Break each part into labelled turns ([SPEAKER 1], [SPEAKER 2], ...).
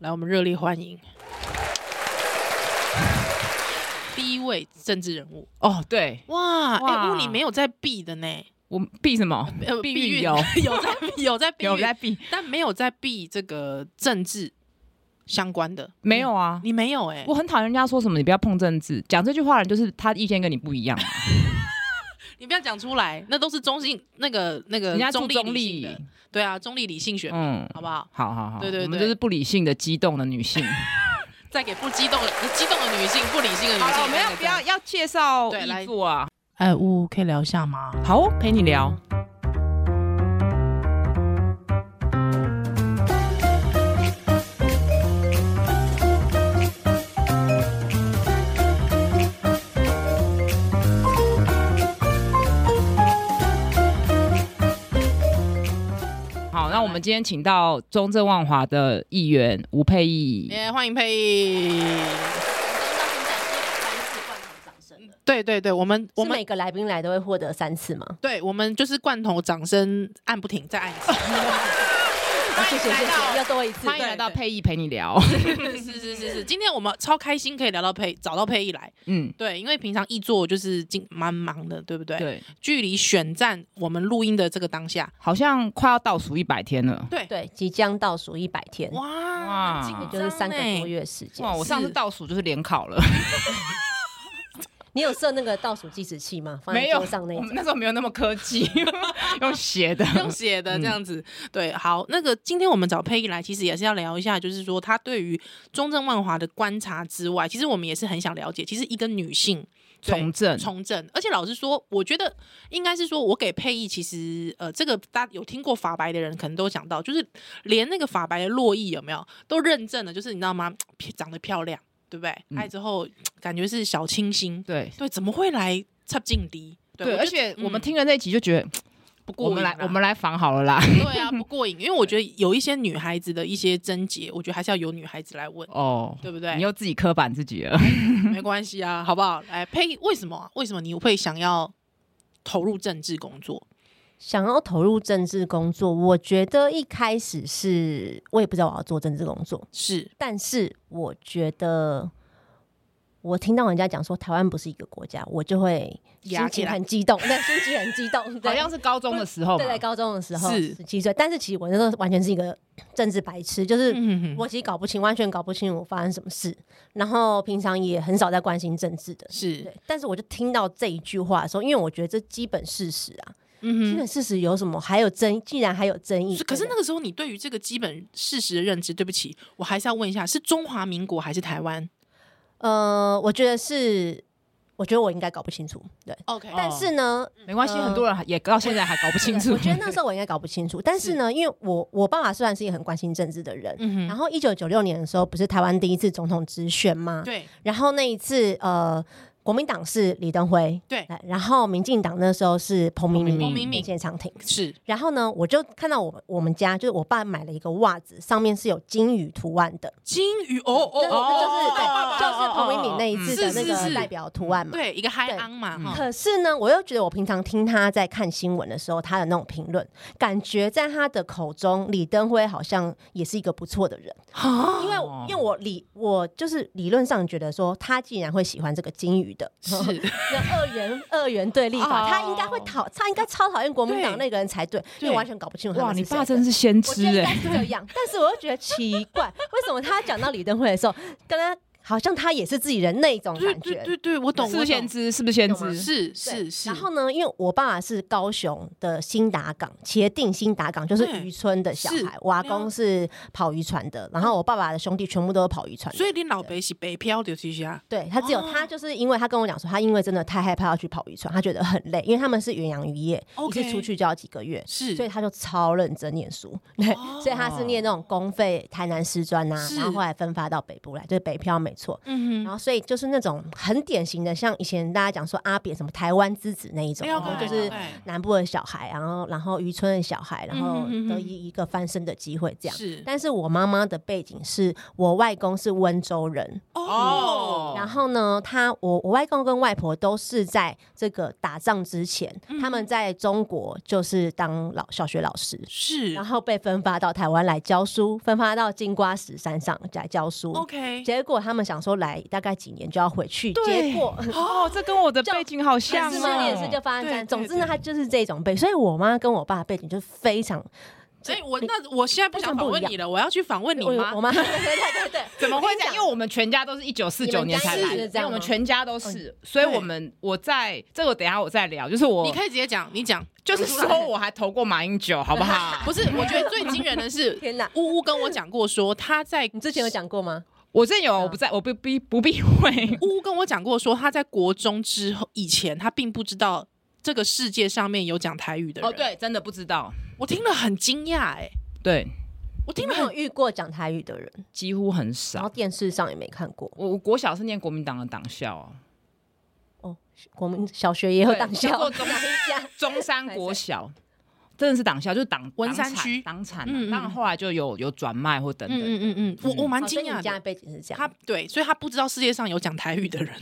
[SPEAKER 1] 来，我们热烈欢迎第一位政治人物。
[SPEAKER 2] 哦，对，
[SPEAKER 1] 哇，哎、
[SPEAKER 2] 哇
[SPEAKER 1] 乌你没有在避的呢，
[SPEAKER 2] 我避什么？
[SPEAKER 1] 呃，
[SPEAKER 2] 避
[SPEAKER 1] 避
[SPEAKER 2] 孕
[SPEAKER 1] 孕
[SPEAKER 2] 有
[SPEAKER 1] 有在 有在避
[SPEAKER 2] 有在
[SPEAKER 1] 孕，嗯
[SPEAKER 2] 避？
[SPEAKER 1] 但没有在避这个政治相关的，
[SPEAKER 2] 没有啊。
[SPEAKER 1] 你没有哎、
[SPEAKER 2] 我很讨厌人家说什么你不要碰政治，讲这句话的人就是他意见跟你不 一样，
[SPEAKER 1] 你不要讲出来，那都是中性那个那个
[SPEAKER 2] 人家注
[SPEAKER 1] 中立
[SPEAKER 2] 中
[SPEAKER 1] 理性
[SPEAKER 2] 立
[SPEAKER 1] 的，。对啊，中立理性选民，
[SPEAKER 2] 嗯，
[SPEAKER 1] 好不好？
[SPEAKER 2] 好好好，
[SPEAKER 1] 对对
[SPEAKER 2] 我们
[SPEAKER 1] 对
[SPEAKER 2] 就是不理性的激动的女 性。
[SPEAKER 1] 再给不激动的、激动的女性、不理性的女性。
[SPEAKER 2] 我们要不要？要介绍
[SPEAKER 1] 对来
[SPEAKER 2] 易作啊？
[SPEAKER 1] 哎，呜，可以聊一下吗？
[SPEAKER 2] 好哦，陪你聊。好，那我们今天请到中正万华的议员吴佩义，
[SPEAKER 1] 耶、欢迎佩仪。
[SPEAKER 3] 到现在是有三次罐头掌声的。
[SPEAKER 1] 对对对，我们我
[SPEAKER 3] 是
[SPEAKER 1] 们
[SPEAKER 3] 每个来宾来都会获得三次吗？
[SPEAKER 1] 对，我们就是罐头掌声按不停，再按一 次。
[SPEAKER 3] 啊谢谢谢谢，又多一次
[SPEAKER 2] 欢迎来到
[SPEAKER 1] 对对
[SPEAKER 2] 佩义陪你聊。
[SPEAKER 1] 是是是是，今天我们超开心可以聊到佩，找到佩仪来。
[SPEAKER 2] 嗯，
[SPEAKER 1] 对，因为平常一做就是经蛮忙的，对不对？。
[SPEAKER 2] 对，
[SPEAKER 1] 距离选战我们录音的这个当下，
[SPEAKER 2] 好像快要倒数一百天了。
[SPEAKER 1] 对
[SPEAKER 3] 对，即将倒数一百天，
[SPEAKER 1] 哇，
[SPEAKER 2] 哇
[SPEAKER 1] 很紧
[SPEAKER 3] 也
[SPEAKER 1] 张
[SPEAKER 3] 就是三个
[SPEAKER 1] 欸
[SPEAKER 3] 多。月时间
[SPEAKER 2] 哇，。我上次
[SPEAKER 1] 是
[SPEAKER 2] 倒数就是联考了，
[SPEAKER 3] 你有设那个倒数计时器吗？放在
[SPEAKER 2] 没有，
[SPEAKER 3] 桌上那
[SPEAKER 2] 我
[SPEAKER 3] 种
[SPEAKER 2] 们。那时候没有那么科 技，用写的。
[SPEAKER 1] 用写的
[SPEAKER 2] 嗯
[SPEAKER 1] 这样子。对，好，那个今天我们找佩仪来，其实也是要聊一下，就是说她对于中正万华的观察之外，其实我们也是很想了解，其实一个女性对
[SPEAKER 2] 从政，
[SPEAKER 1] 从政，而且老实说，我觉得应该是说，我给佩仪其实呃，这个大家有听过法白的人可能都讲到，就是连那个法白的洛伊有没有都认证了，就是你知道吗？长得漂亮，对不对？
[SPEAKER 2] 嗯
[SPEAKER 1] 爱之后感觉是小清新，
[SPEAKER 2] 对
[SPEAKER 1] 对，怎么会来插劲敌？
[SPEAKER 2] 对，
[SPEAKER 1] 我
[SPEAKER 2] 而
[SPEAKER 1] 就
[SPEAKER 2] 且我们
[SPEAKER 1] 嗯
[SPEAKER 2] 听了那一集就觉得，
[SPEAKER 1] 不过
[SPEAKER 2] 我们
[SPEAKER 1] 瘾啊啦
[SPEAKER 2] 来我们来防好了啦。
[SPEAKER 1] 对啊，不过瘾，因为我觉得有一些女孩子的一些症结，我觉得还是要由女孩子来问，
[SPEAKER 2] 哦，
[SPEAKER 1] 对不
[SPEAKER 2] 你
[SPEAKER 1] 对？
[SPEAKER 2] 又自己刻板自己了。
[SPEAKER 1] 没关系啊，好不好？来，佩，为什么啊？为什么你会想要投入政治工作？
[SPEAKER 3] 想要投入政治工作，我觉得一开始是我也不知道我要做政治工作，
[SPEAKER 1] 是
[SPEAKER 3] 但是我觉得我听到人家讲说台湾不是一个国家，我就会
[SPEAKER 1] 压
[SPEAKER 3] 心
[SPEAKER 1] 起
[SPEAKER 3] 情
[SPEAKER 1] 来
[SPEAKER 3] 很激动，对，心情很激动，对
[SPEAKER 2] 好像是高中的时候嘛
[SPEAKER 3] 对，，在高中的时候，
[SPEAKER 1] 哦是
[SPEAKER 3] 十七岁，但是其实我那时候完全是一个政治白痴，就是
[SPEAKER 1] 嗯，
[SPEAKER 3] 我其实搞不清，完全搞不清我发生什么事，然后平常也很少在关心政治的。对
[SPEAKER 1] 是，，
[SPEAKER 3] 但是我就听到这一句话的时候，因为我觉得这基本事实啊，基
[SPEAKER 1] 嗯
[SPEAKER 3] 本事实有什么？还有争，既然还有争议
[SPEAKER 1] 哼。，可是
[SPEAKER 3] 对不
[SPEAKER 1] 那个时候，你对于这个基本事实的认知，对不起，我还是要问一下，是中华民国还是台湾
[SPEAKER 3] 对呃，我觉得是，我觉得我应该搞不清楚，对。
[SPEAKER 1] ？OK，
[SPEAKER 3] 但是呢，
[SPEAKER 2] 没关系，
[SPEAKER 3] 嗯
[SPEAKER 2] 很多人也到现在还搞不清楚。
[SPEAKER 3] 我觉得那时候我应该搞 不清楚，但是呢，因为我我爸爸虽然是一个很关心政治的人，
[SPEAKER 1] 嗯
[SPEAKER 3] 然
[SPEAKER 1] 哼，
[SPEAKER 3] 后一九九六年的时候，不是台湾第一次总统直选吗？
[SPEAKER 1] 对，
[SPEAKER 3] 然后那一次，呃，国民党是李登辉，
[SPEAKER 1] 对
[SPEAKER 3] 哎，然后民进党那时候是彭明敏，
[SPEAKER 2] 彭
[SPEAKER 1] 明敏
[SPEAKER 3] 现场挺。
[SPEAKER 1] 是
[SPEAKER 3] 然后呢，我就看到我们我们家就是我爸买了一个袜子，上面是有金鱼图案的，
[SPEAKER 1] 金鱼，哦哦
[SPEAKER 3] 就是就是
[SPEAKER 1] 哦
[SPEAKER 3] 对，就是彭明敏那一次
[SPEAKER 1] 是
[SPEAKER 3] 的
[SPEAKER 1] 是
[SPEAKER 3] 那
[SPEAKER 1] 是
[SPEAKER 3] 个代表图案嘛。
[SPEAKER 1] 对，一个嗨
[SPEAKER 3] 对
[SPEAKER 1] 昂嘛，
[SPEAKER 2] 嗯
[SPEAKER 1] 哈，
[SPEAKER 3] 可是呢，我又觉得我平常听他在看新闻的时候，他的那种评论，感觉在他的口中，李登辉好像也是一个不错的人。因为
[SPEAKER 2] 哦
[SPEAKER 3] 因为我理我就是理论上觉得说，他既然会喜欢这个金鱼的，
[SPEAKER 1] 是，
[SPEAKER 3] 有二元二元对立
[SPEAKER 1] 哦
[SPEAKER 3] 法，他应该会讨，他应该超讨厌国民
[SPEAKER 1] 对
[SPEAKER 3] 党那个人才对，因
[SPEAKER 1] 对
[SPEAKER 3] 为完全搞不清楚他
[SPEAKER 2] 哇，
[SPEAKER 3] 们
[SPEAKER 2] 你
[SPEAKER 3] 是谁
[SPEAKER 2] 爸真是先
[SPEAKER 3] 我
[SPEAKER 2] 知
[SPEAKER 1] 欸
[SPEAKER 3] 觉得应该
[SPEAKER 2] 哎。
[SPEAKER 3] 是这 样，但是我又觉得奇怪，为什么他讲到李登辉的时候，跟他好像他也是自己人那种
[SPEAKER 1] 对
[SPEAKER 3] 感
[SPEAKER 1] 对
[SPEAKER 3] 觉。
[SPEAKER 1] 对对，我懂，
[SPEAKER 2] 是不
[SPEAKER 1] 我
[SPEAKER 2] 是先
[SPEAKER 1] 懂
[SPEAKER 2] 知？是不是先
[SPEAKER 3] 懂吗
[SPEAKER 2] 知？
[SPEAKER 1] 是
[SPEAKER 3] 对
[SPEAKER 1] 是是，
[SPEAKER 3] 然后呢，因为我爸是高雄的新达港，茄定新达港就是
[SPEAKER 1] 对
[SPEAKER 3] 渔村的小
[SPEAKER 1] 是
[SPEAKER 3] 孩，我阿
[SPEAKER 1] 了
[SPEAKER 3] 公是跑渔船的，然后我爸爸的兄弟全部都是跑渔船的，
[SPEAKER 1] 所以你老北是北漂的，其实啊，
[SPEAKER 3] 对他只有、
[SPEAKER 1] 哦
[SPEAKER 3] 他，就是因为他跟我讲说，他因为真的太害怕要去跑渔船，他觉得很累，因为他们是远洋渔业
[SPEAKER 1] OK
[SPEAKER 3] 一次出去就要几个月，
[SPEAKER 1] 是哦
[SPEAKER 3] 所以他就超认真念书，对，所以他是念那种公费台南师专呐、啊
[SPEAKER 1] 是
[SPEAKER 3] 然后后来分发到北部来，就是北漂美没错。
[SPEAKER 1] 嗯
[SPEAKER 3] 然
[SPEAKER 1] 哼，
[SPEAKER 3] 后，所以就是那种很典型的，像以前大家讲说阿扁什么台湾之子那一种，
[SPEAKER 1] 了
[SPEAKER 3] 然
[SPEAKER 1] 解
[SPEAKER 3] 后就是
[SPEAKER 1] 了解
[SPEAKER 3] 南部的小孩，然后然后渔村的小孩，然后
[SPEAKER 1] 嗯哼嗯哼
[SPEAKER 3] 得以一个翻身的机会这样。
[SPEAKER 1] 是
[SPEAKER 3] 但是我妈妈的背景是我外公是温州人，
[SPEAKER 1] 哦，
[SPEAKER 3] 然后呢，他我我外公跟外婆都是在这个打仗之前，
[SPEAKER 1] 嗯
[SPEAKER 3] 他们在中国就是当老小学老师，
[SPEAKER 1] 是
[SPEAKER 3] 然后被分发到台湾来教书，分发到金瓜石山上来教书。
[SPEAKER 1] OK，
[SPEAKER 3] 结果他们想说来大概几年就要回去，
[SPEAKER 1] 对
[SPEAKER 3] 结果
[SPEAKER 2] 哦，这跟我的背景好像
[SPEAKER 3] 但
[SPEAKER 1] 是
[SPEAKER 3] 是
[SPEAKER 1] 吗
[SPEAKER 3] 这也
[SPEAKER 2] 哦
[SPEAKER 3] 是。就发生
[SPEAKER 1] 对
[SPEAKER 3] 在
[SPEAKER 1] 对
[SPEAKER 3] 总之呢，
[SPEAKER 1] 对
[SPEAKER 3] 他就是这种背，所以我妈跟我爸的背景就是非常，
[SPEAKER 1] 所以我那我现在不
[SPEAKER 3] 非
[SPEAKER 1] 想
[SPEAKER 3] 常
[SPEAKER 1] 访
[SPEAKER 3] 不一
[SPEAKER 1] 问
[SPEAKER 3] 样
[SPEAKER 1] 你了，我要去访问你
[SPEAKER 3] 我
[SPEAKER 1] 妈
[SPEAKER 3] 我。妈对对对对，
[SPEAKER 2] 怎么会这
[SPEAKER 3] 我跟
[SPEAKER 2] 样？
[SPEAKER 3] 你讲
[SPEAKER 2] 因为我们全家都是一九四
[SPEAKER 3] 你
[SPEAKER 2] 九
[SPEAKER 3] 们
[SPEAKER 2] 年才
[SPEAKER 1] 家
[SPEAKER 2] 来
[SPEAKER 1] 是
[SPEAKER 2] 的，
[SPEAKER 3] 这
[SPEAKER 2] 因为
[SPEAKER 3] 样啊
[SPEAKER 2] 我们
[SPEAKER 3] 吗，
[SPEAKER 2] 全家都是，所以我们我在这个等一下我再聊，就是我
[SPEAKER 1] 你可以直接讲，你讲，
[SPEAKER 2] 就是
[SPEAKER 1] 讲出来
[SPEAKER 2] 说我还投过马英九，好不好？
[SPEAKER 1] 不是，我觉得最惊人的是
[SPEAKER 3] 天哪
[SPEAKER 1] 呜呜跟我讲过说他在
[SPEAKER 3] 你之前有讲过吗？
[SPEAKER 2] 我之前有，我不在，我不必不避讳。
[SPEAKER 1] 呜呜跟我讲过说他在国中之后以前他并不知道这个世界上面有讲台语的人。
[SPEAKER 2] 哦，，对，真的不知道，
[SPEAKER 1] 我听了很惊讶哎，
[SPEAKER 2] 对，
[SPEAKER 1] 我听了
[SPEAKER 3] 没
[SPEAKER 1] 很
[SPEAKER 3] 有遇过讲台语的人，
[SPEAKER 2] 几乎很
[SPEAKER 3] 然
[SPEAKER 2] 少。
[SPEAKER 3] 后电视上也没看过。
[SPEAKER 2] 我我国小是念国民党的党校哦，
[SPEAKER 3] 哦，国民小学也有党校，
[SPEAKER 2] 叫做中
[SPEAKER 3] 哪一家？
[SPEAKER 2] 中山国小。真的是党校，就是党
[SPEAKER 1] 文山区
[SPEAKER 2] 党产，
[SPEAKER 1] 嗯嗯
[SPEAKER 2] 党产啊当然后来就有有转卖或等
[SPEAKER 1] 嗯
[SPEAKER 2] 等。
[SPEAKER 1] 嗯嗯嗯，我我蛮
[SPEAKER 3] 哦好所
[SPEAKER 1] 惊
[SPEAKER 3] 以
[SPEAKER 1] 讶
[SPEAKER 3] 你家的
[SPEAKER 1] 的。
[SPEAKER 3] 背景是这
[SPEAKER 1] 他
[SPEAKER 3] 样，
[SPEAKER 1] 对，所以他不知道世界上有讲台语的 人。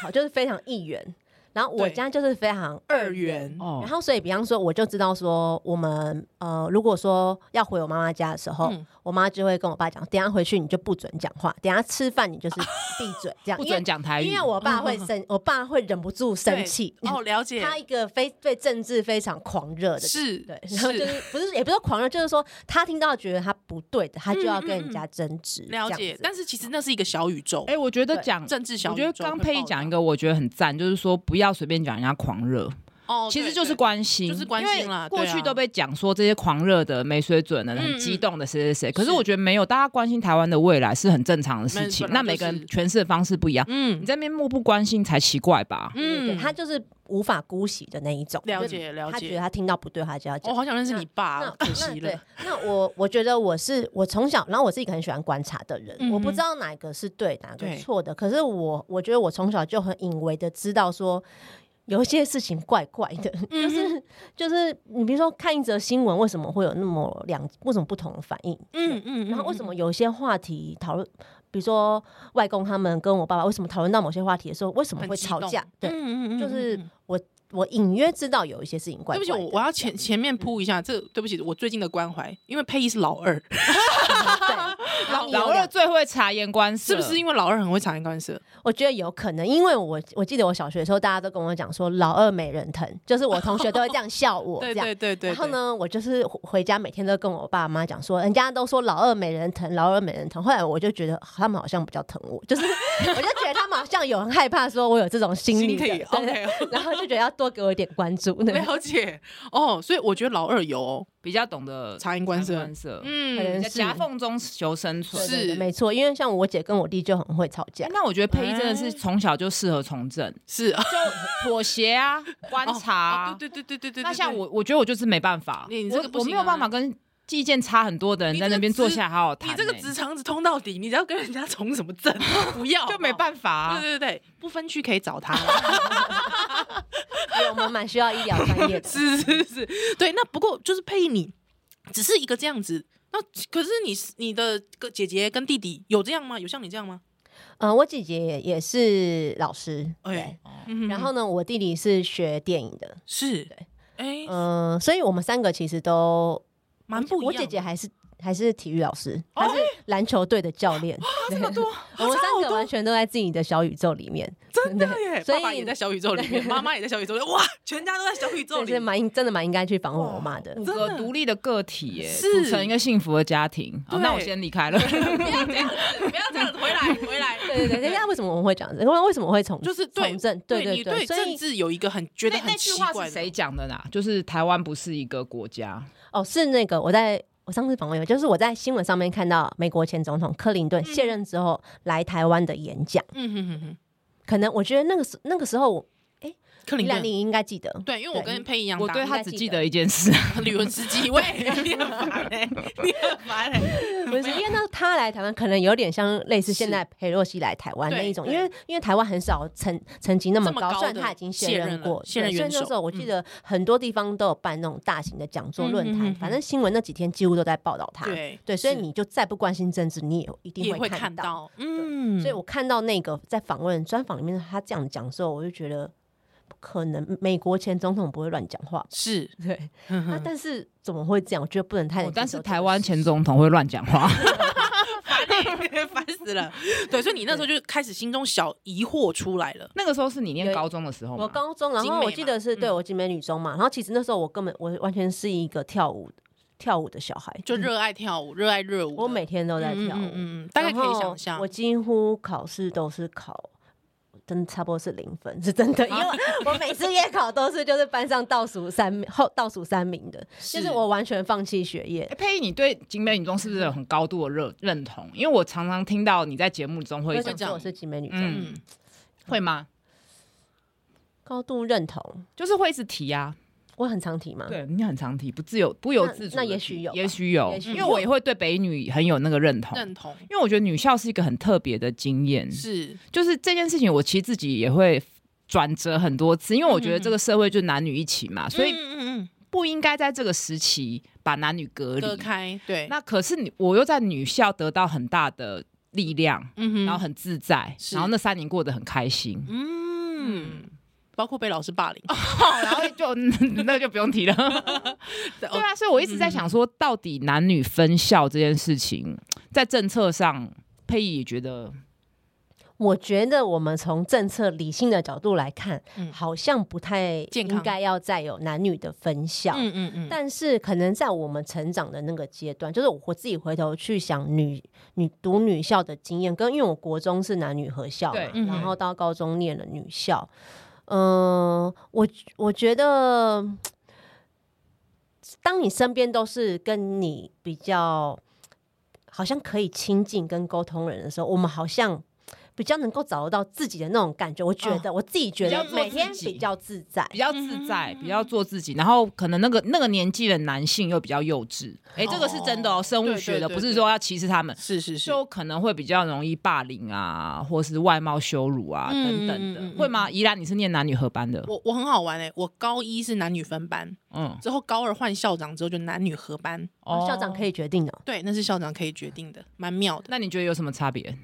[SPEAKER 3] 好，就是非常一元。然后我
[SPEAKER 1] 对
[SPEAKER 3] 家就是非常
[SPEAKER 1] 二元
[SPEAKER 2] 哦
[SPEAKER 3] 然后，所以比方说，我就知道说，我们呃，如果说要回我妈妈家的时候，
[SPEAKER 1] 嗯
[SPEAKER 3] 我妈就会跟我爸讲，等一下回去你就不准讲话，等一下吃饭你就是闭嘴，这 样。
[SPEAKER 2] 不
[SPEAKER 3] 因为
[SPEAKER 2] 准讲台语，
[SPEAKER 3] 因为我爸会生，我爸会忍不住生气。
[SPEAKER 1] 对哦，了解，
[SPEAKER 3] 他一个非对政治非常狂热的，
[SPEAKER 1] 是
[SPEAKER 3] 对，然后 就是是不是也不是说狂热，就是说他听到觉得他不对的，他就要跟人家争执。
[SPEAKER 1] 了
[SPEAKER 3] 这
[SPEAKER 1] 解
[SPEAKER 3] 样，子
[SPEAKER 1] 但是其实那是一个小宇宙
[SPEAKER 2] 哎、，我觉得
[SPEAKER 3] 对
[SPEAKER 2] 讲
[SPEAKER 1] 政治小
[SPEAKER 2] 我
[SPEAKER 1] 宇
[SPEAKER 2] 觉
[SPEAKER 1] 宙会
[SPEAKER 2] 得
[SPEAKER 1] 爆炸。
[SPEAKER 2] 刚佩讲一个，我觉得很赞，就是说不要随便讲人家狂热，
[SPEAKER 1] 哦，
[SPEAKER 2] 其实
[SPEAKER 1] 对
[SPEAKER 2] 就是
[SPEAKER 1] 对
[SPEAKER 2] 关心，
[SPEAKER 1] 就是关心啦
[SPEAKER 2] 因为过
[SPEAKER 1] 对啊
[SPEAKER 2] 去都被讲说这些狂热的、没水准的、
[SPEAKER 1] 嗯
[SPEAKER 2] 很激动的谁谁谁，可是
[SPEAKER 1] 是
[SPEAKER 2] 我觉得没有，大家关心台湾的未来是很正常的事情
[SPEAKER 1] 本。来
[SPEAKER 2] 那
[SPEAKER 1] 就
[SPEAKER 2] 每个人
[SPEAKER 1] 是
[SPEAKER 2] 诠释的方式不一样，
[SPEAKER 1] 嗯
[SPEAKER 2] 你在那边漠不关心才奇怪吧？
[SPEAKER 3] 对对
[SPEAKER 1] 嗯，
[SPEAKER 3] 对他就是无法姑息的那一种。
[SPEAKER 1] 了
[SPEAKER 3] 就
[SPEAKER 1] 解了
[SPEAKER 3] 他觉得
[SPEAKER 1] 解。
[SPEAKER 3] 他听到不对，他就要讲
[SPEAKER 1] 我。好想认识你爸
[SPEAKER 3] 那
[SPEAKER 1] 哦，可惜
[SPEAKER 3] 对
[SPEAKER 1] 了。，
[SPEAKER 3] 那我我觉得我是我从小，然后我是一个很喜欢观察的人，
[SPEAKER 1] 嗯哼
[SPEAKER 3] 我不知道哪个是对，哪个
[SPEAKER 1] 对
[SPEAKER 3] 错的。可是我我觉得我从小就很隐微的知道说。有一些事情怪怪的，
[SPEAKER 1] 嗯
[SPEAKER 3] 就是就是你比如说看一则新闻，为什么会有那么两为什么不同的反应？
[SPEAKER 1] 嗯嗯，
[SPEAKER 3] 然后为什
[SPEAKER 1] 嗯
[SPEAKER 3] 么有一些话题讨论，比如说外公他们跟我爸爸为什么讨论到某些话题的时候，为什么
[SPEAKER 1] 很
[SPEAKER 3] 会
[SPEAKER 1] 激
[SPEAKER 3] 吵
[SPEAKER 1] 动
[SPEAKER 3] 架？对，
[SPEAKER 1] 嗯
[SPEAKER 3] 就是
[SPEAKER 1] 嗯嗯
[SPEAKER 3] 我隐约知道有一些事情怪怪
[SPEAKER 1] 对不
[SPEAKER 3] 的。 嗯
[SPEAKER 1] 起，我我要前前面铺一下，这对不起，我最近的关怀，因为佩仪是老二，
[SPEAKER 3] 对，然后你有
[SPEAKER 2] 老
[SPEAKER 3] 两
[SPEAKER 2] 二最会察言观色，
[SPEAKER 1] 嗯是不是？因为老二很会察言观色？
[SPEAKER 3] 我觉得有可能，因为我我记得我小学的时候，大家都跟我讲说“老二没人疼”，就是我同学都会这样笑我，
[SPEAKER 1] 对
[SPEAKER 3] 这样。
[SPEAKER 1] 对对对。
[SPEAKER 3] 然后
[SPEAKER 1] 对？
[SPEAKER 3] 呢，我就是回回家每天都跟我爸妈讲说，人家都说老二没人疼，老二没人疼。后来我就觉得他们好像比较疼我，就是 我就觉得他们好像有很害怕，说我有这种心理
[SPEAKER 1] 心可
[SPEAKER 3] 的，
[SPEAKER 1] 以
[SPEAKER 3] 对对
[SPEAKER 1] OK，
[SPEAKER 3] 然后就觉得要多给我一点关 注。 对
[SPEAKER 1] 了解哦，所以我觉得老二有哦
[SPEAKER 2] 比较懂得
[SPEAKER 1] 察言观色，
[SPEAKER 3] 可
[SPEAKER 1] 嗯
[SPEAKER 3] 能
[SPEAKER 2] 在
[SPEAKER 3] 是
[SPEAKER 2] 夹缝中求生存
[SPEAKER 3] 对。对对
[SPEAKER 1] 是
[SPEAKER 3] 没错，因为像我姐跟我弟就很会吵架
[SPEAKER 2] 哎，那我觉得佩仪真的
[SPEAKER 1] 哎
[SPEAKER 2] 是从小就适合从政，
[SPEAKER 1] 是啊，
[SPEAKER 2] 就妥协 啊，观察啊，
[SPEAKER 1] 哦对对对对对对。
[SPEAKER 2] 那像
[SPEAKER 1] 对，
[SPEAKER 2] 我，我觉得我就是没办法，
[SPEAKER 1] 你你这个不
[SPEAKER 2] 我我
[SPEAKER 1] 行
[SPEAKER 2] 没
[SPEAKER 1] 啊
[SPEAKER 2] 有办法跟意见差很多的人
[SPEAKER 1] 你
[SPEAKER 2] 在
[SPEAKER 1] 这
[SPEAKER 2] 那
[SPEAKER 1] 个
[SPEAKER 2] 边坐
[SPEAKER 1] 直
[SPEAKER 2] 下来好好谈、
[SPEAKER 1] 你这个
[SPEAKER 2] 欸
[SPEAKER 1] 直肠子通到底，你只要跟人家从什么症 不 要
[SPEAKER 2] 就没办法、
[SPEAKER 1] 法
[SPEAKER 2] 啊。
[SPEAKER 1] 哦对对对，不分区可以找他。
[SPEAKER 3] 因为我们蛮需要医疗 专业的。
[SPEAKER 1] 是是是，对。那不过就是佩你，只是一个这样子。那可是你你的哥姐姐跟弟弟有这样吗？有像你这样吗？
[SPEAKER 3] 嗯、我姐姐也也是老师，
[SPEAKER 1] 哎
[SPEAKER 3] 对。
[SPEAKER 1] 嗯
[SPEAKER 3] 然后呢，我弟弟是学电影的，
[SPEAKER 1] 是
[SPEAKER 3] 对，
[SPEAKER 1] 哎，
[SPEAKER 3] 嗯、所以我们三个其实都
[SPEAKER 1] 蛮
[SPEAKER 3] 我
[SPEAKER 1] 不一
[SPEAKER 3] 我
[SPEAKER 1] 样的。哦
[SPEAKER 3] 姐姐还是还是体育老师，她是篮球队的教练。这 么多，我们三个完全都在自己的小宇宙里面，真
[SPEAKER 1] 对耶，
[SPEAKER 3] 所
[SPEAKER 1] 爸
[SPEAKER 3] 以
[SPEAKER 1] 爸也在小宇宙里面，妈妈也在小宇宙里，哇，全家都在小宇宙
[SPEAKER 3] 这
[SPEAKER 1] 里
[SPEAKER 3] 是。蛮应真的蛮应该去访问我妈的
[SPEAKER 2] 五。
[SPEAKER 1] 哦真
[SPEAKER 2] 个
[SPEAKER 1] 的
[SPEAKER 2] 独立的个体、耶，
[SPEAKER 1] 是
[SPEAKER 2] 组成一个幸福的家庭。好，那我
[SPEAKER 1] 对
[SPEAKER 2] 先离开了。
[SPEAKER 1] 不要这样子，不要这样子，回来回来。
[SPEAKER 3] 对对对，人家为什么我们会讲这个？因为为什么会从
[SPEAKER 1] 就是对
[SPEAKER 3] 从政？对
[SPEAKER 1] 你对
[SPEAKER 3] 对，所
[SPEAKER 1] 政
[SPEAKER 3] 以
[SPEAKER 1] 治有一个很觉得
[SPEAKER 2] 那
[SPEAKER 1] 很
[SPEAKER 2] 那句
[SPEAKER 1] 奇
[SPEAKER 2] 话
[SPEAKER 1] 怪
[SPEAKER 2] 是谁
[SPEAKER 1] 的。
[SPEAKER 2] 讲的呢？就是台湾不是一个国家，
[SPEAKER 3] 哦，是那个我在。我上次访问有，就是我在新闻上面看到美国前总统克林顿卸任之后来台湾的演讲，
[SPEAKER 1] 嗯哼哼哼，
[SPEAKER 3] 可能我觉得那个时那个时候我，
[SPEAKER 1] 克林
[SPEAKER 3] 依兰
[SPEAKER 1] 顿
[SPEAKER 3] 你。应该记得，
[SPEAKER 1] 对，因为我
[SPEAKER 3] 对
[SPEAKER 1] 跟佩一样
[SPEAKER 2] 我
[SPEAKER 1] 大，
[SPEAKER 2] 对他
[SPEAKER 3] 应
[SPEAKER 2] 只
[SPEAKER 3] 该记
[SPEAKER 2] 记
[SPEAKER 3] 得
[SPEAKER 2] 得一件事，啊
[SPEAKER 1] 旅文司机，喂，你很烦哎、你很烦哎、
[SPEAKER 3] 不是因为那他来台湾可能有点像类似现
[SPEAKER 1] 是
[SPEAKER 3] 在裴洛西来台湾
[SPEAKER 1] 对
[SPEAKER 3] 那一种，
[SPEAKER 1] 对
[SPEAKER 3] 因为因为台湾很少层层级那么
[SPEAKER 1] 这么
[SPEAKER 3] 高，
[SPEAKER 1] 高
[SPEAKER 3] 虽然
[SPEAKER 1] 的
[SPEAKER 3] 他已经
[SPEAKER 1] 卸
[SPEAKER 3] 任
[SPEAKER 1] 任了
[SPEAKER 3] 过，
[SPEAKER 1] 卸任
[SPEAKER 3] 对所以
[SPEAKER 1] 元
[SPEAKER 3] 那时候
[SPEAKER 1] 首
[SPEAKER 3] 我记得很多地方都有办那种大型的讲座
[SPEAKER 1] 嗯
[SPEAKER 3] 论
[SPEAKER 1] 嗯
[SPEAKER 3] 坛，
[SPEAKER 1] 嗯
[SPEAKER 3] 反
[SPEAKER 1] 嗯
[SPEAKER 3] 正新闻那几天几乎都在报道他。
[SPEAKER 1] 对
[SPEAKER 3] 对，所以
[SPEAKER 1] 是
[SPEAKER 3] 你就再不关心政治，你也一定
[SPEAKER 1] 也
[SPEAKER 3] 会
[SPEAKER 1] 会
[SPEAKER 3] 看
[SPEAKER 1] 看
[SPEAKER 3] 到。
[SPEAKER 1] 到，嗯，
[SPEAKER 3] 所以我看到那个在访问专访里面他这样讲的时候，我就觉得不可能，美国前总统不会乱讲话。
[SPEAKER 1] 是，
[SPEAKER 3] 对，
[SPEAKER 1] 哼
[SPEAKER 3] 那、
[SPEAKER 1] 哼
[SPEAKER 3] 但是怎么会这样？我觉得不能太能
[SPEAKER 2] 哦
[SPEAKER 3] 接受这个事、
[SPEAKER 2] 但是台湾前总统会乱讲话，
[SPEAKER 1] 烦死了。对，所以你那时候就开始心中小疑惑出来了。
[SPEAKER 2] 那个时候是你念高中的时候吗？
[SPEAKER 3] 我高中，然
[SPEAKER 1] 景
[SPEAKER 3] 后我
[SPEAKER 1] 美
[SPEAKER 3] 记
[SPEAKER 1] 嘛
[SPEAKER 3] 得是对
[SPEAKER 1] 嗯
[SPEAKER 3] 我景美女中嘛，然后其实那时候我根本我完全是一个跳舞跳舞的小孩，
[SPEAKER 1] 就热爱跳舞，热爱热舞的，
[SPEAKER 3] 我每天都在
[SPEAKER 1] 嗯嗯
[SPEAKER 3] 跳舞，
[SPEAKER 1] 嗯嗯嗯大概可以想
[SPEAKER 3] 然
[SPEAKER 1] 象
[SPEAKER 3] 后我。几乎考试都是考。真的差不多是零分，是真
[SPEAKER 1] 啊
[SPEAKER 3] 的，因为我每次夜考都是就是班上倒数三名后倒数三名的，就是
[SPEAKER 1] 是
[SPEAKER 3] 我完全放弃学业
[SPEAKER 2] 哎，佩仪，你对景美女中是不是有很高度的认认同？因为我常常听到你在节目中会
[SPEAKER 1] 这
[SPEAKER 3] 我想
[SPEAKER 1] 样
[SPEAKER 3] 说我是景美女中，
[SPEAKER 2] 嗯
[SPEAKER 1] 嗯，
[SPEAKER 2] 会吗？
[SPEAKER 3] 高度认同，
[SPEAKER 2] 就是会一直提啊，
[SPEAKER 3] 我很常提嘛，
[SPEAKER 2] 对你很常提，不自由不由
[SPEAKER 3] 嗯那
[SPEAKER 2] 自主
[SPEAKER 3] 那
[SPEAKER 2] 地
[SPEAKER 3] 也
[SPEAKER 2] 提
[SPEAKER 3] 许有吧
[SPEAKER 2] 也许有
[SPEAKER 3] 也，许
[SPEAKER 2] 因为
[SPEAKER 3] 有
[SPEAKER 2] 我也会对北女很有那个认同，
[SPEAKER 1] 认同
[SPEAKER 2] 因为我觉得女校是一个很特别的经验，
[SPEAKER 1] 是
[SPEAKER 2] 就是这件事情，我其实自己也会。转折很多次，因为我
[SPEAKER 3] 嗯
[SPEAKER 2] 觉得这个社会就男女一起嘛，所以
[SPEAKER 1] 嗯嗯
[SPEAKER 2] 不应该在这个时期把男女
[SPEAKER 1] 嗯，
[SPEAKER 2] 隔离。
[SPEAKER 1] 隔开，对，
[SPEAKER 2] 那可是你，我又在女校得到很大的力量，
[SPEAKER 1] 嗯哼
[SPEAKER 2] 然后很自在，
[SPEAKER 1] 是
[SPEAKER 2] 然后那三年过得很开心。
[SPEAKER 1] 嗯，包括被老师霸凌，
[SPEAKER 3] 哦
[SPEAKER 2] 然后就嗯 那就不 用提了。
[SPEAKER 1] 对
[SPEAKER 2] 对啊，所以我一
[SPEAKER 1] 嗯
[SPEAKER 2] 直在想说，到底男女分校这件事情，在政策上，佩仪也觉得
[SPEAKER 3] 我觉得我们从政策理性的角度来看，
[SPEAKER 1] 嗯
[SPEAKER 3] 好像不太
[SPEAKER 1] 健康
[SPEAKER 3] 应该要再有男女的分校。
[SPEAKER 1] 嗯嗯嗯，
[SPEAKER 3] 但是可能在我们成长的那个阶段，就是我自己回头去想女女读女校的经验，跟因为我国中是男女合校嘛
[SPEAKER 2] 对，
[SPEAKER 1] 嗯
[SPEAKER 3] 然后到高中念了女校，嗯、我我觉得，当你身边都是跟你比较好像可以亲近跟沟通人的时候，我们好像。比较能够找得到自己的那种感觉，我觉得、我自己觉
[SPEAKER 2] 哦比较
[SPEAKER 3] 得
[SPEAKER 2] 做
[SPEAKER 3] 每
[SPEAKER 2] 自
[SPEAKER 3] 天
[SPEAKER 2] 己
[SPEAKER 3] 比较自在，
[SPEAKER 2] 比较自在，
[SPEAKER 1] 嗯
[SPEAKER 2] 比较做自己，然后可能那个那个年纪的男性又比较幼稚。哎，这个是真的哦，
[SPEAKER 1] 哦
[SPEAKER 2] 生物学的，
[SPEAKER 1] 对对对
[SPEAKER 2] 不是说要歧视他们。
[SPEAKER 1] 是是是，
[SPEAKER 2] 就可能会比较容易霸凌啊，或是外貌羞辱啊、
[SPEAKER 1] 嗯
[SPEAKER 2] 等等的
[SPEAKER 1] 嗯嗯，嗯
[SPEAKER 2] 会吗？宜兰你是念男女合班的，
[SPEAKER 1] 我我很好玩哎，我高一是男女分班，
[SPEAKER 2] 嗯，
[SPEAKER 1] 之后高二换校长之后就男女合班，
[SPEAKER 3] 校长可
[SPEAKER 2] 以。
[SPEAKER 3] 以决定的、哦
[SPEAKER 1] 对，那是校长可以决定的，蛮妙的。
[SPEAKER 2] 那你觉得有什么差别？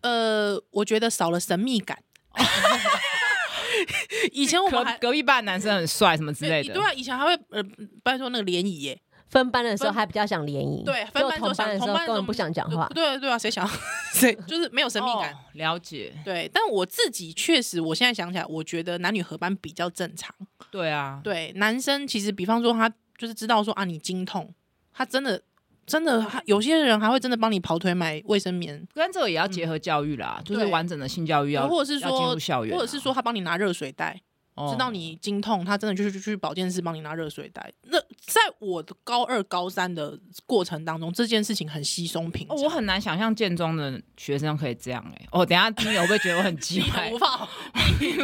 [SPEAKER 1] 呃，我觉得少了神秘感。 以前我
[SPEAKER 2] 隔
[SPEAKER 1] 们还
[SPEAKER 2] 隔壁班的男生很帅什么之类
[SPEAKER 1] 没有
[SPEAKER 2] 的，
[SPEAKER 1] 对啊，以前还会呃，拜托那个联谊耶，
[SPEAKER 3] 分班的时候
[SPEAKER 1] 分
[SPEAKER 3] 还比较想联谊，
[SPEAKER 1] 对，
[SPEAKER 3] 结
[SPEAKER 1] 分
[SPEAKER 3] 果
[SPEAKER 1] 班总
[SPEAKER 3] 同班
[SPEAKER 1] 想
[SPEAKER 3] 的时
[SPEAKER 1] 同
[SPEAKER 3] 候
[SPEAKER 1] 班
[SPEAKER 3] 根本不想讲话
[SPEAKER 1] 对。对啊对啊，谁 想谁就是没有神秘感。
[SPEAKER 2] 哦了解，
[SPEAKER 1] 对，但我自己确实，我现在想起来，我觉得男女合班比较正常。
[SPEAKER 2] 对啊，
[SPEAKER 1] 对，男生其实，比方说他就是知道说啊，你经痛，他真的真的，他有些人还会真的帮你跑腿买卫生棉，
[SPEAKER 2] 跟这个也要结合教育啦，就是
[SPEAKER 1] 嗯对
[SPEAKER 2] 完整的性教育要，
[SPEAKER 1] 或者是
[SPEAKER 2] 要进
[SPEAKER 1] 说
[SPEAKER 2] 入校园啊，
[SPEAKER 1] 或者是说他帮你拿热水袋，
[SPEAKER 2] 哦
[SPEAKER 1] 知道你经痛，他真的就是去保健室帮你拿热水袋。那在我的高二、高三的过程当中，这件事情很稀松平
[SPEAKER 2] 哦，
[SPEAKER 1] 常。
[SPEAKER 2] 我很难想象建中的学生可以这样哎、哦，等一下听友会不会觉得我很鸡
[SPEAKER 1] 很
[SPEAKER 2] 排
[SPEAKER 1] 无？法，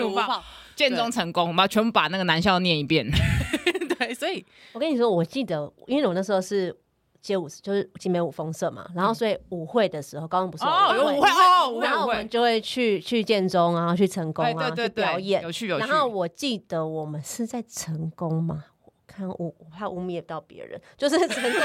[SPEAKER 1] 无
[SPEAKER 2] 无
[SPEAKER 1] 法，
[SPEAKER 2] 建中成功，我们要全部把那个男校念一遍。
[SPEAKER 1] 对，所以
[SPEAKER 3] 我跟你说，我记得，因为我那时候是街舞，就是集美舞风社嘛，然后所以舞会的时候，高中不是
[SPEAKER 2] 哦，有
[SPEAKER 3] 舞
[SPEAKER 2] 舞会哦，
[SPEAKER 3] 舞
[SPEAKER 2] 舞
[SPEAKER 3] 然
[SPEAKER 2] 会
[SPEAKER 3] 后
[SPEAKER 2] 舞
[SPEAKER 3] 我们
[SPEAKER 2] 会，
[SPEAKER 3] 就会去去建中啊，去成功
[SPEAKER 2] 哎，
[SPEAKER 3] 啊，
[SPEAKER 2] 对对
[SPEAKER 3] 去表
[SPEAKER 2] 对，
[SPEAKER 3] 演
[SPEAKER 2] 有。趣有趣。
[SPEAKER 3] 然后我记得我们是在成功嘛，我看我我怕污蔑到别人，就是成功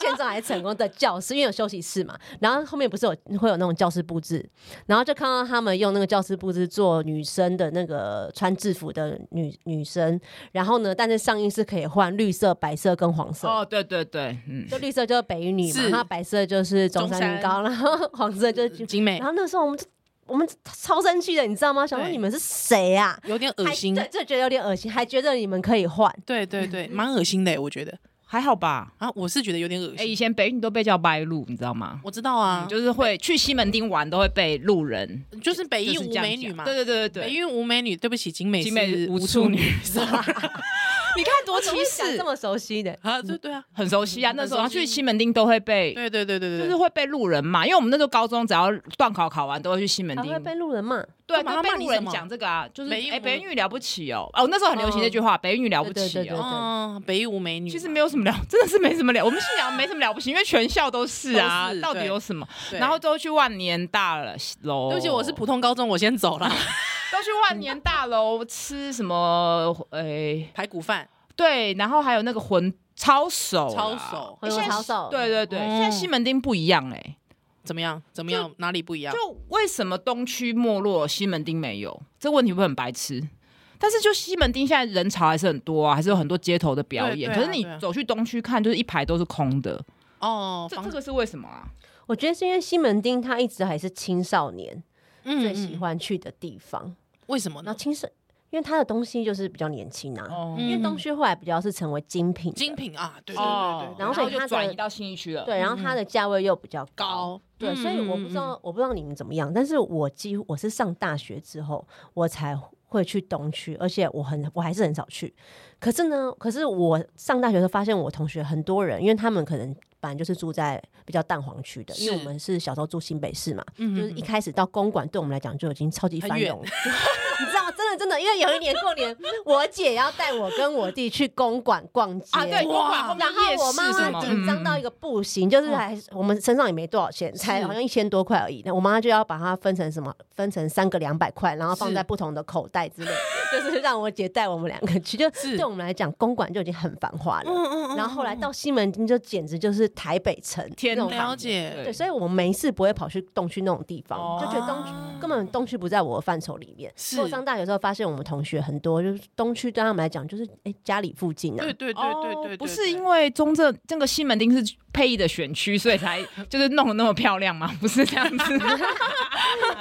[SPEAKER 3] 建中 还是成功的教室，因为有休息室嘛。然后后面不是有会有那种教室布置，然后就看到他们用那个教室布置做女生的那个穿制服的女女生，然后呢，但是上衣是可以换绿色、白色跟黄色。
[SPEAKER 2] 哦，对对对，嗯，
[SPEAKER 3] 就绿色就是北一女嘛，
[SPEAKER 1] 是
[SPEAKER 3] 然后白色就是中
[SPEAKER 1] 中
[SPEAKER 3] 山女高，然后黄色就是
[SPEAKER 1] 景美
[SPEAKER 3] 然后那时候我们就我们超生气的，你知道吗？想说
[SPEAKER 1] 对
[SPEAKER 3] 你们是谁啊？
[SPEAKER 1] 有点恶
[SPEAKER 3] 还
[SPEAKER 1] 心，
[SPEAKER 3] 对，就觉得有点恶心，还觉得你们可以换。
[SPEAKER 1] 对对对，蛮恶心的欸，我觉得
[SPEAKER 2] 还好吧。
[SPEAKER 1] 啊，我是觉得有点恶
[SPEAKER 2] 哎、
[SPEAKER 1] 心。
[SPEAKER 2] 以前北女都被叫白鹿，你知道吗？
[SPEAKER 1] 我知道啊，
[SPEAKER 2] 就是会去西门町玩都会被路人
[SPEAKER 1] 就是北
[SPEAKER 2] 就
[SPEAKER 1] 一
[SPEAKER 2] 是
[SPEAKER 1] 无
[SPEAKER 2] 这样
[SPEAKER 1] 美
[SPEAKER 2] 讲
[SPEAKER 1] 女嘛，
[SPEAKER 2] 对对对对对
[SPEAKER 1] 北。一无美女，对不起，景美
[SPEAKER 2] 集美
[SPEAKER 1] 是
[SPEAKER 2] 无
[SPEAKER 1] 无
[SPEAKER 2] 处
[SPEAKER 1] 处
[SPEAKER 2] 女
[SPEAKER 1] 女，是吧？ 你看多
[SPEAKER 3] 怎
[SPEAKER 1] 歧
[SPEAKER 3] 么会讲
[SPEAKER 1] 视
[SPEAKER 3] 这么熟悉的，
[SPEAKER 1] 啊！对对啊，
[SPEAKER 2] 很熟悉啊，那时候然后
[SPEAKER 1] 很熟悉
[SPEAKER 2] 去西门町都会被，
[SPEAKER 1] 对对对对
[SPEAKER 2] 就
[SPEAKER 1] 对，
[SPEAKER 2] 是会被路人骂，因为我们那时候高中只要段考考完都会去西门
[SPEAKER 3] 还
[SPEAKER 2] 町
[SPEAKER 3] 会，被路人骂。
[SPEAKER 2] 对，
[SPEAKER 1] 干嘛
[SPEAKER 2] 就被
[SPEAKER 1] 他骂你
[SPEAKER 2] 路
[SPEAKER 1] 什
[SPEAKER 2] 人
[SPEAKER 1] 么
[SPEAKER 2] 讲这个啊，就是
[SPEAKER 1] 北一
[SPEAKER 2] 哎
[SPEAKER 1] 无
[SPEAKER 2] 北一女了不起哦，哦那时候很流行
[SPEAKER 3] 嗯
[SPEAKER 2] 这句话，北一女了不
[SPEAKER 3] 对对
[SPEAKER 2] 起
[SPEAKER 3] 对对
[SPEAKER 2] 哦。
[SPEAKER 1] 嗯，北一无美女嘛，
[SPEAKER 2] 其实没有什么了，真的是没什么了。我们信仰没什么了不起，因为全校都是啊，
[SPEAKER 1] 都是
[SPEAKER 2] 到底
[SPEAKER 1] 对
[SPEAKER 2] 有什么？
[SPEAKER 1] 对
[SPEAKER 2] 然后都去万年大楼，
[SPEAKER 1] 对不起，我是普通高中，我先走了。
[SPEAKER 2] 都去万年大楼 吃什么？诶、
[SPEAKER 1] 排骨饭，
[SPEAKER 2] 对，然后还有那个魂抄手啦，
[SPEAKER 1] 抄手
[SPEAKER 2] 诶
[SPEAKER 3] 魂
[SPEAKER 2] 现在
[SPEAKER 3] 哎抄手嗯
[SPEAKER 2] 对对对，
[SPEAKER 1] 哦
[SPEAKER 2] 现在西门町不一样嘞、
[SPEAKER 1] 怎么样？怎么样？哪里不一样？
[SPEAKER 2] 就为什么东区没落，西门町没有？这问题会不会很白痴？但是就西门町现在人潮还是很多啊，还是有很多街头的表演。
[SPEAKER 1] 对对啊
[SPEAKER 2] 可是你
[SPEAKER 1] 对啊
[SPEAKER 2] 走去东区看，就是一排都是空的，
[SPEAKER 1] 哦，
[SPEAKER 2] 这
[SPEAKER 1] 房
[SPEAKER 2] 这个是为什么啊？
[SPEAKER 3] 我觉得是因为西门町它一直还是青少年
[SPEAKER 1] 嗯
[SPEAKER 3] 最喜
[SPEAKER 1] 嗯
[SPEAKER 3] 欢去的地方，
[SPEAKER 1] 为什么
[SPEAKER 3] 然
[SPEAKER 1] 呢
[SPEAKER 3] 后？青少，因为它的东西就是比较年轻啊，
[SPEAKER 2] 哦
[SPEAKER 1] 嗯
[SPEAKER 3] 因为东区后来比较是成为精品的，
[SPEAKER 1] 精品啊，对对对
[SPEAKER 2] 哦
[SPEAKER 1] 对，，
[SPEAKER 3] 然后所以
[SPEAKER 2] 就
[SPEAKER 3] 它的
[SPEAKER 2] 转移到新一区了。
[SPEAKER 3] 对，然后它
[SPEAKER 1] 嗯
[SPEAKER 3] 的价位又比较高。
[SPEAKER 1] 高，
[SPEAKER 3] 对，所以我不知
[SPEAKER 1] 嗯
[SPEAKER 3] 道，我不知道你们怎么样，但是我几乎我是上大学之后，我才会去东区，而且我很我还是很少去。可是呢，可是我上大学的时候发现，我同学很多人，因为他们可能本来就是住在比较蛋黄区的，因为
[SPEAKER 1] 是
[SPEAKER 3] 我们是小时候住新北市嘛，
[SPEAKER 1] 嗯
[SPEAKER 3] 就是一开始到公馆，对我们来讲就已经超级
[SPEAKER 1] 很
[SPEAKER 3] 繁
[SPEAKER 1] 远
[SPEAKER 3] 荣了。 你知道吗？真的真的，因为有一年过年，我姐要带我跟我弟去公馆逛街
[SPEAKER 2] 啊，
[SPEAKER 1] 哇
[SPEAKER 2] 对，公馆后面
[SPEAKER 3] 然
[SPEAKER 2] 夜
[SPEAKER 3] 后我
[SPEAKER 2] 市
[SPEAKER 3] 妈
[SPEAKER 2] 什
[SPEAKER 3] 妈
[SPEAKER 2] 么，
[SPEAKER 3] 紧
[SPEAKER 1] 嗯
[SPEAKER 3] 张到一个不行，就是还我们身上也没多少钱，才
[SPEAKER 1] 哦是
[SPEAKER 3] 好像一千多块而已。那我妈就要把它分成什么，分成三个两百块，然后放
[SPEAKER 1] 是
[SPEAKER 3] 在不同的 口袋之类，就是让我姐带我们两个去。就是对我们来讲，公馆就已经很繁华了。
[SPEAKER 1] 嗯
[SPEAKER 3] 然后后来到西门町，就简直就是台北城
[SPEAKER 2] 天
[SPEAKER 3] 那种
[SPEAKER 2] 堂
[SPEAKER 3] 感
[SPEAKER 1] 了
[SPEAKER 3] 觉。
[SPEAKER 1] 解，
[SPEAKER 3] 对，所以我们没事不会跑去东区那种地方，
[SPEAKER 2] 哦
[SPEAKER 3] 就觉得东区
[SPEAKER 1] 啊
[SPEAKER 3] 根本东区不在我的范畴里面。
[SPEAKER 1] 是
[SPEAKER 3] 所以我上大学之后发现，我们同学很多就是东区对他们来讲就是哎、家里附近啊，
[SPEAKER 1] 对对对
[SPEAKER 2] 哦
[SPEAKER 1] 对对对，
[SPEAKER 2] 不是因为中正这个西门町是配役的选区，所 以才就是弄得那么漂亮吗？不是这样子，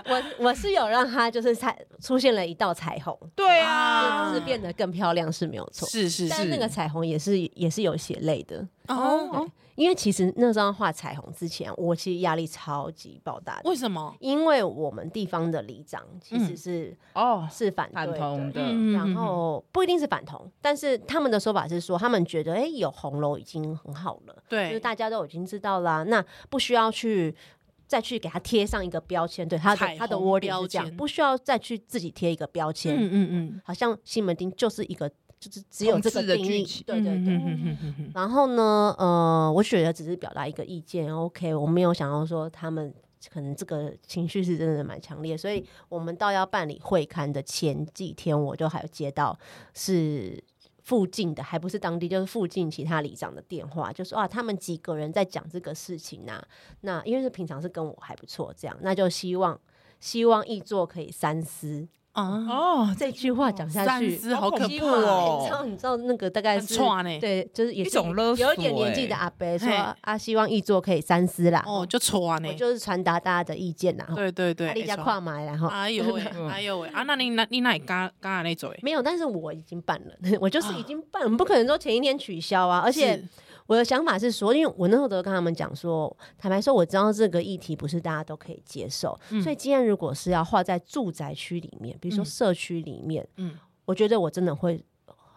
[SPEAKER 3] 我我是有让它就是彩出现了一道彩虹，
[SPEAKER 2] 对
[SPEAKER 1] 啊
[SPEAKER 3] 就是变得更漂亮是没有错，
[SPEAKER 1] 是是
[SPEAKER 3] 但
[SPEAKER 1] 是
[SPEAKER 3] 是那个彩虹也是也是有血泪的，
[SPEAKER 1] 哦，
[SPEAKER 3] 因为其实那时候画彩虹之前，我其实压力超级爆大的。
[SPEAKER 1] 为什么？
[SPEAKER 3] 因为我们地方的里长其实是、
[SPEAKER 2] 哦，
[SPEAKER 3] 是反对
[SPEAKER 2] 反同的，
[SPEAKER 3] 的，
[SPEAKER 1] 嗯
[SPEAKER 3] 然后不一定是反同，但是他们的说法是说，他们觉得哎、诶有红楼已经很好了，就
[SPEAKER 1] 对
[SPEAKER 3] 是，大家都已经知道啦，那不需要去再去给它贴上一个标签，对它的
[SPEAKER 1] 彩
[SPEAKER 3] 它的
[SPEAKER 1] 虹
[SPEAKER 3] word
[SPEAKER 1] 标
[SPEAKER 3] 是这样，
[SPEAKER 1] 签
[SPEAKER 3] 不需要再去自己贴一个标签，
[SPEAKER 1] 嗯嗯嗯，
[SPEAKER 3] 好像西门町就是一个就是只有这
[SPEAKER 2] 同
[SPEAKER 3] 个
[SPEAKER 2] 志的
[SPEAKER 3] 定
[SPEAKER 2] 聚
[SPEAKER 3] 义
[SPEAKER 2] 集，
[SPEAKER 3] 对对对。
[SPEAKER 1] 嗯嗯嗯嗯嗯
[SPEAKER 3] 然后呢，呃，我觉得只是表达一个意见，OK，我没有想要说他们可能这个情绪是真的蛮强烈，所以我们到要办理会刊的前几天，我就还有接到是附近的，还不是当地，就是附近其他里长的电话，就说啊，他们几个人在讲这个事情啊，那因为是平常是跟我还不错，这样，那就希望希望易作可以三思，
[SPEAKER 1] 嗯啊，
[SPEAKER 2] 哦，
[SPEAKER 3] 这句话讲下
[SPEAKER 1] 三
[SPEAKER 3] 去。
[SPEAKER 1] 思好可
[SPEAKER 2] 好恐
[SPEAKER 1] 怕
[SPEAKER 2] 怖哦
[SPEAKER 3] 你知道，你知道那个大概
[SPEAKER 1] 很啊
[SPEAKER 3] 是
[SPEAKER 1] 串呢，
[SPEAKER 3] 对，就是也是
[SPEAKER 2] 一种勒索
[SPEAKER 3] 有一点年
[SPEAKER 2] 欸
[SPEAKER 3] 纪的阿伯说
[SPEAKER 1] 嘿
[SPEAKER 3] 啊，希望译作可以三思啦。
[SPEAKER 1] 哦，就串呢
[SPEAKER 3] 我，就是传达大家的意见啦。
[SPEAKER 1] 对对对，
[SPEAKER 3] 阿丽家跨买然后
[SPEAKER 1] 哎呦喂，
[SPEAKER 2] 嗯
[SPEAKER 1] 哎呦喂，啊，那你那你那你刚刚才那走哎，
[SPEAKER 3] 没有，但是我已经办了， 我就是
[SPEAKER 1] 啊
[SPEAKER 3] 已经办，不可能说前一天取消啊。而
[SPEAKER 1] 而
[SPEAKER 3] 且我的想法是说，因为我那时候都跟他们讲说，坦白说，我知道这个议题不是大家都可以接受，
[SPEAKER 1] 嗯
[SPEAKER 3] 所以今天如果是要画在住宅区里面，比如说
[SPEAKER 1] 嗯
[SPEAKER 3] 社区里面，
[SPEAKER 1] 嗯
[SPEAKER 3] 我觉得我真的会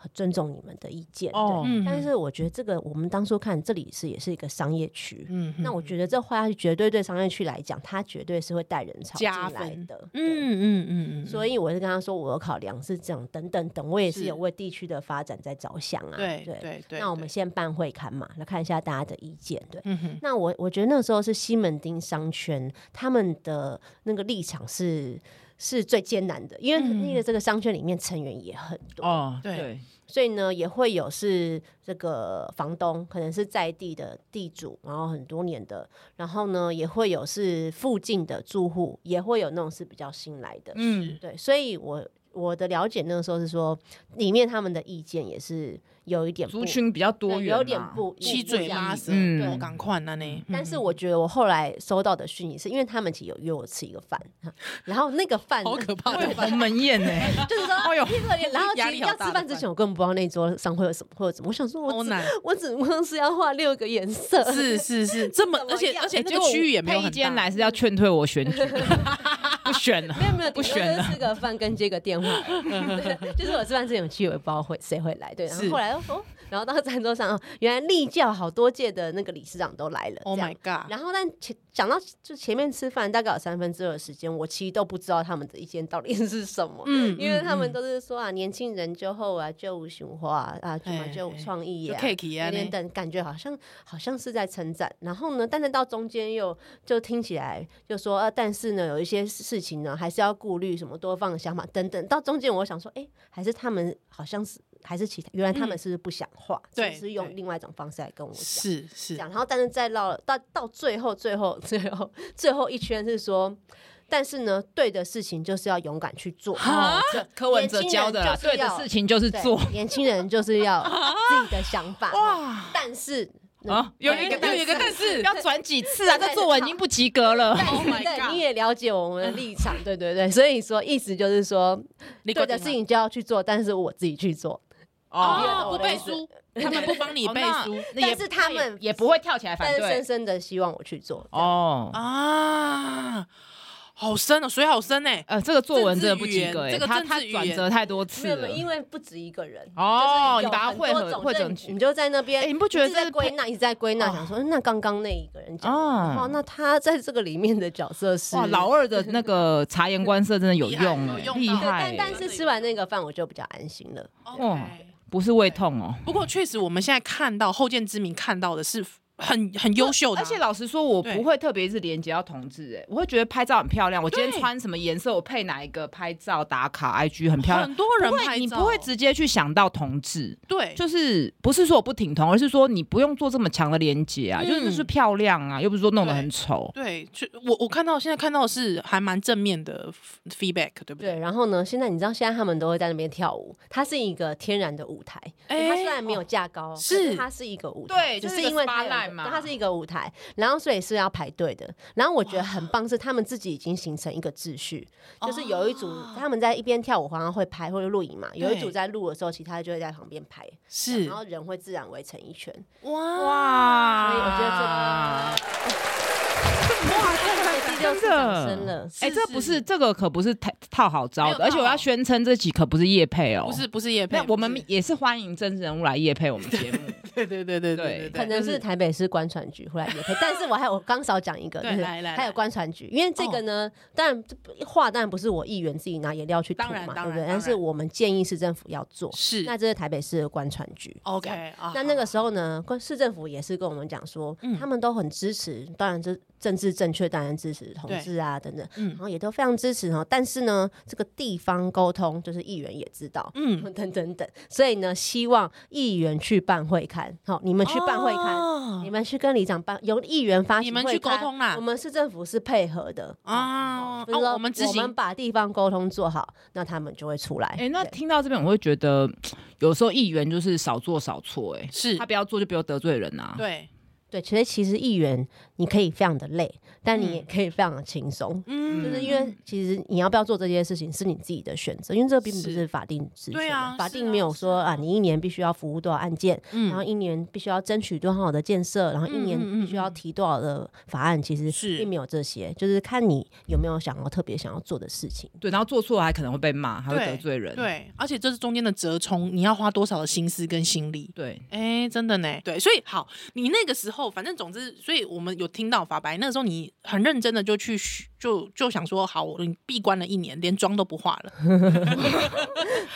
[SPEAKER 3] 很尊重你们的意见。对
[SPEAKER 2] 哦
[SPEAKER 1] 嗯
[SPEAKER 3] 但是我觉得这个我们当初看这里是也是一个商业区，
[SPEAKER 1] 嗯，
[SPEAKER 3] 那我觉得这画下去绝对对商业区来讲，它绝对是会带人潮进
[SPEAKER 1] 加
[SPEAKER 3] 来
[SPEAKER 1] 分
[SPEAKER 3] 的。嗯。
[SPEAKER 1] 嗯嗯嗯嗯，
[SPEAKER 3] 所以我是跟他说，我的考量是这样，等等等，我也是
[SPEAKER 1] 是
[SPEAKER 3] 有为地区的发展在着想啊。
[SPEAKER 1] 对
[SPEAKER 3] 对
[SPEAKER 1] 对对，
[SPEAKER 3] 那我们先办会刊嘛，来看一下大家的意见。对，
[SPEAKER 1] 嗯哼，
[SPEAKER 3] 那我我觉得那时候是西门町商圈，他们的那个立场是是最艰难的，因为
[SPEAKER 1] 嗯
[SPEAKER 3] 那个这个商圈里面成员也很多，
[SPEAKER 2] 哦，
[SPEAKER 1] 对
[SPEAKER 2] 对，
[SPEAKER 3] 所以呢，也会有是这个房东，可能是在地的地主，然后很多年的，然后呢，也会有是附近的住户，也会有那种是比较新来的，
[SPEAKER 2] 嗯，
[SPEAKER 3] 对，所以我我的了解那个时候是说，里面他们的意见也是有一点不
[SPEAKER 2] 族群比较多
[SPEAKER 3] 对
[SPEAKER 2] 元嘛，
[SPEAKER 3] 有点不
[SPEAKER 1] 七嘴八舌，嗯
[SPEAKER 2] 嗯
[SPEAKER 1] 我赶快那呢，
[SPEAKER 3] 但是我觉得我后来收到的讯息是，因为他们其实有约我吃一个饭， 然后那个饭呢
[SPEAKER 1] 好可怕
[SPEAKER 2] 哎呦
[SPEAKER 1] 的
[SPEAKER 2] 鸿门宴呢，
[SPEAKER 3] 就是说，
[SPEAKER 2] 哎呦，
[SPEAKER 3] 然后其
[SPEAKER 1] 压
[SPEAKER 3] 实
[SPEAKER 1] 力
[SPEAKER 3] 要
[SPEAKER 1] 好大的
[SPEAKER 3] 吃饭之
[SPEAKER 1] 饭哦
[SPEAKER 3] 前，我根本不知道那一桌上会有什么，会有什么。我想说我
[SPEAKER 1] 好
[SPEAKER 3] 只，
[SPEAKER 1] 难，
[SPEAKER 3] 我只光是要画六个颜色，
[SPEAKER 1] 是是是，这么
[SPEAKER 3] 怎么
[SPEAKER 1] 而且
[SPEAKER 3] 样
[SPEAKER 1] 而且
[SPEAKER 2] 哎
[SPEAKER 1] 那
[SPEAKER 2] 结
[SPEAKER 1] 个
[SPEAKER 2] 果
[SPEAKER 1] 区域也没有
[SPEAKER 2] 佩仪
[SPEAKER 1] 很
[SPEAKER 2] 今天
[SPEAKER 1] 大，
[SPEAKER 2] 来是要劝退我选举，不 选了
[SPEAKER 3] 没，有没有，
[SPEAKER 2] 不
[SPEAKER 3] 顶
[SPEAKER 2] 选
[SPEAKER 3] 多就
[SPEAKER 1] 啊
[SPEAKER 2] 了
[SPEAKER 3] 是吃个饭跟接个电话而已，对就是我吃饭之前有去，我也不知道会谁会来，对，然后
[SPEAKER 2] 是
[SPEAKER 3] 后来哦，哦然后到餐桌上，哦原来历教好多届的那个理事长都来了
[SPEAKER 1] Oh
[SPEAKER 3] 这样
[SPEAKER 1] my god！
[SPEAKER 3] 然后，但前讲到就前面吃饭，大概有三分之二的时间，我其实都不知道他们的意见到底 是什么，
[SPEAKER 1] 嗯
[SPEAKER 3] 因为他们
[SPEAKER 1] 嗯
[SPEAKER 3] 都是说啊，年轻人就后啊，就无循环啊，啊，就
[SPEAKER 1] 哎
[SPEAKER 3] 就
[SPEAKER 1] 哎
[SPEAKER 3] 创意
[SPEAKER 1] 就
[SPEAKER 3] 呀、
[SPEAKER 1] cake 啊
[SPEAKER 3] 有点
[SPEAKER 1] 呢，
[SPEAKER 3] 等，感觉好像好像是在称赞。然后呢，但是到中间又就听起来就说，呃，但是呢，有一些事情呢，还是要顾虑什么多方的想法等等。到中间我想说，哎、还是他们好像是还是其他，原来他们
[SPEAKER 2] 嗯
[SPEAKER 3] 是不是不想画，
[SPEAKER 1] 对
[SPEAKER 3] 是不是用
[SPEAKER 1] 对
[SPEAKER 3] 另外一种方式来跟我讲。
[SPEAKER 1] 是是
[SPEAKER 3] 讲，然后但是再绕了到到最后最后最后最后一圈是说，但是呢，对的事情就是要勇敢去做。哦
[SPEAKER 2] 哈，柯文哲教的啦，啊
[SPEAKER 3] 年轻人就是
[SPEAKER 2] 对的
[SPEAKER 3] 要
[SPEAKER 2] 事情就是
[SPEAKER 3] 对
[SPEAKER 2] 做，
[SPEAKER 3] 年轻人就是要自己的想法。
[SPEAKER 1] 哇！
[SPEAKER 3] 但是呢
[SPEAKER 2] 啊，有一个
[SPEAKER 1] 又有一个但是
[SPEAKER 2] 要转几次啊？ 这作文已经不及格了。
[SPEAKER 1] ，Oh
[SPEAKER 3] 对，你
[SPEAKER 1] my god！
[SPEAKER 3] 也了解我们的 立场，对对对，所以说意思就是说，
[SPEAKER 1] 你
[SPEAKER 3] 对的事情就要去做，但是我自己去做，
[SPEAKER 1] 哦，
[SPEAKER 3] 我
[SPEAKER 1] 不
[SPEAKER 3] 的意
[SPEAKER 1] 背
[SPEAKER 3] 思
[SPEAKER 1] 书， 他们不帮你
[SPEAKER 2] 哦
[SPEAKER 1] 背
[SPEAKER 2] 那
[SPEAKER 1] 书
[SPEAKER 2] 那也
[SPEAKER 3] 但是他们
[SPEAKER 2] 也不会跳起来反
[SPEAKER 3] 但是深
[SPEAKER 2] 对
[SPEAKER 3] 深的希望我去做。
[SPEAKER 2] 哦。
[SPEAKER 1] 啊，好深哦，水好深哎，
[SPEAKER 2] 呃，这个作文真的不及
[SPEAKER 1] 政治语言
[SPEAKER 2] 格、
[SPEAKER 1] 这
[SPEAKER 2] 欸，
[SPEAKER 1] 个
[SPEAKER 2] 他
[SPEAKER 1] 政
[SPEAKER 2] 他
[SPEAKER 1] 治语
[SPEAKER 2] 转
[SPEAKER 1] 言
[SPEAKER 2] 折太多次
[SPEAKER 3] 没有没有，
[SPEAKER 2] 了。
[SPEAKER 3] 因为不止一个人
[SPEAKER 2] 哦
[SPEAKER 3] 就是有
[SPEAKER 2] 你把它
[SPEAKER 3] 很多
[SPEAKER 2] 汇合
[SPEAKER 3] 种
[SPEAKER 2] 汇
[SPEAKER 3] 就
[SPEAKER 2] 整
[SPEAKER 3] 你
[SPEAKER 2] 起
[SPEAKER 3] 你就在那边，
[SPEAKER 2] 哎你不觉得
[SPEAKER 3] 一直在
[SPEAKER 2] 这
[SPEAKER 3] 归纳，一直在归纳，
[SPEAKER 2] 哦
[SPEAKER 3] 想说那刚刚那一个人讲，
[SPEAKER 2] 哦
[SPEAKER 3] 哦，那他在这个里面的角色是
[SPEAKER 2] 哇，老二的那个察言观色真的有
[SPEAKER 1] 厉害
[SPEAKER 2] 用
[SPEAKER 1] 有
[SPEAKER 2] 欸
[SPEAKER 1] 用到
[SPEAKER 2] 厉
[SPEAKER 3] 对，
[SPEAKER 2] 害
[SPEAKER 3] 但
[SPEAKER 2] 欸、
[SPEAKER 3] 但是吃完那个饭我就比较安心了。
[SPEAKER 1] OK
[SPEAKER 2] 不是胃痛哦、
[SPEAKER 1] 不过确实，我们现在看到后见之明看到的是很很优秀的啊、
[SPEAKER 2] 而且老实说，我
[SPEAKER 1] 对
[SPEAKER 2] 不会特别是连接到同志、欸，我会觉得拍照很漂亮。我今天
[SPEAKER 1] 对
[SPEAKER 2] 穿什么颜色，我配哪一个拍照打卡，IG 很漂亮。
[SPEAKER 1] 很多人
[SPEAKER 2] 不
[SPEAKER 1] 拍
[SPEAKER 2] 会，你
[SPEAKER 1] 照
[SPEAKER 2] 不会直接去想到同志，
[SPEAKER 1] 对，
[SPEAKER 2] 就是不是说我不挺同，而是说你不用做这么强的连接啊，
[SPEAKER 1] 嗯
[SPEAKER 2] 就是就是漂亮啊，又不是说弄得很丑。
[SPEAKER 1] 对，就我我看到现在看到的是还蛮正面的 f- feedback，对不
[SPEAKER 3] 对，
[SPEAKER 1] 对？
[SPEAKER 3] 然后呢？现在你知道，现在他们都会在那边跳舞，它是一个天然的舞台。
[SPEAKER 1] 哎
[SPEAKER 3] 它虽然没有架高，可
[SPEAKER 1] 是
[SPEAKER 3] 它是一个舞
[SPEAKER 2] 哦对
[SPEAKER 3] 台，
[SPEAKER 2] 就
[SPEAKER 3] 只
[SPEAKER 2] 是
[SPEAKER 3] 是
[SPEAKER 2] 一个
[SPEAKER 3] 因为它有
[SPEAKER 2] spotlight 嘛
[SPEAKER 3] 它是一个舞台，然后所以是要排队的。然后我觉得很棒，是他们自己已经形成一个秩序，就是有一组
[SPEAKER 1] 哦
[SPEAKER 3] 他们在一边跳舞，好像会拍或者录影嘛。有一
[SPEAKER 1] 对
[SPEAKER 3] 组在录的时候，其他就会在旁边拍，
[SPEAKER 1] 是
[SPEAKER 3] 然后人会自然围成一圈。
[SPEAKER 1] 哇
[SPEAKER 2] 哇
[SPEAKER 3] 所以我觉得第六次
[SPEAKER 2] 真的
[SPEAKER 3] 掌声了，
[SPEAKER 2] 哎、
[SPEAKER 1] 是
[SPEAKER 2] 这不是这个可不是套套好招
[SPEAKER 1] 没有
[SPEAKER 2] 的，而且我
[SPEAKER 1] 套好
[SPEAKER 2] 要宣称这集可不是叶配哦，
[SPEAKER 1] 不是不是叶配，
[SPEAKER 2] 那
[SPEAKER 1] 不
[SPEAKER 2] 我们
[SPEAKER 1] 是
[SPEAKER 2] 也是欢迎真人物来夜配我们 节目，
[SPEAKER 1] 对对对对对
[SPEAKER 2] 对
[SPEAKER 1] 对
[SPEAKER 3] 可
[SPEAKER 1] 对，
[SPEAKER 3] 能
[SPEAKER 2] 就是
[SPEAKER 3] 是台北市观船局后来也可 以，但是我还我刚少讲一个，
[SPEAKER 1] 对
[SPEAKER 3] 就是
[SPEAKER 1] 来来哦
[SPEAKER 3] 还
[SPEAKER 1] 来
[SPEAKER 3] 有观船局，因为这个呢，当然这不话当然不是我议员自己拿颜料去涂
[SPEAKER 1] 当然
[SPEAKER 3] 嘛，
[SPEAKER 1] 当
[SPEAKER 3] 对不对？
[SPEAKER 1] 然
[SPEAKER 3] 但是
[SPEAKER 1] 当然
[SPEAKER 3] 我们建议市政府要做，
[SPEAKER 1] 是
[SPEAKER 3] 那这是台北市的观船局。
[SPEAKER 1] OK
[SPEAKER 3] 这样
[SPEAKER 1] 啊，嗯
[SPEAKER 3] 那那个时候呢，关市政府也是跟我们讲说，他们都很支持，当然这政治正确，当然支持同
[SPEAKER 1] 对
[SPEAKER 3] 志啊等等，
[SPEAKER 1] 嗯
[SPEAKER 3] 然后也都非常支持哈。但是呢，这个地方沟通就是议员也知道，
[SPEAKER 1] 嗯，
[SPEAKER 3] 等等等，所以呢，希望议员去办会刊，好，你们去办会刊，
[SPEAKER 1] 哦
[SPEAKER 3] 你们去跟里长办，由议员发起
[SPEAKER 1] 你们
[SPEAKER 3] 会
[SPEAKER 1] 去沟
[SPEAKER 3] 刊
[SPEAKER 1] 通啦
[SPEAKER 3] 我们市政府是配合的啊。
[SPEAKER 1] 啊，啊
[SPEAKER 3] 就是说
[SPEAKER 1] 我们执
[SPEAKER 3] 我们
[SPEAKER 1] 行
[SPEAKER 3] 把地方沟通做好，那他们就会出来。
[SPEAKER 2] 哎、那
[SPEAKER 3] 对
[SPEAKER 2] 听到这边我会觉得，有时候议员就是少做少错、哎，
[SPEAKER 1] 是
[SPEAKER 2] 他不要做就不要得罪人啊。
[SPEAKER 1] 对，
[SPEAKER 3] 对，其实其实议员你可以非常的累，但
[SPEAKER 1] 嗯
[SPEAKER 3] 你也可以非常的轻松，
[SPEAKER 1] 嗯
[SPEAKER 3] 就是因为其实你要不要做这些事情是你自己的选择，因为这并不是法定职
[SPEAKER 1] 对
[SPEAKER 3] 权
[SPEAKER 1] 啊
[SPEAKER 3] 嘛，法
[SPEAKER 1] 是
[SPEAKER 3] 定
[SPEAKER 1] 啊
[SPEAKER 3] 没有
[SPEAKER 1] 是
[SPEAKER 3] 说
[SPEAKER 1] 啊
[SPEAKER 3] 啊，你一年必须要服务多少案件，然后
[SPEAKER 1] 嗯
[SPEAKER 3] 一年必须要争取多少的建设，然后一
[SPEAKER 1] 嗯
[SPEAKER 3] 年
[SPEAKER 1] 嗯嗯
[SPEAKER 3] 必须要
[SPEAKER 1] 嗯
[SPEAKER 3] 提多少的法案，其实
[SPEAKER 1] 是
[SPEAKER 3] 并没有这些，就是看你有没有想要特别想要做的事情。
[SPEAKER 2] 对，然后做错还可能会被骂，还会得罪人。
[SPEAKER 1] 对，而且这是中间的折冲，你要花多少的心思跟心力？
[SPEAKER 2] 对
[SPEAKER 1] 哎、真的呢，对，所以好，你那个时候，反正总之，所以我们有听到法白那个时候，你很认真的就去学，就就想说，好，我你闭关了一年，连妆都不化了，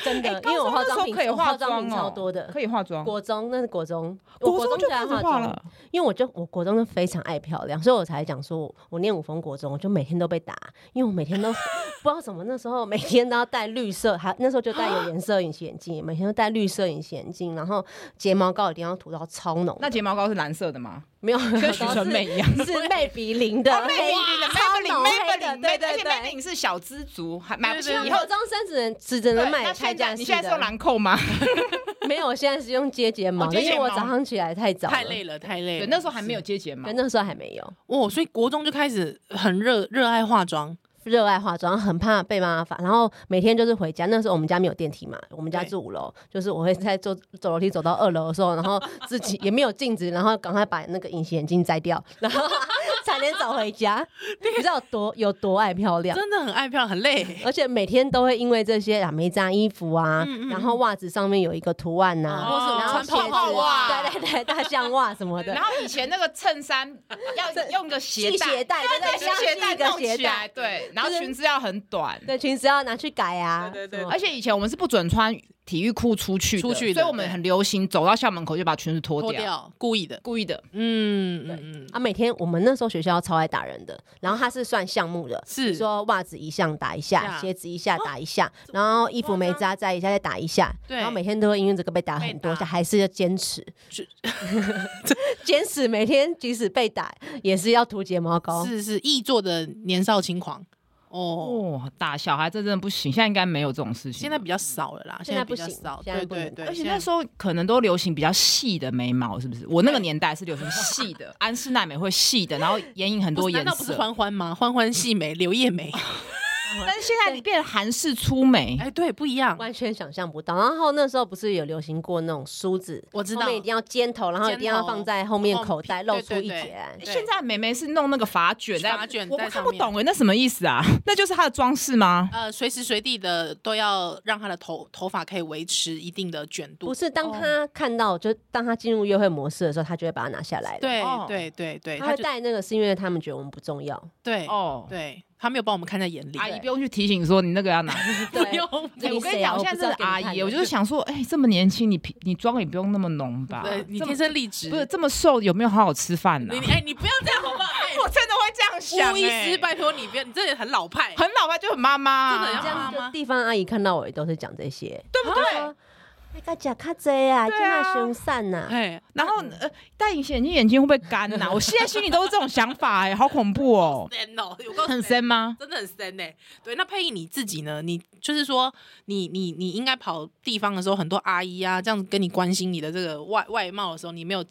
[SPEAKER 3] 真的，哎因
[SPEAKER 2] 哎高
[SPEAKER 3] 为我
[SPEAKER 2] 中那
[SPEAKER 3] 化
[SPEAKER 2] 时
[SPEAKER 3] 妆
[SPEAKER 2] 候
[SPEAKER 3] 品，
[SPEAKER 2] 可以
[SPEAKER 3] 我
[SPEAKER 2] 化
[SPEAKER 3] 化妆
[SPEAKER 2] 妆
[SPEAKER 3] 品
[SPEAKER 2] 哦
[SPEAKER 3] 超多的。
[SPEAKER 2] 可以化妆，
[SPEAKER 3] 国中那是国中，我
[SPEAKER 2] 国中就
[SPEAKER 3] 就
[SPEAKER 2] 开
[SPEAKER 3] 爱
[SPEAKER 2] 始
[SPEAKER 3] 化
[SPEAKER 2] 化
[SPEAKER 3] 妆，
[SPEAKER 2] 了。
[SPEAKER 3] 因为我就我国中就非常爱漂亮，所以我才讲说我我念五峰国中，我就每天都被打，因为我每天都 不知道怎么那时候每天都要戴绿色，还那时候就戴有颜色隐形眼镜，每天都戴绿色隐形眼镜，然后睫毛膏一定要涂到超浓的，
[SPEAKER 2] 那睫毛膏是蓝色的 吗？
[SPEAKER 3] 没有
[SPEAKER 2] 跟许纯美一样。哦
[SPEAKER 3] 是魅比林的黑啊超浓黑的，对
[SPEAKER 2] 啊而
[SPEAKER 3] 对
[SPEAKER 2] 且 m a
[SPEAKER 3] 对。
[SPEAKER 2] n 是小资族，还买不起。
[SPEAKER 1] 对对
[SPEAKER 2] 以
[SPEAKER 3] 以
[SPEAKER 2] 后
[SPEAKER 3] 后中生只能只只能
[SPEAKER 2] 对
[SPEAKER 3] 买
[SPEAKER 2] 那
[SPEAKER 3] 开
[SPEAKER 2] 现在
[SPEAKER 3] 架式
[SPEAKER 2] 你现在是用
[SPEAKER 3] 的，
[SPEAKER 2] 兰蔻吗？
[SPEAKER 3] 没有，我现在是用接睫毛
[SPEAKER 2] 哦
[SPEAKER 3] 的，
[SPEAKER 2] 接
[SPEAKER 3] 因为我
[SPEAKER 2] 睫毛
[SPEAKER 3] 早上起来太早，
[SPEAKER 1] 太累，了，太累了。
[SPEAKER 2] 对，那时候还没有接睫毛
[SPEAKER 3] 对，。那时候还没有，
[SPEAKER 1] 哦，所以国中就开始很热热爱化妆，
[SPEAKER 3] 热爱化妆，很怕被骂烦，然后每天就是回家。那时候我们家没有电梯嘛，我们家
[SPEAKER 1] 对
[SPEAKER 3] 住五楼，就是我会在走走楼梯走到二楼的时候，然后自己也没有镜子，然后赶快把那个隐形眼镜摘掉，然后 才能走回家。你知道有多有多爱漂亮？
[SPEAKER 1] 真的很爱漂亮，很累。
[SPEAKER 3] 而且每天都会因为这些啊没扎衣服啊，
[SPEAKER 1] 嗯嗯
[SPEAKER 3] 然后袜子上面有一个图案呐、
[SPEAKER 1] 哦
[SPEAKER 3] 或是然后
[SPEAKER 1] 穿泡
[SPEAKER 3] 鞋
[SPEAKER 1] 泡
[SPEAKER 3] 子
[SPEAKER 2] 袜
[SPEAKER 3] 对对对，大象袜什么的
[SPEAKER 2] 然，后以前那个衬衫要用个
[SPEAKER 3] 系
[SPEAKER 2] 鞋带，
[SPEAKER 3] 鞋带，对对，
[SPEAKER 2] 对，
[SPEAKER 3] 像
[SPEAKER 2] 鞋带
[SPEAKER 3] 系一个
[SPEAKER 2] 弄
[SPEAKER 3] 鞋
[SPEAKER 2] 起来，
[SPEAKER 3] 带，
[SPEAKER 2] 对，然后
[SPEAKER 3] 就是
[SPEAKER 2] 裙子要很短。
[SPEAKER 3] 对，裙子要拿去改啊，
[SPEAKER 1] 对对对哎
[SPEAKER 3] 什么
[SPEAKER 2] 而且以前我们是不准穿体育裤出去的，
[SPEAKER 1] 出去的
[SPEAKER 2] 所以我们很流行走到校门口就把裙子脱
[SPEAKER 1] 脱掉，故意的。
[SPEAKER 2] 故意的。
[SPEAKER 1] 嗯
[SPEAKER 3] 对
[SPEAKER 1] 嗯嗯，
[SPEAKER 3] 啊，每天我们那时候学校超爱打人的，然后他是算项目的，
[SPEAKER 1] 是
[SPEAKER 3] 说袜子一项打一
[SPEAKER 1] 呀哦
[SPEAKER 3] 下，鞋子一下打一下，然后衣服没扎扎一下再打一下，
[SPEAKER 1] 对
[SPEAKER 3] 然后每天都会因为这个被打很
[SPEAKER 1] 被
[SPEAKER 3] 多
[SPEAKER 1] 打
[SPEAKER 3] 下，还是要坚持
[SPEAKER 1] 是，
[SPEAKER 3] 坚持每天即使被打也是要涂睫毛膏。
[SPEAKER 1] 是是易做的年少轻狂哦。
[SPEAKER 2] 哦，打小孩这真的不行，现在应该没有这种事情。
[SPEAKER 1] 现在啊比较少了啦，
[SPEAKER 3] 现在
[SPEAKER 1] 比
[SPEAKER 3] 不
[SPEAKER 1] 较
[SPEAKER 3] 行
[SPEAKER 1] 少，
[SPEAKER 3] 现在
[SPEAKER 1] 对
[SPEAKER 3] 不
[SPEAKER 1] 对
[SPEAKER 3] 能
[SPEAKER 1] 对。
[SPEAKER 2] 而且
[SPEAKER 1] 现
[SPEAKER 2] 那
[SPEAKER 1] 在
[SPEAKER 2] 时候可能都流行比较细的眉毛，是不是？我那个年代是流行细的， 安室奈美惠细的，然后眼影很
[SPEAKER 1] 不
[SPEAKER 2] 多
[SPEAKER 1] 是难
[SPEAKER 2] 颜
[SPEAKER 1] 道不是
[SPEAKER 2] 色。
[SPEAKER 1] 欢欢吗？ 欢欢细眉、柳叶眉，
[SPEAKER 2] 但是现在变得韩式粗眉，
[SPEAKER 1] 哎，对，不一样。
[SPEAKER 3] 完全想象不到。然后那时候不是有流行过那种梳子，
[SPEAKER 1] 我知
[SPEAKER 3] 后
[SPEAKER 1] 道
[SPEAKER 3] 面一定要尖头，然后一
[SPEAKER 1] 尖
[SPEAKER 3] 定要
[SPEAKER 1] 头
[SPEAKER 3] 放在后面
[SPEAKER 1] 后
[SPEAKER 3] 口袋露
[SPEAKER 1] 对
[SPEAKER 3] 出
[SPEAKER 1] 对
[SPEAKER 3] 一
[SPEAKER 1] 对
[SPEAKER 3] 截来。
[SPEAKER 1] 对
[SPEAKER 2] 现在美眉是弄那个发卷在，
[SPEAKER 1] 发卷
[SPEAKER 2] 我
[SPEAKER 1] 在
[SPEAKER 2] 我看
[SPEAKER 1] 上
[SPEAKER 2] 不
[SPEAKER 1] 面
[SPEAKER 2] 懂哎，那什么意思啊？ 那就是她的装饰吗？
[SPEAKER 1] 呃，随时随地的都要让他的头头发可以维持一定的卷
[SPEAKER 3] 不
[SPEAKER 1] 度。
[SPEAKER 3] 是，当他看到，就当他进入约会模式的时候，他就会把它拿下来了。
[SPEAKER 1] 对
[SPEAKER 2] 哦
[SPEAKER 1] 对对对，哎
[SPEAKER 3] 他
[SPEAKER 1] 他
[SPEAKER 3] 会
[SPEAKER 1] 就
[SPEAKER 3] 戴那个是因为他们觉得我们不重要，
[SPEAKER 1] 对
[SPEAKER 2] 哦，哎
[SPEAKER 1] 对，他没有把我们看在眼里。哎
[SPEAKER 2] 阿姨不用去提醒说你那个要拿。哎
[SPEAKER 1] 不用，
[SPEAKER 3] 对
[SPEAKER 2] 我
[SPEAKER 3] 你
[SPEAKER 2] 跟你
[SPEAKER 3] 谁啊
[SPEAKER 2] 讲，我
[SPEAKER 3] 我
[SPEAKER 2] 现
[SPEAKER 3] 不
[SPEAKER 2] 在真
[SPEAKER 3] 知道给
[SPEAKER 2] 的
[SPEAKER 3] 你
[SPEAKER 2] 阿
[SPEAKER 3] 看
[SPEAKER 2] 姨，我
[SPEAKER 3] 的
[SPEAKER 2] 就是想说，哎，这么年轻，你皮你妆也不用那么浓吧？
[SPEAKER 1] 对你
[SPEAKER 2] 这么
[SPEAKER 1] 天生丽质，
[SPEAKER 2] 不是这么瘦，有没有好好吃饭呢
[SPEAKER 1] 你？你哎，你不要这样好不好？哎
[SPEAKER 2] 我真的会这样想，
[SPEAKER 1] 吴医
[SPEAKER 2] 哎
[SPEAKER 1] 师，拜托你，不要，你这也很老派。
[SPEAKER 2] 很老派就很妈妈啊，
[SPEAKER 1] 真的要
[SPEAKER 3] 这
[SPEAKER 1] 妈
[SPEAKER 3] 样
[SPEAKER 1] 妈
[SPEAKER 3] 就地方阿姨看到我也都是讲这些，啊哎
[SPEAKER 2] 对不对？
[SPEAKER 3] 那个假卡贼啊，
[SPEAKER 2] 对
[SPEAKER 3] 今
[SPEAKER 2] 啊
[SPEAKER 3] 晚凶散呐，
[SPEAKER 1] 哎，
[SPEAKER 2] 然后呃，戴隐形眼镜眼睛会不会干呐、我现在心里都是这种想法哎、好恐怖 哦、
[SPEAKER 1] 深哦，有够
[SPEAKER 2] 很
[SPEAKER 1] 深，
[SPEAKER 2] 深吗？
[SPEAKER 1] 真的很深呢。对，那佩仪你自己呢？你就是说，你你你应该跑地方的时候，很多阿姨啊，这样跟你关心你的这个外外貌的时候，你没有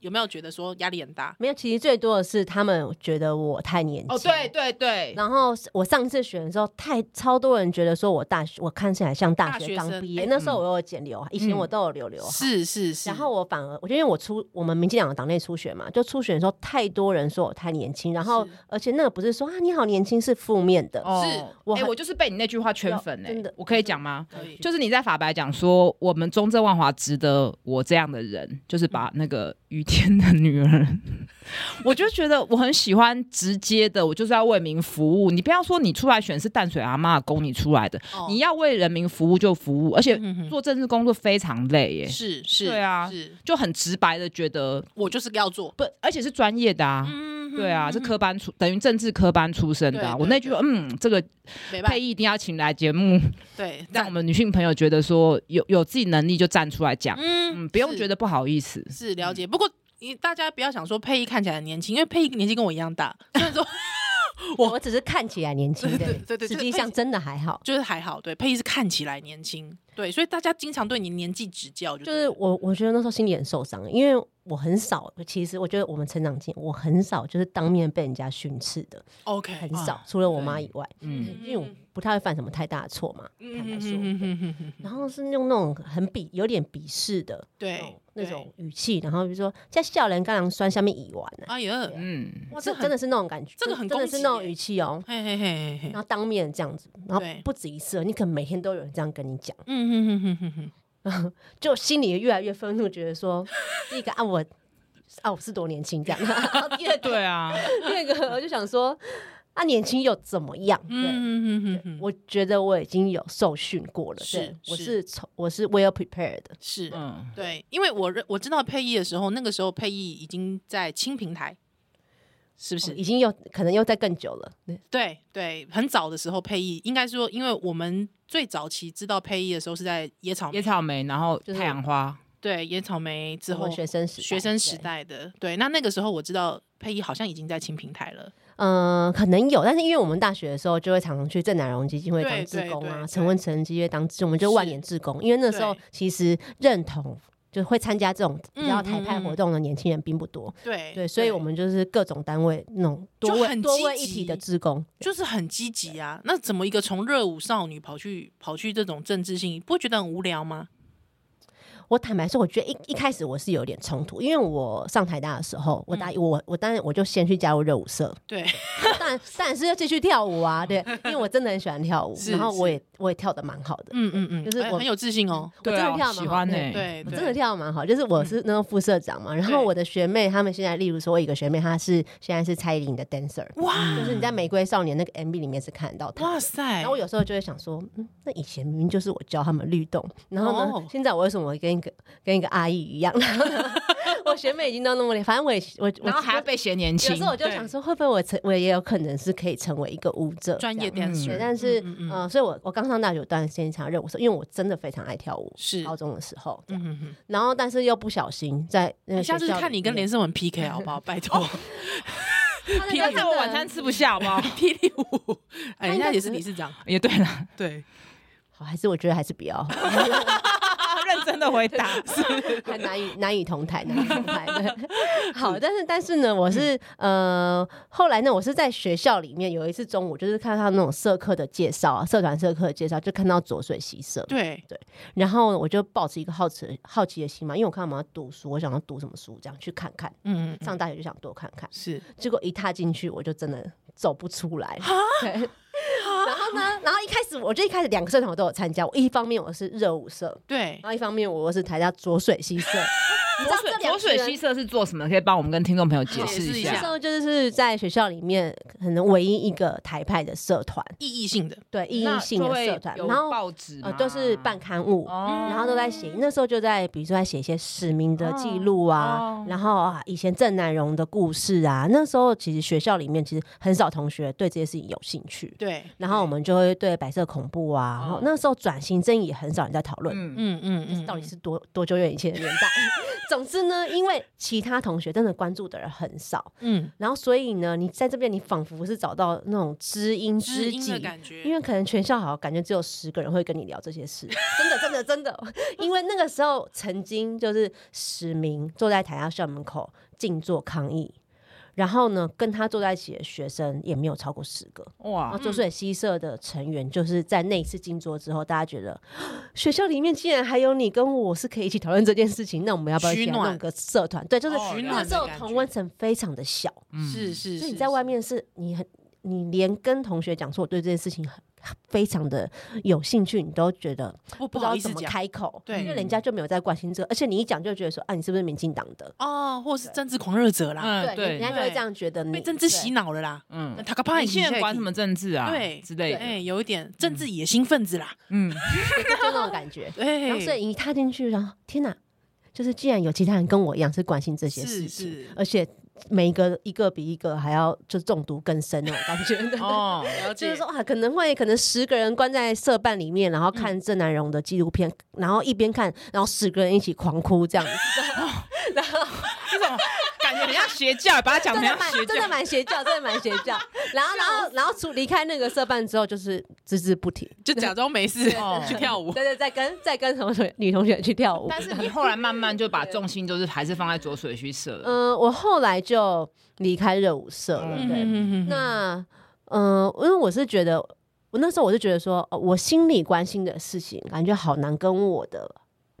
[SPEAKER 1] 有没有觉得说压力很大？
[SPEAKER 3] 没有，其实最多的是他们觉得我太年轻。
[SPEAKER 2] 哦，对。对对，
[SPEAKER 3] 然后我上次选的时候，太超多人觉得说我大学，我看起来像大
[SPEAKER 1] 大
[SPEAKER 3] 学
[SPEAKER 1] 学
[SPEAKER 3] 刚
[SPEAKER 1] 生
[SPEAKER 3] 毕业。
[SPEAKER 1] 哎
[SPEAKER 3] 那时候我有剪刘海，以前我都有留
[SPEAKER 2] 啊
[SPEAKER 3] 刘海。
[SPEAKER 1] 是是是，
[SPEAKER 3] 然后我反而，我觉得因为我出我们民进党的党内初选嘛，就初选的时候太多人说我太年轻，然后
[SPEAKER 1] 是
[SPEAKER 3] 而且那个不是说啊你好年轻是负面的，
[SPEAKER 2] 哦，
[SPEAKER 3] 我
[SPEAKER 2] 哎、
[SPEAKER 3] 很
[SPEAKER 2] 我就是被你那句话圈粉哎、
[SPEAKER 3] 真的
[SPEAKER 2] 我可以讲吗？
[SPEAKER 1] 可以
[SPEAKER 2] 就是你在法白讲说，我们中正万华值得我这样的人，就是
[SPEAKER 1] 嗯
[SPEAKER 2] 把那个于天的女儿， 我就觉得我很喜欢直接的，我就是要为民服务。你不要说你出来选是淡水阿妈供你出来的，
[SPEAKER 1] 哦
[SPEAKER 2] 你要为人民服务就服务，而且
[SPEAKER 1] 嗯哼
[SPEAKER 2] 做政治工作非常累耶、
[SPEAKER 1] 是是，
[SPEAKER 2] 对啊
[SPEAKER 1] 是
[SPEAKER 2] 就很直白的觉得
[SPEAKER 1] 我就是要做。
[SPEAKER 2] 不，而且是专业的啊。
[SPEAKER 1] 嗯哼
[SPEAKER 2] 对啊，
[SPEAKER 1] 嗯
[SPEAKER 2] 是
[SPEAKER 1] 哼
[SPEAKER 2] 科班出，等于政治科班出身的、啊。
[SPEAKER 1] 对对
[SPEAKER 2] 我那句话，嗯，这个
[SPEAKER 1] 没办法，
[SPEAKER 2] 配艺一定要请来节目，
[SPEAKER 1] 对，
[SPEAKER 2] 让我们女性朋友觉得说有有自己能力就站出来讲，
[SPEAKER 1] 嗯
[SPEAKER 2] 嗯，不用
[SPEAKER 1] 是
[SPEAKER 2] 觉得不好意思。
[SPEAKER 1] 是了解，不过你大家不要想说佩仪看起来很年轻，因为佩仪年纪跟我一样大，虽然说我
[SPEAKER 3] 我只是看起来年轻的，
[SPEAKER 1] 对对对对哎
[SPEAKER 3] 实际上真的还好。
[SPEAKER 1] 就是还好，对，佩仪是看起来年轻，对，所以大家经常对你年纪指教，就
[SPEAKER 3] 就是
[SPEAKER 1] 是
[SPEAKER 3] 我，我觉得那时候心里很受伤，因为我很少，其实我觉得我们成长经，我很少就是当面被人家训斥的，
[SPEAKER 1] OK，
[SPEAKER 3] 很
[SPEAKER 1] 嗯
[SPEAKER 3] 少
[SPEAKER 2] 啊，
[SPEAKER 3] 除了我妈以外，
[SPEAKER 2] 嗯，
[SPEAKER 3] 因为我不太会犯什么太大的错嘛，坦白
[SPEAKER 1] 嗯
[SPEAKER 3] 说。
[SPEAKER 1] 嗯
[SPEAKER 3] 对
[SPEAKER 1] 嗯嗯嗯嗯
[SPEAKER 3] 然后是用那种很鄙，有点鄙视的那
[SPEAKER 1] 对
[SPEAKER 3] 种，那种语气，然后比如说在笑人刚刚酸下面乙烷
[SPEAKER 1] 对，
[SPEAKER 3] 呢，
[SPEAKER 1] 哎呀，
[SPEAKER 2] 嗯，
[SPEAKER 1] 哇，
[SPEAKER 3] 是
[SPEAKER 1] 这很
[SPEAKER 3] 真的，是那种感觉，
[SPEAKER 1] 这个很
[SPEAKER 3] 真的
[SPEAKER 1] 攻
[SPEAKER 3] 是
[SPEAKER 1] 击
[SPEAKER 3] 那种
[SPEAKER 1] 耶
[SPEAKER 3] 语气哦。
[SPEAKER 1] 嘿嘿嘿嘿嘿
[SPEAKER 3] 然，后当面这样子，然后
[SPEAKER 1] 对
[SPEAKER 3] 不止一次了，你可能每天都有人这样跟你讲。
[SPEAKER 1] 嗯嗯嗯嗯嗯，
[SPEAKER 3] 就心里越来越愤怒，觉得说， 第一个啊我啊我是多年轻这样， 然后第二个
[SPEAKER 2] 对啊，
[SPEAKER 3] 第二个我就想说，啊年轻又怎么样？
[SPEAKER 1] 嗯
[SPEAKER 3] 对。
[SPEAKER 1] 嗯嗯嗯，
[SPEAKER 3] 我觉得我已经有受训过了，
[SPEAKER 1] 是
[SPEAKER 3] 对我
[SPEAKER 1] 是
[SPEAKER 3] 是从我是 well prepared 的，
[SPEAKER 1] 是，
[SPEAKER 2] 嗯，
[SPEAKER 1] 对，因为我认我知道配艺的时候，那个时候配艺已经在青平台，是不是？
[SPEAKER 3] 哦已经又可能又在更久了，对
[SPEAKER 1] 对对，很早的时候配艺，应该说，因为我们最早期知道配艺的时候是在野草莓
[SPEAKER 2] 野草莓，然后
[SPEAKER 3] 就是
[SPEAKER 2] 太阳花，
[SPEAKER 1] 对野草莓之
[SPEAKER 3] 我
[SPEAKER 1] 后
[SPEAKER 3] 们学生时代
[SPEAKER 1] 学生时，
[SPEAKER 3] 对
[SPEAKER 1] 代的对，那那个时候我知道配艺好像已经在青平台了，
[SPEAKER 3] 嗯、可能有，但是因为我们大学的时候就会常常去郑南荣基金会
[SPEAKER 1] 对
[SPEAKER 3] 当志
[SPEAKER 1] 对
[SPEAKER 3] 工
[SPEAKER 1] 对
[SPEAKER 3] 啊，
[SPEAKER 1] 对
[SPEAKER 3] 陈文成基金会当志，我们就万
[SPEAKER 1] 是
[SPEAKER 3] 年志工，因为那时候
[SPEAKER 1] 对
[SPEAKER 3] 其实认同就会参加这种比
[SPEAKER 1] 嗯
[SPEAKER 3] 较台派活动的年轻人并不多。
[SPEAKER 1] 对
[SPEAKER 3] 对，所以我们就是各种单位那种多
[SPEAKER 1] 就
[SPEAKER 3] 位
[SPEAKER 1] 很
[SPEAKER 3] 多
[SPEAKER 1] 积
[SPEAKER 3] 位一体的
[SPEAKER 1] 极
[SPEAKER 3] 职工，
[SPEAKER 1] 就是很积极啊。那怎么一个从热舞少女跑去跑去这种政治性，不会觉得很无聊吗？
[SPEAKER 3] 我坦白说，我觉得一一开始我是有点冲突，因为我上台大的时候，我答应我我当然我就先去加入热舞社，
[SPEAKER 1] 嗯 对，
[SPEAKER 3] 当然当然是要继续跳舞 啊，对，因为我真的很喜欢跳舞，
[SPEAKER 1] 是
[SPEAKER 3] 然后我也我也跳的蛮好的，
[SPEAKER 1] 嗯嗯嗯，
[SPEAKER 3] 就是
[SPEAKER 1] 哎
[SPEAKER 3] 我
[SPEAKER 1] 很有自信哦。
[SPEAKER 3] 我
[SPEAKER 2] 对
[SPEAKER 3] 真
[SPEAKER 2] 啊
[SPEAKER 3] 的跳得蛮好
[SPEAKER 2] 喜欢
[SPEAKER 3] 对
[SPEAKER 2] 欸
[SPEAKER 1] 对，
[SPEAKER 3] 我
[SPEAKER 1] 对嗯
[SPEAKER 3] 真的跳得蛮好，就是我是那个副社长嘛，然后
[SPEAKER 1] 对
[SPEAKER 3] 我的学妹她们现在，例如说，我有一个学妹她是现在是蔡依林的 dancer，
[SPEAKER 1] 哇
[SPEAKER 3] 嗯就是你在《玫瑰少年》那个 MV 里面是看得到她
[SPEAKER 1] 哇
[SPEAKER 3] 的。
[SPEAKER 1] 塞，
[SPEAKER 3] 然后我有时候就会想说，嗯，那以前明明就是我教他们律动，然后呢，
[SPEAKER 1] 哦
[SPEAKER 3] 现在我为什么跟一个跟一个阿姨一样？ 然后呢我学妹已经到那么厉害，反正我也我我
[SPEAKER 2] 然后还要被嫌年
[SPEAKER 3] 有
[SPEAKER 2] 轻
[SPEAKER 3] 时，候我就
[SPEAKER 1] 对
[SPEAKER 3] 想说，会不会我成我也有可能是可以成为一个舞者
[SPEAKER 1] 专业
[SPEAKER 3] 这样
[SPEAKER 1] dancer，
[SPEAKER 3] 对，但是
[SPEAKER 1] 嗯嗯嗯
[SPEAKER 3] 呃，所以我我刚上大学有段时间常热舞社，因为我真的非常爱跳舞，
[SPEAKER 1] 是
[SPEAKER 3] 高中的时候，
[SPEAKER 1] 嗯嗯嗯
[SPEAKER 3] 然后但是又不小心在
[SPEAKER 1] 哎，
[SPEAKER 3] 那个
[SPEAKER 1] 下次
[SPEAKER 3] 学校
[SPEAKER 1] 看你
[SPEAKER 3] 里
[SPEAKER 1] 跟
[SPEAKER 3] 面哦
[SPEAKER 1] 连胜文 PK 好不好？拜 托，
[SPEAKER 3] 他
[SPEAKER 1] 皮
[SPEAKER 3] 那
[SPEAKER 1] 蛋
[SPEAKER 2] 害
[SPEAKER 3] 个真
[SPEAKER 2] 我
[SPEAKER 3] 的
[SPEAKER 2] 晚餐吃不下，好不 好？
[SPEAKER 1] 霹雳 舞，哎，人
[SPEAKER 3] 应
[SPEAKER 1] 家
[SPEAKER 3] 该
[SPEAKER 1] 也是
[SPEAKER 3] 只
[SPEAKER 1] 理 事长，
[SPEAKER 2] 也对了，
[SPEAKER 1] 对，
[SPEAKER 3] 好，还是我觉得还是比较好
[SPEAKER 2] 认真的回答，
[SPEAKER 3] 还难以难以同台，难以同台。对，好，但是但是呢，我是呃，后来呢，我是在学校里面有一次中午，就是看到那种社课的介绍啊，社团社课的介绍，就看到左水溪社，
[SPEAKER 1] 对，
[SPEAKER 3] 然后我就抱持一个好奇好奇的心嘛，因为我看他们要读书，我想要读什么书，这样去看看。
[SPEAKER 1] 嗯，嗯嗯
[SPEAKER 3] 上大学就想多看看，
[SPEAKER 1] 是
[SPEAKER 3] 结果一踏进去，我就真的走不出来。对， 然后呢，然后一开始我就一开始两个社团我都有参加，我一方面我是热舞社，
[SPEAKER 1] 对
[SPEAKER 3] 然后一方面我是台大浊水 溪社。你知道
[SPEAKER 2] 左水
[SPEAKER 3] 这两
[SPEAKER 2] 左水
[SPEAKER 3] 个人
[SPEAKER 2] 西社是做什么？可以帮我们跟听众朋友解
[SPEAKER 1] 解释
[SPEAKER 2] 释
[SPEAKER 1] 一
[SPEAKER 2] 一
[SPEAKER 1] 下
[SPEAKER 3] 那时
[SPEAKER 2] 下。
[SPEAKER 3] 候就是在学校里面可能唯一一个台派的社团，
[SPEAKER 1] 意义性的，
[SPEAKER 3] 对意义性的社团，
[SPEAKER 2] 那就会有
[SPEAKER 3] 然后
[SPEAKER 2] 报纸
[SPEAKER 3] 呃
[SPEAKER 2] 嘛
[SPEAKER 3] 都是办刊物。
[SPEAKER 2] 哦
[SPEAKER 3] 然后都在写，那时候就在，比如说在写一些市民的记录啊，
[SPEAKER 2] 哦
[SPEAKER 3] 然后啊以前郑南荣的故事啊，那时候其实学校里面其实很少同学对这些事情有兴趣，
[SPEAKER 1] 对，
[SPEAKER 3] 然后我们就会对白色恐怖啊，
[SPEAKER 2] 哦
[SPEAKER 3] 然后那时候转型正义也很少人在讨论，
[SPEAKER 2] 嗯
[SPEAKER 1] 嗯嗯嗯，
[SPEAKER 3] 到底是多多久远以前的年代？ 总之呢，因为其他同学真的关注的人很少，
[SPEAKER 1] 嗯
[SPEAKER 3] 然后所以呢，你在这边你仿佛是找到那种知音
[SPEAKER 1] 知
[SPEAKER 3] 知
[SPEAKER 1] 音的
[SPEAKER 3] 己。
[SPEAKER 1] 感觉，
[SPEAKER 3] 因为可能全校好像感觉只有十个人会跟你聊这 些事，真的真的真的，因为那个时候曾经就是史明坐在台下校门口静坐抗议，然后呢跟他坐在一起的学生也没有超过十个，
[SPEAKER 1] 啊
[SPEAKER 3] 然后
[SPEAKER 2] 哇，
[SPEAKER 3] 浊水溪社的成员就是在那一次静坐之后，大家觉得 学校里面竟然还有你跟我是可以一起讨论这件事情，那我们要不要一
[SPEAKER 1] 取
[SPEAKER 3] 起来啊
[SPEAKER 1] 暖
[SPEAKER 3] 弄个社团？对，就是
[SPEAKER 2] 哦取
[SPEAKER 3] 那
[SPEAKER 1] 暖的
[SPEAKER 3] 时候
[SPEAKER 1] 感
[SPEAKER 3] 同
[SPEAKER 1] 觉
[SPEAKER 3] 温层非常的小，
[SPEAKER 2] 嗯
[SPEAKER 1] 是是，
[SPEAKER 3] 所以
[SPEAKER 1] 是
[SPEAKER 3] 你在外面是你很你连跟同学讲说我对这件事情很非常的有兴趣，你都觉得
[SPEAKER 1] 我不
[SPEAKER 3] 不知
[SPEAKER 1] 好
[SPEAKER 3] 道
[SPEAKER 1] 意
[SPEAKER 3] 怎
[SPEAKER 1] 思
[SPEAKER 3] 么
[SPEAKER 1] 讲
[SPEAKER 3] 开口，
[SPEAKER 1] 对
[SPEAKER 3] 因为人家就没有在关心这个，而且你一讲就觉得说啊，你是不是民进党的？
[SPEAKER 1] 哦，或是政治狂热者啦，
[SPEAKER 2] 嗯
[SPEAKER 3] 人家
[SPEAKER 2] 对，
[SPEAKER 3] 就会
[SPEAKER 1] 对
[SPEAKER 3] 这样觉得你
[SPEAKER 1] 被政治
[SPEAKER 3] 对
[SPEAKER 1] 洗脑了啦，那
[SPEAKER 2] 嗯，
[SPEAKER 1] 塔克帕
[SPEAKER 2] 你现在管什？么政治啊？
[SPEAKER 1] 对
[SPEAKER 2] 之类的，
[SPEAKER 1] 哎，有一点政治野心分子啦，哎
[SPEAKER 2] 嗯，
[SPEAKER 3] 就那种感 觉。
[SPEAKER 1] 对，
[SPEAKER 3] 然后所以一踏进去，然后天哪，就是既然有其他人跟我一样是关心这些事
[SPEAKER 1] 是
[SPEAKER 3] 情，
[SPEAKER 1] 是，
[SPEAKER 3] 而且每一个一个比一个还要就中毒更深 那种感觉对
[SPEAKER 2] 哦，
[SPEAKER 1] 了
[SPEAKER 3] 就是说啊，可能会可能十个人关在社办里面，然后看郑南荣的纪录片，然后一边看，然后十个人一起狂哭 这样子，
[SPEAKER 2] 这种感觉很像邪教，把它讲
[SPEAKER 3] 真
[SPEAKER 2] 成
[SPEAKER 3] 的
[SPEAKER 2] 像
[SPEAKER 3] 蛮
[SPEAKER 2] 邪
[SPEAKER 3] 真
[SPEAKER 2] 教。
[SPEAKER 3] 的蛮邪教，真的蛮邪 教。然后然后然后出离开那个社办之后，就是只字不提，
[SPEAKER 1] 就假装没事
[SPEAKER 2] 哦
[SPEAKER 1] 去跳舞
[SPEAKER 3] 对，对，再跟再跟同学女同学去跳舞。
[SPEAKER 2] 但是你后来慢慢就把重心就是还是放在左水区社了。
[SPEAKER 3] 嗯、我后来就离开热舞社了，
[SPEAKER 2] 嗯
[SPEAKER 3] 对。
[SPEAKER 1] 嗯
[SPEAKER 3] 那嗯、呃因为我是觉得，我那时候我就觉得说，哦我心里关心的事情，感觉好难跟我的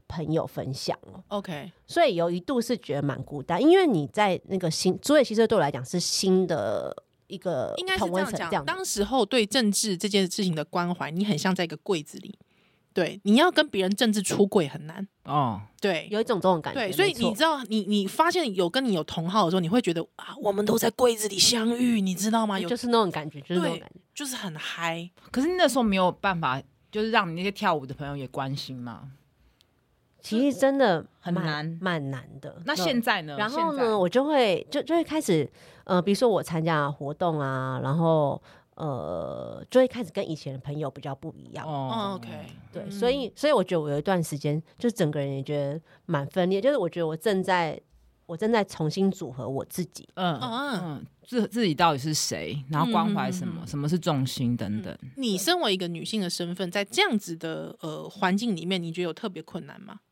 [SPEAKER 3] 朋友分享哦。
[SPEAKER 1] OK，
[SPEAKER 3] 所以有一度是觉得蛮孤单，因为你在那个新，所以其实对我来讲是新的一个
[SPEAKER 1] 应该是
[SPEAKER 3] 同
[SPEAKER 1] 这
[SPEAKER 3] 温
[SPEAKER 1] 样
[SPEAKER 3] 层这
[SPEAKER 1] 讲。
[SPEAKER 3] 样子。
[SPEAKER 1] 当时候对政治这件事情的关怀，你很像在一个柜子里，对，你要跟别人政治出柜很难，
[SPEAKER 2] 哦，
[SPEAKER 1] 对。
[SPEAKER 3] 有一种这种感觉，
[SPEAKER 1] 对，所以
[SPEAKER 3] 没错
[SPEAKER 1] 你知道，你你发现有跟你有同好的时候，你会觉得啊，我们都在柜子里相遇，你知道吗？有
[SPEAKER 3] 就是那种感觉，就是那种
[SPEAKER 1] 对
[SPEAKER 3] 感觉。
[SPEAKER 1] 就是很嗨，
[SPEAKER 2] 可是那时候没有办法，就是让你那些跳舞的朋友也关心嘛。
[SPEAKER 3] 其实真的
[SPEAKER 2] 很
[SPEAKER 3] 蛮
[SPEAKER 2] 难
[SPEAKER 3] 蛮难的。
[SPEAKER 2] 那现在呢？
[SPEAKER 3] 嗯然后
[SPEAKER 2] 现在
[SPEAKER 3] 呢，？我就会就就会开始，呃，比如说我参加活动啊，然后呃，就会开始跟以前的朋友比较不一样。
[SPEAKER 1] 哦
[SPEAKER 2] 哦
[SPEAKER 1] OK，
[SPEAKER 3] 对，
[SPEAKER 1] 嗯
[SPEAKER 3] 所以所以我觉得我有一段时间，就是整个人也觉得蛮分裂，就是我觉得我正在我正在重新组合我自己。
[SPEAKER 2] 嗯
[SPEAKER 1] 嗯
[SPEAKER 2] 嗯，自自己到底是谁，然后关怀什么，
[SPEAKER 1] 嗯嗯嗯
[SPEAKER 2] 什么是重心等等。
[SPEAKER 3] 嗯
[SPEAKER 1] 你身为一个女性的身份，在这样子的呃环境里面，你觉得有特别困难吗？哎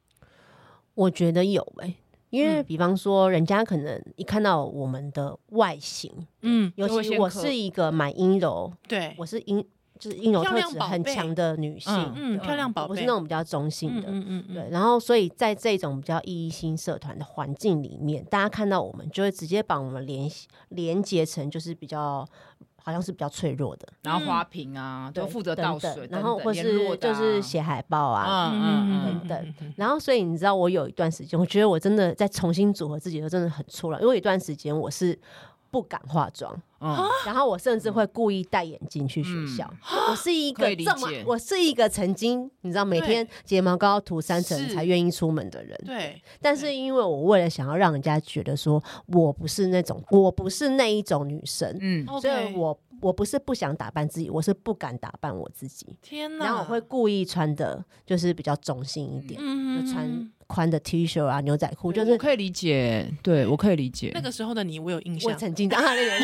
[SPEAKER 3] 我觉得有诶、因为
[SPEAKER 2] 嗯
[SPEAKER 3] 比方说，人家可能一看到我们的外形，
[SPEAKER 1] 嗯，
[SPEAKER 3] 尤
[SPEAKER 2] 就会
[SPEAKER 3] 其
[SPEAKER 2] 先
[SPEAKER 3] 我
[SPEAKER 2] 刻
[SPEAKER 3] 是一个蛮阴柔，
[SPEAKER 1] 对，嗯
[SPEAKER 3] 我是阴就是阴柔
[SPEAKER 1] 漂
[SPEAKER 3] 特
[SPEAKER 1] 亮
[SPEAKER 3] 质
[SPEAKER 1] 宝
[SPEAKER 3] 很
[SPEAKER 1] 贝
[SPEAKER 3] 强的女性，
[SPEAKER 1] 嗯，漂亮宝
[SPEAKER 3] 我
[SPEAKER 1] 贝，
[SPEAKER 3] 是那种比较中性的，
[SPEAKER 1] 嗯嗯嗯，
[SPEAKER 3] 对，然后所以在这种比较一心社团的环境里面，大家看到我们就会直接把我们联系连接成就是比较好像是比较脆弱的，
[SPEAKER 2] 然后花瓶啊，
[SPEAKER 3] 嗯对
[SPEAKER 2] 都负责倒水
[SPEAKER 3] 等
[SPEAKER 2] 等
[SPEAKER 3] 等
[SPEAKER 2] 等，
[SPEAKER 3] 然后或
[SPEAKER 2] 联
[SPEAKER 3] 是
[SPEAKER 2] 络的
[SPEAKER 3] 就
[SPEAKER 2] 啊
[SPEAKER 3] 是写海报啊。
[SPEAKER 2] 嗯嗯
[SPEAKER 3] 等等然后，所以你知道，我有一段时间，我觉得我真的在重新组合自己，的时候真的很错乱。因为有一段时间我是不敢化妆，
[SPEAKER 2] 嗯嗯，
[SPEAKER 3] 然后我甚至会故意戴眼镜去学校。我是一
[SPEAKER 2] 可
[SPEAKER 3] 个
[SPEAKER 2] 以理
[SPEAKER 3] 这么
[SPEAKER 2] 解，
[SPEAKER 3] 我是一个曾经你知道每
[SPEAKER 1] 对
[SPEAKER 3] 天睫毛膏涂三层
[SPEAKER 1] 是
[SPEAKER 3] 才愿意出门的人。
[SPEAKER 1] 对，
[SPEAKER 3] 但是因为我为了想要让人家觉得说我不是那种，我不是那一种女生，
[SPEAKER 2] 嗯，
[SPEAKER 1] OK
[SPEAKER 3] 所以我我不是不想打扮自己，我是不敢打扮我自己。
[SPEAKER 1] 天哪，
[SPEAKER 3] 然后我会故意穿的，就是比较中性一点，
[SPEAKER 1] 啊嗯
[SPEAKER 3] 就穿
[SPEAKER 1] 嗯
[SPEAKER 3] 宽的 T 恤啊、牛仔裤，就
[SPEAKER 2] 哦我
[SPEAKER 3] 是
[SPEAKER 2] 可以理解，对我可以理解
[SPEAKER 1] 那个时候的你，我有印
[SPEAKER 3] 我
[SPEAKER 1] 象，
[SPEAKER 3] 曾经 当那个人。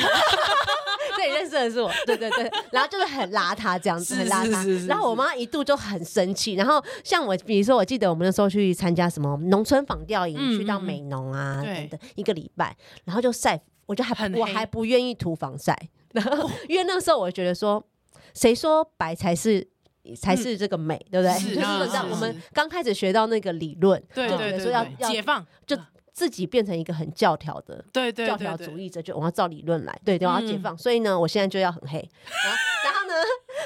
[SPEAKER 3] 对，认识的是我， 对对对，然后就是很邋遢这样子，
[SPEAKER 1] 是
[SPEAKER 3] 很邋
[SPEAKER 1] 是是是
[SPEAKER 3] 遢。然后我妈一度就很生气。然后像我，比如说，我记得我们那时候去参加什么农村访调营，
[SPEAKER 1] 嗯
[SPEAKER 3] 去到
[SPEAKER 1] 嗯嗯
[SPEAKER 3] 美农啊
[SPEAKER 1] 对
[SPEAKER 3] 等等，一个礼拜，然后就晒，我就还
[SPEAKER 1] 很
[SPEAKER 3] 我
[SPEAKER 1] 黑哦
[SPEAKER 3] 还不愿意涂防晒， 然后因为那时候我觉得说，谁说白才是。才是这个美，对不对？
[SPEAKER 1] 是
[SPEAKER 3] 就是
[SPEAKER 1] 是
[SPEAKER 3] 这样
[SPEAKER 1] 是
[SPEAKER 3] 我们
[SPEAKER 1] 是
[SPEAKER 3] 刚开始学到那个理论，
[SPEAKER 1] 对
[SPEAKER 3] 就
[SPEAKER 1] 对
[SPEAKER 3] 觉得
[SPEAKER 1] 对
[SPEAKER 3] 哦说要
[SPEAKER 1] 对，
[SPEAKER 3] 要
[SPEAKER 1] 解放，
[SPEAKER 3] 就自己变成一个很教条的
[SPEAKER 1] 对对
[SPEAKER 3] 教
[SPEAKER 1] 对
[SPEAKER 3] 条
[SPEAKER 1] 对
[SPEAKER 3] 主义者，就我要照理论来，对，对，我要解
[SPEAKER 1] 嗯
[SPEAKER 3] 放。所以呢，我现在就要很黑。然后，然后呢，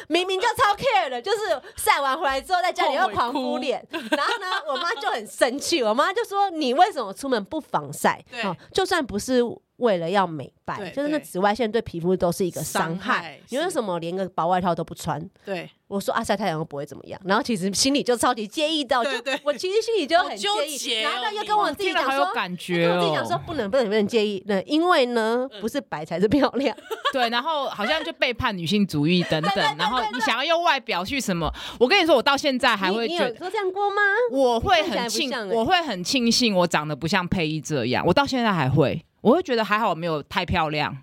[SPEAKER 3] 明明就超 care 的，就是晒完回来之后在家里
[SPEAKER 1] 后
[SPEAKER 3] 又
[SPEAKER 1] 悔
[SPEAKER 3] 狂
[SPEAKER 1] 哭
[SPEAKER 3] 敷脸。然后呢，我妈就很生气，我妈就说：“你为什么出门不防晒？
[SPEAKER 1] 对
[SPEAKER 3] 哦就算不是为了要美白
[SPEAKER 1] 对，
[SPEAKER 3] 就是那
[SPEAKER 1] 对
[SPEAKER 3] 紫外线对皮肤都是一个伤
[SPEAKER 1] 伤
[SPEAKER 3] 害
[SPEAKER 1] 害。
[SPEAKER 3] 你为
[SPEAKER 1] 是
[SPEAKER 3] 什么连个薄外套都不穿？”
[SPEAKER 1] 对，
[SPEAKER 3] 我说啊，晒太阳又不会怎么样，然后其实心里就超级介意的，我就
[SPEAKER 1] 对对
[SPEAKER 3] 我其实心里就
[SPEAKER 1] 好
[SPEAKER 3] 很介
[SPEAKER 1] 纠
[SPEAKER 3] 意，
[SPEAKER 1] 结
[SPEAKER 3] 然后
[SPEAKER 1] 哦
[SPEAKER 3] 又
[SPEAKER 1] 你
[SPEAKER 3] 跟我
[SPEAKER 1] 哇
[SPEAKER 3] 自己
[SPEAKER 2] 听了
[SPEAKER 3] 讲
[SPEAKER 2] 好
[SPEAKER 3] 说
[SPEAKER 2] 有，感觉
[SPEAKER 3] 因为我自己讲说
[SPEAKER 2] 哦，
[SPEAKER 3] 不能不能不能介意，那因为呢，
[SPEAKER 2] 嗯
[SPEAKER 3] 不是白才是漂亮，
[SPEAKER 2] 对，然后好像就背叛女性主义等等，然后你想要用外表去什么？我跟你说，我到现 在还
[SPEAKER 3] 你
[SPEAKER 2] 会
[SPEAKER 3] 你
[SPEAKER 2] 觉
[SPEAKER 3] 有
[SPEAKER 2] 得。
[SPEAKER 3] 说这样过吗？
[SPEAKER 2] 我会
[SPEAKER 3] 看起来
[SPEAKER 2] 很
[SPEAKER 3] 不
[SPEAKER 2] 庆，
[SPEAKER 3] 像欸
[SPEAKER 2] 我会很庆幸我长得不像佩仪这样，我到现在还会，我会觉得还好我没有太漂亮，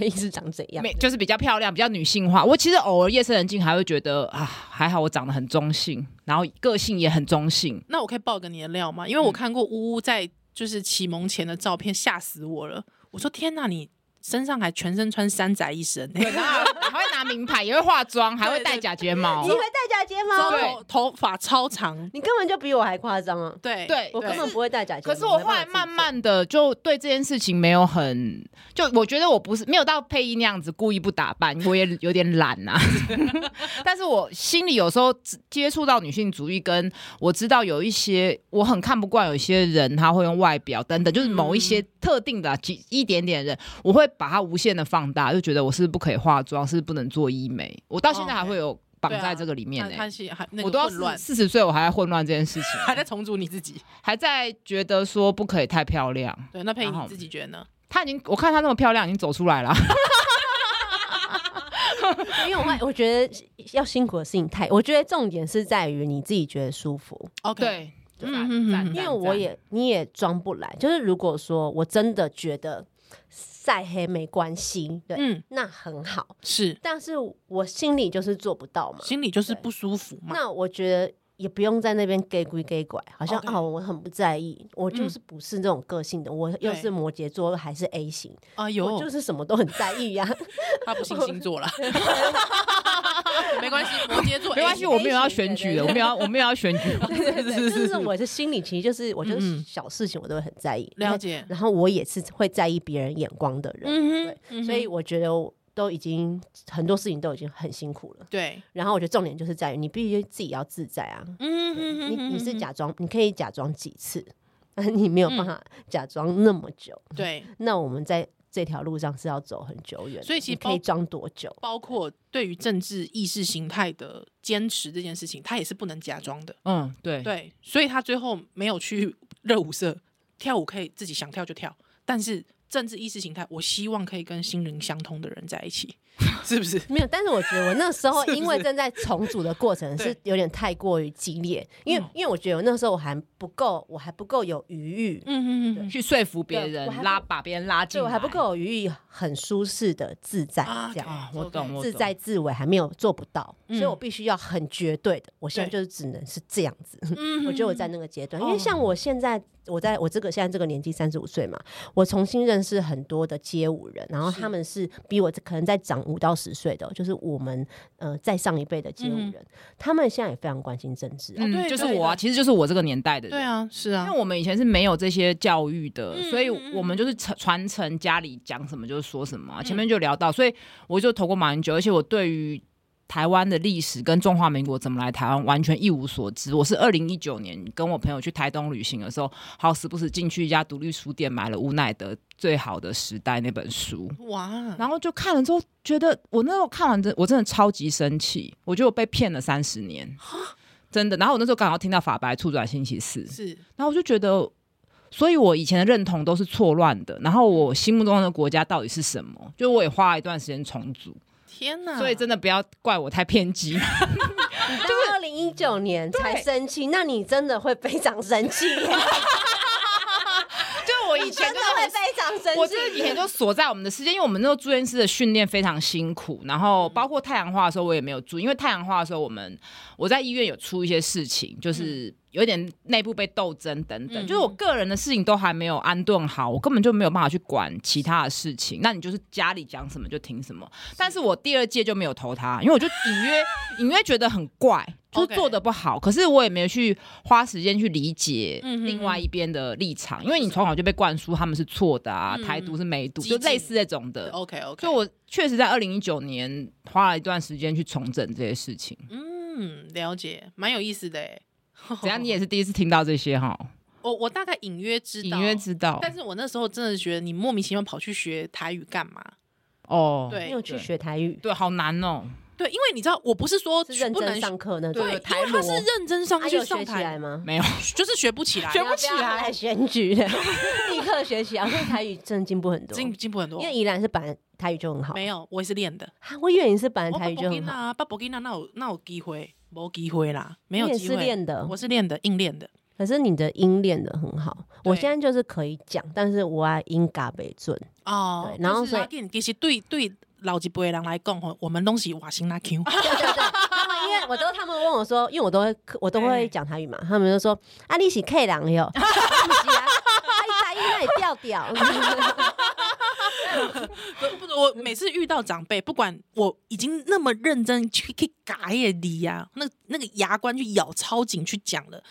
[SPEAKER 3] 一直长怎样
[SPEAKER 2] 没？就是比较漂亮，比较女性化。我其实偶尔夜深人静还会觉得啊，还好我长得很中性，然后个性也很中 性。
[SPEAKER 1] 那我可以爆个你的料吗？因为
[SPEAKER 3] 嗯
[SPEAKER 1] 我看过呜呜在就是启蒙前的照片，吓死我了！我说天哪，你身上还全身穿山仔一身、欸
[SPEAKER 2] 对，然后还还会拿名牌，也会化妆，还会戴假睫毛
[SPEAKER 3] 你。会戴假睫
[SPEAKER 1] 然
[SPEAKER 3] 毛？
[SPEAKER 1] 后
[SPEAKER 2] 对
[SPEAKER 1] 头头发超长，
[SPEAKER 3] 你根本就比我还夸张啊！
[SPEAKER 1] 对
[SPEAKER 2] 对
[SPEAKER 3] 我根本不会戴假睫毛。
[SPEAKER 2] 可是我后来慢
[SPEAKER 3] 没办法
[SPEAKER 2] 慢的就对这件事情没有很，就我觉得我不是没有到配音那样子故意不打扮，我也有点懒啊。 但是我心里有时候只接触到女性主义，跟我知道有一些我很看不惯，有一些人他会用外表等等，就是某一些
[SPEAKER 1] 嗯
[SPEAKER 2] 特定的啊几一点点人，我会把它无限的放大，就觉得我是不是不可以化妆，是不是不能做医美，我到现在还会有绑
[SPEAKER 1] 哦对啊
[SPEAKER 2] 在这个里面
[SPEAKER 1] 他
[SPEAKER 2] 呢、
[SPEAKER 1] 他是还那
[SPEAKER 2] 我
[SPEAKER 1] 个
[SPEAKER 2] 都要
[SPEAKER 1] 混乱，
[SPEAKER 2] 四十岁，我还在混乱这件事情，
[SPEAKER 1] 还在重组你自己。
[SPEAKER 2] 还在觉得说不可以太漂亮。
[SPEAKER 1] 对，那佩
[SPEAKER 2] 然
[SPEAKER 1] 妮
[SPEAKER 2] 后
[SPEAKER 1] 你自己觉得呢？
[SPEAKER 2] 她已经，我看她那么漂亮，已经走出来 了。
[SPEAKER 3] 因为我会我觉得要辛苦的事情太，我觉得重点是在于你自己觉得舒服。
[SPEAKER 1] OK，，
[SPEAKER 2] 对
[SPEAKER 1] 嗯嗯嗯
[SPEAKER 2] 赞
[SPEAKER 1] 嗯
[SPEAKER 3] 因为
[SPEAKER 2] 赞
[SPEAKER 3] 我也你也装不来。就是如果说我真的觉得晒黑没关系，对，
[SPEAKER 1] 嗯，
[SPEAKER 3] 那很好。
[SPEAKER 1] 是
[SPEAKER 3] 但是我心里就是做不到嘛。
[SPEAKER 1] 心里就是
[SPEAKER 3] 呃对
[SPEAKER 1] 不舒服嘛。
[SPEAKER 3] 那我觉得也不用在那边给归给拐，好像
[SPEAKER 1] 哦对嗯
[SPEAKER 3] 哦我很不在意，我就是不是这种个性的，我又
[SPEAKER 1] 对
[SPEAKER 3] 是摩羯座还是 A 型，
[SPEAKER 1] 啊，
[SPEAKER 3] 我
[SPEAKER 1] 有
[SPEAKER 3] 就是什么都很在意 呀、
[SPEAKER 1] 他不信星座 了， 没关系，摩羯座
[SPEAKER 2] 没关系，
[SPEAKER 1] 哎
[SPEAKER 2] 我没有要选举的，我没有要， 我没有要选举。
[SPEAKER 3] 对对
[SPEAKER 1] 是
[SPEAKER 3] 对，
[SPEAKER 1] 是
[SPEAKER 3] 就是
[SPEAKER 1] 是
[SPEAKER 3] 我的心里其实就是，我就
[SPEAKER 1] 嗯
[SPEAKER 3] 是
[SPEAKER 1] 嗯
[SPEAKER 3] 小事情我都会很在意，
[SPEAKER 1] 了解。
[SPEAKER 3] 然后我也是会在意别人眼光的
[SPEAKER 1] 嗯
[SPEAKER 3] 人，对
[SPEAKER 1] 哼嗯哼，
[SPEAKER 3] 所以我觉得我都已经很多事情都已经很辛苦了。
[SPEAKER 1] 对，
[SPEAKER 3] 然后我觉得重点就是在于你必须自己要自在啊。
[SPEAKER 1] 嗯哼
[SPEAKER 3] 你
[SPEAKER 1] 哼哼
[SPEAKER 3] 你是
[SPEAKER 1] 哼嗯
[SPEAKER 3] 假装，你可以假装几次， 但是你没有办法假装那么久。
[SPEAKER 1] 对，
[SPEAKER 3] 那我们在这条路上是要走很久远的，
[SPEAKER 1] 所以其实
[SPEAKER 3] 你可以
[SPEAKER 1] 包
[SPEAKER 3] 装多久？
[SPEAKER 1] 包括对于政治意识形态的坚持这件事情，他也是不能假装的。
[SPEAKER 2] 嗯，对，
[SPEAKER 1] 对， 所以他最后没有去热舞社跳舞，可以自己想跳就跳，但是政治意识形态，我希望可以跟心灵相通的人在一起， 是不是？
[SPEAKER 3] 没有，但是我觉得我那时候
[SPEAKER 1] 是不是
[SPEAKER 3] 因为正在重组的过程
[SPEAKER 1] 对
[SPEAKER 3] 是有点太过于激烈，因为、
[SPEAKER 1] 嗯
[SPEAKER 3] 因为我觉得我那时候我还不够，我还不够有余裕，
[SPEAKER 1] 嗯嗯嗯
[SPEAKER 2] 去说服别
[SPEAKER 3] 对我还
[SPEAKER 2] 人，
[SPEAKER 3] 不
[SPEAKER 2] 拉把别人拉进
[SPEAKER 3] 对
[SPEAKER 2] 来，
[SPEAKER 3] 我还不够有余裕，很舒适的自在
[SPEAKER 1] 啊
[SPEAKER 3] 这样。
[SPEAKER 2] 啊！
[SPEAKER 1] OK，
[SPEAKER 2] 我懂，我懂
[SPEAKER 3] 自在自为还没有做不到，
[SPEAKER 1] 嗯
[SPEAKER 3] 所以我必须要很绝对的。我现在
[SPEAKER 1] 对
[SPEAKER 3] 就是只能是这样子。
[SPEAKER 1] 嗯
[SPEAKER 3] 我觉得我在那个阶段，
[SPEAKER 1] 哦
[SPEAKER 3] 因为像我现在，我在我这个现在这个年纪三十五岁嘛，我重新认识很多的街舞人，然后
[SPEAKER 1] 是
[SPEAKER 3] 他们是比我可能在长五到十岁的，哦就是我们呃再上一辈的街舞
[SPEAKER 1] 嗯
[SPEAKER 3] 人，他们现在也非常关心政治、啊。
[SPEAKER 1] 对
[SPEAKER 2] 嗯，就是
[SPEAKER 1] 对
[SPEAKER 2] 我啊，
[SPEAKER 1] 对
[SPEAKER 2] 其实就是我这个年代的人
[SPEAKER 1] 对。啊，是啊
[SPEAKER 2] 因为，我们以前是没有这些教育的，
[SPEAKER 1] 嗯
[SPEAKER 2] 所以
[SPEAKER 1] 嗯嗯
[SPEAKER 2] 我们就是传传承家里讲什么就是说什么啊、
[SPEAKER 1] 嗯
[SPEAKER 2] 前面就聊到，所以我就投过马英九，而且我对于台湾的历史跟中华民国怎么来台湾完全一无所知。我是二零一九年跟我朋友去台东旅行的时候，好死不死进去一家独立书店买了吴乃德《最好的时代》那本书，
[SPEAKER 1] 嗯哇，
[SPEAKER 2] 然后就看了之后，觉得我那时候看完真，我真的超级生气，我觉得我被骗了三十年，
[SPEAKER 1] 啊
[SPEAKER 2] 真的。然后我那时候刚好听到法白促转星期四，
[SPEAKER 1] 是
[SPEAKER 2] 然后我就觉得，所以我以前的认同都是错乱的。然后我心目中的国家到底是什么？就我也花了一段时间重组，
[SPEAKER 1] 天哪，
[SPEAKER 2] 所以真的不要怪我太偏激。
[SPEAKER 3] 就是二零一九年才生气，那你真的会非常生气，
[SPEAKER 2] 就我以前
[SPEAKER 3] 真
[SPEAKER 2] 就
[SPEAKER 3] 的
[SPEAKER 2] 是
[SPEAKER 3] 会
[SPEAKER 2] 很
[SPEAKER 3] 非常生气。
[SPEAKER 2] 我就是以前就锁在我们的世界，因为我们那个住院师的训练非常辛苦，然后包括太阳花的时候我也没有住，因为太阳花的时候我们我在医院有出一些事情，就是有点内部被斗争等等，
[SPEAKER 1] 嗯
[SPEAKER 2] 就是我个人的事情都还没有安顿好，我根本就没有办法去管其他的事情。那你就是家里讲什么就听什么，但是我第二届就没有投他，因为我就隐约 隐约觉得很怪，就是做的不好可是我也没有去花时间去理解
[SPEAKER 1] 嗯哼
[SPEAKER 2] 另外一边的立场，因为你从小就被灌输他们是错的啊，
[SPEAKER 1] 嗯
[SPEAKER 2] 台独是美独，
[SPEAKER 1] 激
[SPEAKER 2] 就
[SPEAKER 1] 进
[SPEAKER 2] 类似这种的。
[SPEAKER 1] OK OK，
[SPEAKER 2] 所以，我确实在二零一九年花了一段时间去重整这些事情。
[SPEAKER 1] 嗯，了解，蛮有意思的哎。
[SPEAKER 2] 怎样？你也是第一次听到这些哈，
[SPEAKER 1] 我我大概隐约知道，
[SPEAKER 2] 隐约知道
[SPEAKER 1] 但是我那时候真的觉得你莫名其妙跑去学台语干嘛？
[SPEAKER 2] 哦。
[SPEAKER 1] 对
[SPEAKER 3] 你有去学台语，
[SPEAKER 2] 对，好难哦。
[SPEAKER 1] 对，因为你知道，我不是说
[SPEAKER 3] 是认
[SPEAKER 1] 不能
[SPEAKER 3] 真上课那种，
[SPEAKER 1] 对，
[SPEAKER 2] 有
[SPEAKER 1] 因
[SPEAKER 2] 台
[SPEAKER 1] 为他是
[SPEAKER 2] 罗
[SPEAKER 1] 认真上
[SPEAKER 3] 啊
[SPEAKER 1] 去
[SPEAKER 3] 有
[SPEAKER 1] 上
[SPEAKER 3] 学起来
[SPEAKER 1] 台，
[SPEAKER 3] 吗？
[SPEAKER 2] 没有，
[SPEAKER 1] 就是学不起来，
[SPEAKER 2] 学不起来
[SPEAKER 3] 要来选举的， 立刻学起来。我觉得台语真的进步很多，
[SPEAKER 1] 进进步很多
[SPEAKER 3] 因。为宜兰是本来台语就很好，
[SPEAKER 1] 没有，我也是练的。
[SPEAKER 3] 啊我以为你是本来
[SPEAKER 1] 我
[SPEAKER 3] 台语就
[SPEAKER 1] 巴
[SPEAKER 3] 很
[SPEAKER 1] 布
[SPEAKER 3] 好，
[SPEAKER 1] 啊，巴博吉娜那有那有机会，没机会啦，没有
[SPEAKER 3] 你也
[SPEAKER 1] 机
[SPEAKER 3] 是
[SPEAKER 1] 会。
[SPEAKER 3] 练的
[SPEAKER 1] 我，是练的，硬练的。
[SPEAKER 3] 可是你的音练的很好。
[SPEAKER 1] 对
[SPEAKER 3] 我现在就是可以讲，但是我要音嘎北 准，
[SPEAKER 1] 哦
[SPEAKER 3] 对，然后所以
[SPEAKER 1] 以其实对对老一辈人来讲吼，我们东西瓦辛那 Q，
[SPEAKER 3] 对对对。他们因为我都他们问我说，因为我都会我都
[SPEAKER 1] 嗯
[SPEAKER 3] 会讲台语嘛，他们就说啊你是客人哟， 不是啊，啊你台语那里调调，
[SPEAKER 1] 不我每次遇到长辈，不管我已经那么认真去去改也离呀，那那个牙关去咬超紧去讲了，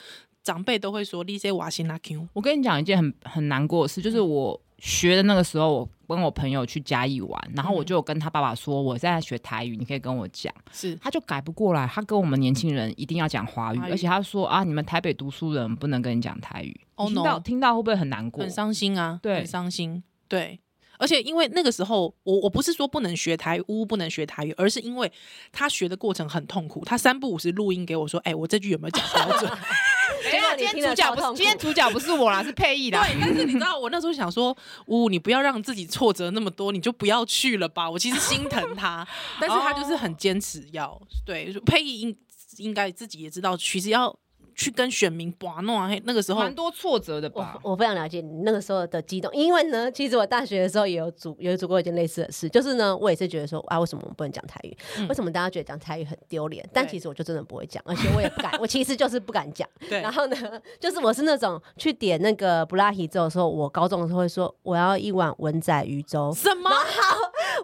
[SPEAKER 1] 长辈都会说你这瓦辛那 Q，
[SPEAKER 2] 我跟你讲一件很很难过的事，
[SPEAKER 1] 嗯
[SPEAKER 2] 就是我学的那个时候，我跟我朋友去嘉义玩，然
[SPEAKER 1] 嗯
[SPEAKER 2] 后我就有跟他爸爸说，我在学台语，你可以跟我讲。
[SPEAKER 1] 是
[SPEAKER 2] 他就改不过来，他跟我们年轻人一定要讲华语，
[SPEAKER 1] 华语
[SPEAKER 2] 而且他说啊，你们台北读书人不能跟你讲台语。
[SPEAKER 1] Oh
[SPEAKER 2] 你听到
[SPEAKER 1] no
[SPEAKER 2] 听到会不会很难过？
[SPEAKER 1] 很伤心啊，
[SPEAKER 2] 对
[SPEAKER 1] 很伤心，对。而且因为那个时候，我我不是说不能学台乌，不能学台语，而是因为他学的过程很痛苦。他三不五时录音给我说：“哎、我这句有没有讲标准？”
[SPEAKER 2] 等一下
[SPEAKER 3] 结
[SPEAKER 2] 啊今
[SPEAKER 3] 果你听
[SPEAKER 2] 天主
[SPEAKER 3] 得
[SPEAKER 2] 角
[SPEAKER 3] 超
[SPEAKER 2] 不
[SPEAKER 3] 痛
[SPEAKER 2] 是
[SPEAKER 3] 苦
[SPEAKER 2] 今天主角不是我啦，是配艺啦。
[SPEAKER 1] 对，但是你知道，我那时候想说，呜，你不要让自己挫折那么多，你就不要去了吧。我其实心疼他，但是他就是很坚持要。对，佩仪应应该自己也知道，其实要去跟选民拔弄啊。嘿那个时候
[SPEAKER 2] 蛮，多挫折的
[SPEAKER 3] 我
[SPEAKER 2] 吧？
[SPEAKER 3] 我非常了解你那个时候的激动，因为呢，其实我大学的时候也有组有组过一件类似的事，就是呢，我也是觉得说啊，为什么我们不能讲台语？
[SPEAKER 1] 嗯
[SPEAKER 3] 为什么大家觉得讲台语很丢脸？但
[SPEAKER 1] 对
[SPEAKER 3] 其实我就真的不会讲，而且我也不敢，我其实就是不敢讲。
[SPEAKER 1] 对
[SPEAKER 3] 然后呢，就是我是那种去点那个布拉提粥的时候，我高中的时候会说我要一碗文仔鱼粥。
[SPEAKER 1] 什么？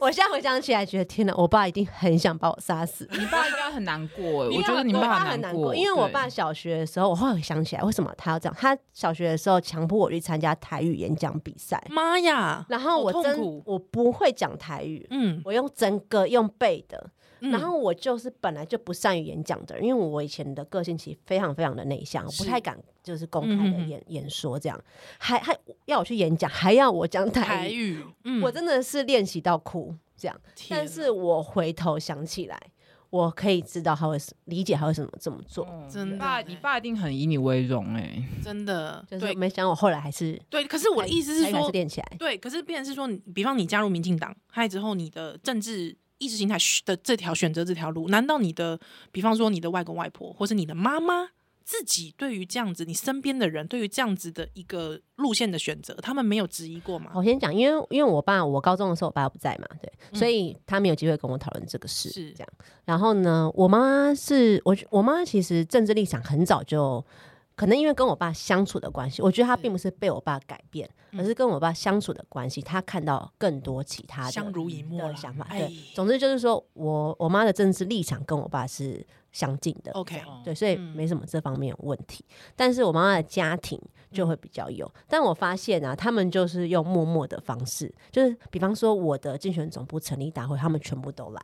[SPEAKER 3] 我现在回想起来，觉得天哪，我爸一定很想把我杀死。
[SPEAKER 2] 你爸应该很难过 哎、
[SPEAKER 3] 因
[SPEAKER 2] 我
[SPEAKER 3] 为
[SPEAKER 2] 觉得你
[SPEAKER 3] 我
[SPEAKER 2] 爸
[SPEAKER 3] 爸
[SPEAKER 2] 很
[SPEAKER 3] 难
[SPEAKER 2] 过，
[SPEAKER 3] 因为我
[SPEAKER 2] 对
[SPEAKER 3] 爸小学的时候，我后来想起来为什么他要这样。他小学的时候强迫我去参加台语演讲比赛，
[SPEAKER 1] 妈呀！
[SPEAKER 3] 然后
[SPEAKER 1] 好
[SPEAKER 3] 我
[SPEAKER 1] 痛
[SPEAKER 3] 真
[SPEAKER 1] 苦
[SPEAKER 3] 我不会讲台语，
[SPEAKER 1] 嗯，
[SPEAKER 3] 我用整个用背的。
[SPEAKER 1] 嗯
[SPEAKER 3] 然后我就是本来就不善于演讲的人，因为我以前的个性其实非常非常的内向，我
[SPEAKER 1] 是
[SPEAKER 3] 不太敢就是公开
[SPEAKER 1] 嗯
[SPEAKER 3] 的
[SPEAKER 1] 哼哼
[SPEAKER 3] 演、演说这样，还还要我去演讲，还要我讲台
[SPEAKER 1] 台
[SPEAKER 3] 语，
[SPEAKER 1] 语，嗯
[SPEAKER 3] 我真的是练习到哭这样。
[SPEAKER 1] 天啊
[SPEAKER 3] 但
[SPEAKER 1] 哪
[SPEAKER 3] 是我回头想起来，我可以知道他为什理解他为什么这么做。
[SPEAKER 1] 真的
[SPEAKER 2] 爸嗯你爸一定很以你为荣哎、
[SPEAKER 1] 真的，
[SPEAKER 3] 就是
[SPEAKER 1] 对
[SPEAKER 3] 没想到我后来还是
[SPEAKER 1] 对。可是我的意思
[SPEAKER 3] 才
[SPEAKER 1] 是
[SPEAKER 3] 还是
[SPEAKER 1] 说，
[SPEAKER 3] 练起来，
[SPEAKER 1] 对，可是变成是说你，比方你加入民进党，还有之后你的政治意识形态的这条选择这条路，难道你的，比方说你的外公外婆或是你的妈妈自己对于这样子，你身边的人对于这样子的一个路线的选择，他们没有质疑过吗？
[SPEAKER 3] 我先讲，因为因为我爸，我高中的时候我爸不在嘛，对，
[SPEAKER 1] 嗯
[SPEAKER 3] 所以他没有机会跟我讨论这个事，
[SPEAKER 1] 是
[SPEAKER 3] 这样。然后呢，我妈是我我妈其实政治立场很早就，可能因为跟我爸相处的关系，我觉得她
[SPEAKER 1] 是
[SPEAKER 3] 并不是被我爸改变，
[SPEAKER 1] 嗯
[SPEAKER 3] 而是跟我爸相处的关系，她看到更多其他的
[SPEAKER 1] 相濡以沫
[SPEAKER 3] 的
[SPEAKER 1] 啦
[SPEAKER 3] 想法。
[SPEAKER 1] 哎
[SPEAKER 3] 对，总之就是说我我妈的政治立场跟我爸是相近的。
[SPEAKER 1] OK，
[SPEAKER 3] 对，所以
[SPEAKER 1] 嗯
[SPEAKER 3] 没什么这方面有问题。但是我妈妈的家庭就
[SPEAKER 1] 嗯
[SPEAKER 3] 会比较有，但我发现啊，他们就是用默默的方式，就是比方说我的竞选总部成立大会，他们全部都来，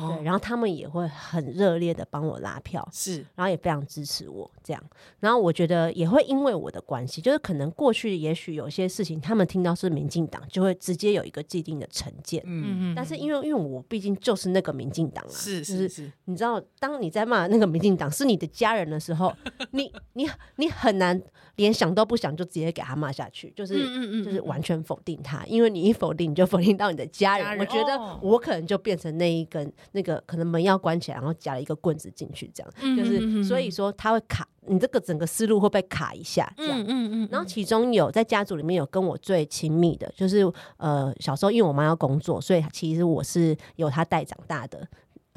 [SPEAKER 1] 哦
[SPEAKER 3] 对，然后他们也会很热烈的帮我拉票。
[SPEAKER 1] 是
[SPEAKER 3] 然后也非常支持我这样，然后我觉得也会因为我的关系，就是可能过去也许有些事情，他们听到是民进党，就会直接有一个既定的成见。
[SPEAKER 2] 嗯，
[SPEAKER 1] 嗯
[SPEAKER 3] 但是
[SPEAKER 1] 为
[SPEAKER 3] 因为因为我毕竟就是那个民进党啊，
[SPEAKER 1] 是
[SPEAKER 3] 就是
[SPEAKER 1] 是，
[SPEAKER 3] 你知道，当你在骂那个民进党是你的家人的 时候，你你你很难连想都不想就直接给他骂下去，就是、
[SPEAKER 1] 嗯
[SPEAKER 3] 就是完全否定他，因为你一否定，你就否定到你的家人。
[SPEAKER 1] 家人
[SPEAKER 3] 我觉
[SPEAKER 2] 哦
[SPEAKER 3] 得我可能就变成那一根那个可能门要关起来，然后夹了一个棍子进去，这样、
[SPEAKER 1] 嗯
[SPEAKER 3] 就是、
[SPEAKER 1] 嗯嗯嗯
[SPEAKER 3] 所以说他会卡，你这个整个思路会被卡一下，这样。
[SPEAKER 1] 嗯嗯嗯，
[SPEAKER 3] 然后其中有在家族里面有跟我最亲密的，就是呃小时候因为我妈要工作，所以其实我是由她带长大的。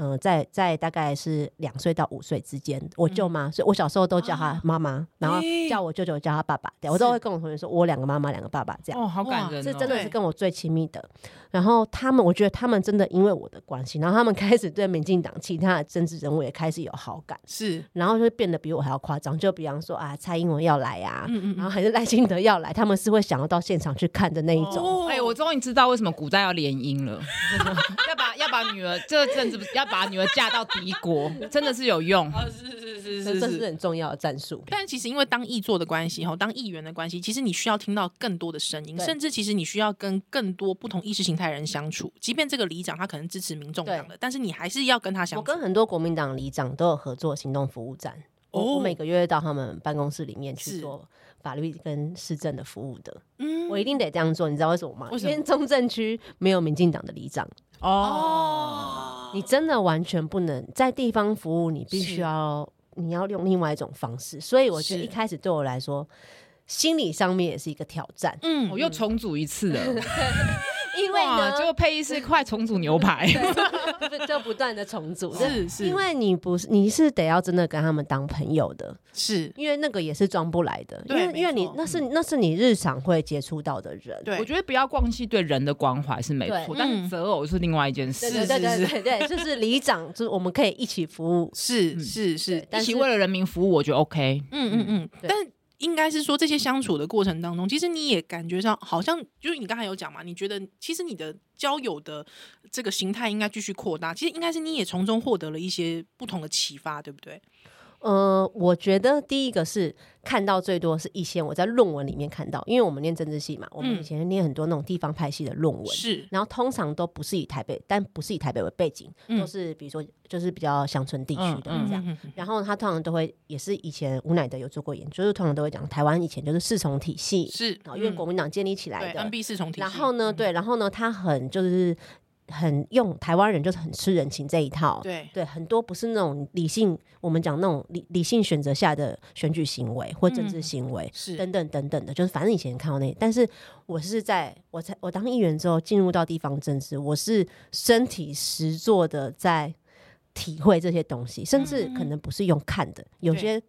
[SPEAKER 3] 嗯、在在大概是两岁到五岁之间，我舅妈，所以我小时候都叫她
[SPEAKER 1] 嗯啊
[SPEAKER 3] 妈妈，然后
[SPEAKER 1] 诶
[SPEAKER 3] 叫我舅舅叫她爸爸，对我都
[SPEAKER 1] 是
[SPEAKER 3] 会跟我同学说，我有两个妈妈，两个爸爸这样。
[SPEAKER 2] 哦，好感人、哦，
[SPEAKER 3] 这真的
[SPEAKER 1] 对
[SPEAKER 3] 是跟我最亲密的。然后他们，我觉得他们真的因为我的关系，然后他们开始对民进党其他的政治人物也开始有好感，
[SPEAKER 1] 是
[SPEAKER 3] 然后就变得比我还要夸张。就比方说啊，蔡英文要来啊，
[SPEAKER 1] 嗯
[SPEAKER 3] 然后还是赖清德要来，他们是会想要到现场去看的那一种。
[SPEAKER 2] 哎、我终于知道为什么古代要联姻了， 要把要把女儿这个政治要把女儿嫁到敌国，真的是有 用。
[SPEAKER 1] 啊是是是
[SPEAKER 3] 这
[SPEAKER 1] 是
[SPEAKER 3] 这是。很重要的战术，
[SPEAKER 1] 但其实因为当议座的关系，哈，当议员的关系，其实你需要听到更多的声音，
[SPEAKER 3] 对
[SPEAKER 1] 甚至其实你需要跟更多不同意识形态的人相处。即便这个里长他可能支持民众党的，但是你还是要跟他
[SPEAKER 3] 我
[SPEAKER 1] 相处
[SPEAKER 3] 跟。很多国民党里长都有合作行动服务站，
[SPEAKER 1] 哦
[SPEAKER 3] 我我每个月到他们办公室里面去
[SPEAKER 1] 是
[SPEAKER 3] 做法律跟市政的服务的，
[SPEAKER 1] 嗯
[SPEAKER 3] 我一定得这样做，你知道为什么吗？
[SPEAKER 1] 为什么
[SPEAKER 3] 因为中正区没有民进党的里长，
[SPEAKER 1] 哦
[SPEAKER 2] 哦，
[SPEAKER 3] 你真的完全不能在地方服务，你必须
[SPEAKER 1] 是
[SPEAKER 3] 要你要用另外一种方式，所以我觉得
[SPEAKER 1] 是
[SPEAKER 3] 一开始对我来说，心理上面也是一个挑战，
[SPEAKER 1] 嗯
[SPEAKER 2] 我又重组一次了，
[SPEAKER 3] 因为
[SPEAKER 2] 哇！
[SPEAKER 3] 呢
[SPEAKER 2] 结。果配音是快重组牛 排，
[SPEAKER 3] 不就不断的重组，
[SPEAKER 1] 是哦是
[SPEAKER 3] 因为你不是你是得要真的跟他们当朋友的，
[SPEAKER 1] 是
[SPEAKER 3] 因为那个也是装不来的，因
[SPEAKER 1] 对
[SPEAKER 3] 为因为
[SPEAKER 1] 没
[SPEAKER 3] 你
[SPEAKER 1] 错嗯
[SPEAKER 3] 那是那是你日常会接触到的人，
[SPEAKER 1] 对，
[SPEAKER 2] 我觉得不要忘记对人的关怀是没错
[SPEAKER 3] 对，
[SPEAKER 2] 但是择偶是另外一件
[SPEAKER 3] 对
[SPEAKER 2] 事，
[SPEAKER 3] 对
[SPEAKER 1] 是
[SPEAKER 3] 对
[SPEAKER 1] 是
[SPEAKER 3] 对对对，就是里长，就是我们可以一起服务，
[SPEAKER 1] 是是
[SPEAKER 3] 对
[SPEAKER 1] 是，
[SPEAKER 2] 一
[SPEAKER 3] 但
[SPEAKER 2] 起
[SPEAKER 3] 是
[SPEAKER 2] 为了人民服务，我觉得 OK。
[SPEAKER 1] 嗯嗯嗯，
[SPEAKER 3] 对
[SPEAKER 1] 但应该是说这些相处的过程当中，其实你也感觉上好像就是你刚才有讲嘛，你觉得其实你的交友的这个形态应该继续扩大，其实应该是你也从中获得了一些不同的启发，对不对？
[SPEAKER 3] 呃，我觉得第一个是看到最多是一些我在论文里面看到，因为我们念政治系嘛，我们
[SPEAKER 1] 嗯
[SPEAKER 3] 以前念很多那种地方派系的论文，
[SPEAKER 1] 是
[SPEAKER 3] 然后通常都不是以台北，但不是以台北为背景，
[SPEAKER 1] 嗯
[SPEAKER 3] 都是比如说就是比较乡村地区的
[SPEAKER 2] 嗯嗯
[SPEAKER 3] 这样。
[SPEAKER 1] 嗯嗯
[SPEAKER 3] 然后他通常都会，也是以前吴乃德有做过研究，就是通常都会讲台湾以前就是四重体系，
[SPEAKER 1] 是，
[SPEAKER 3] 然后因为
[SPEAKER 1] 嗯
[SPEAKER 3] 国民党建立起来
[SPEAKER 1] 对
[SPEAKER 3] 的，
[SPEAKER 1] NB 四重体系，嗯
[SPEAKER 3] 然后呢，对，然后呢，他很就是很用台湾人就是很吃人情这一套，
[SPEAKER 1] 对
[SPEAKER 3] 对，很多不是那种理性，我们讲那种理理性选择下的选举行为或政治
[SPEAKER 1] 嗯
[SPEAKER 3] 行为。
[SPEAKER 1] 是
[SPEAKER 3] 等等等等的，就是反正以前看到那，但是我是在我才我当议员之后进入到地方政治，我是身体实做的在体会这些东西，甚至可能不是用看的，有
[SPEAKER 1] 嗯对
[SPEAKER 3] 些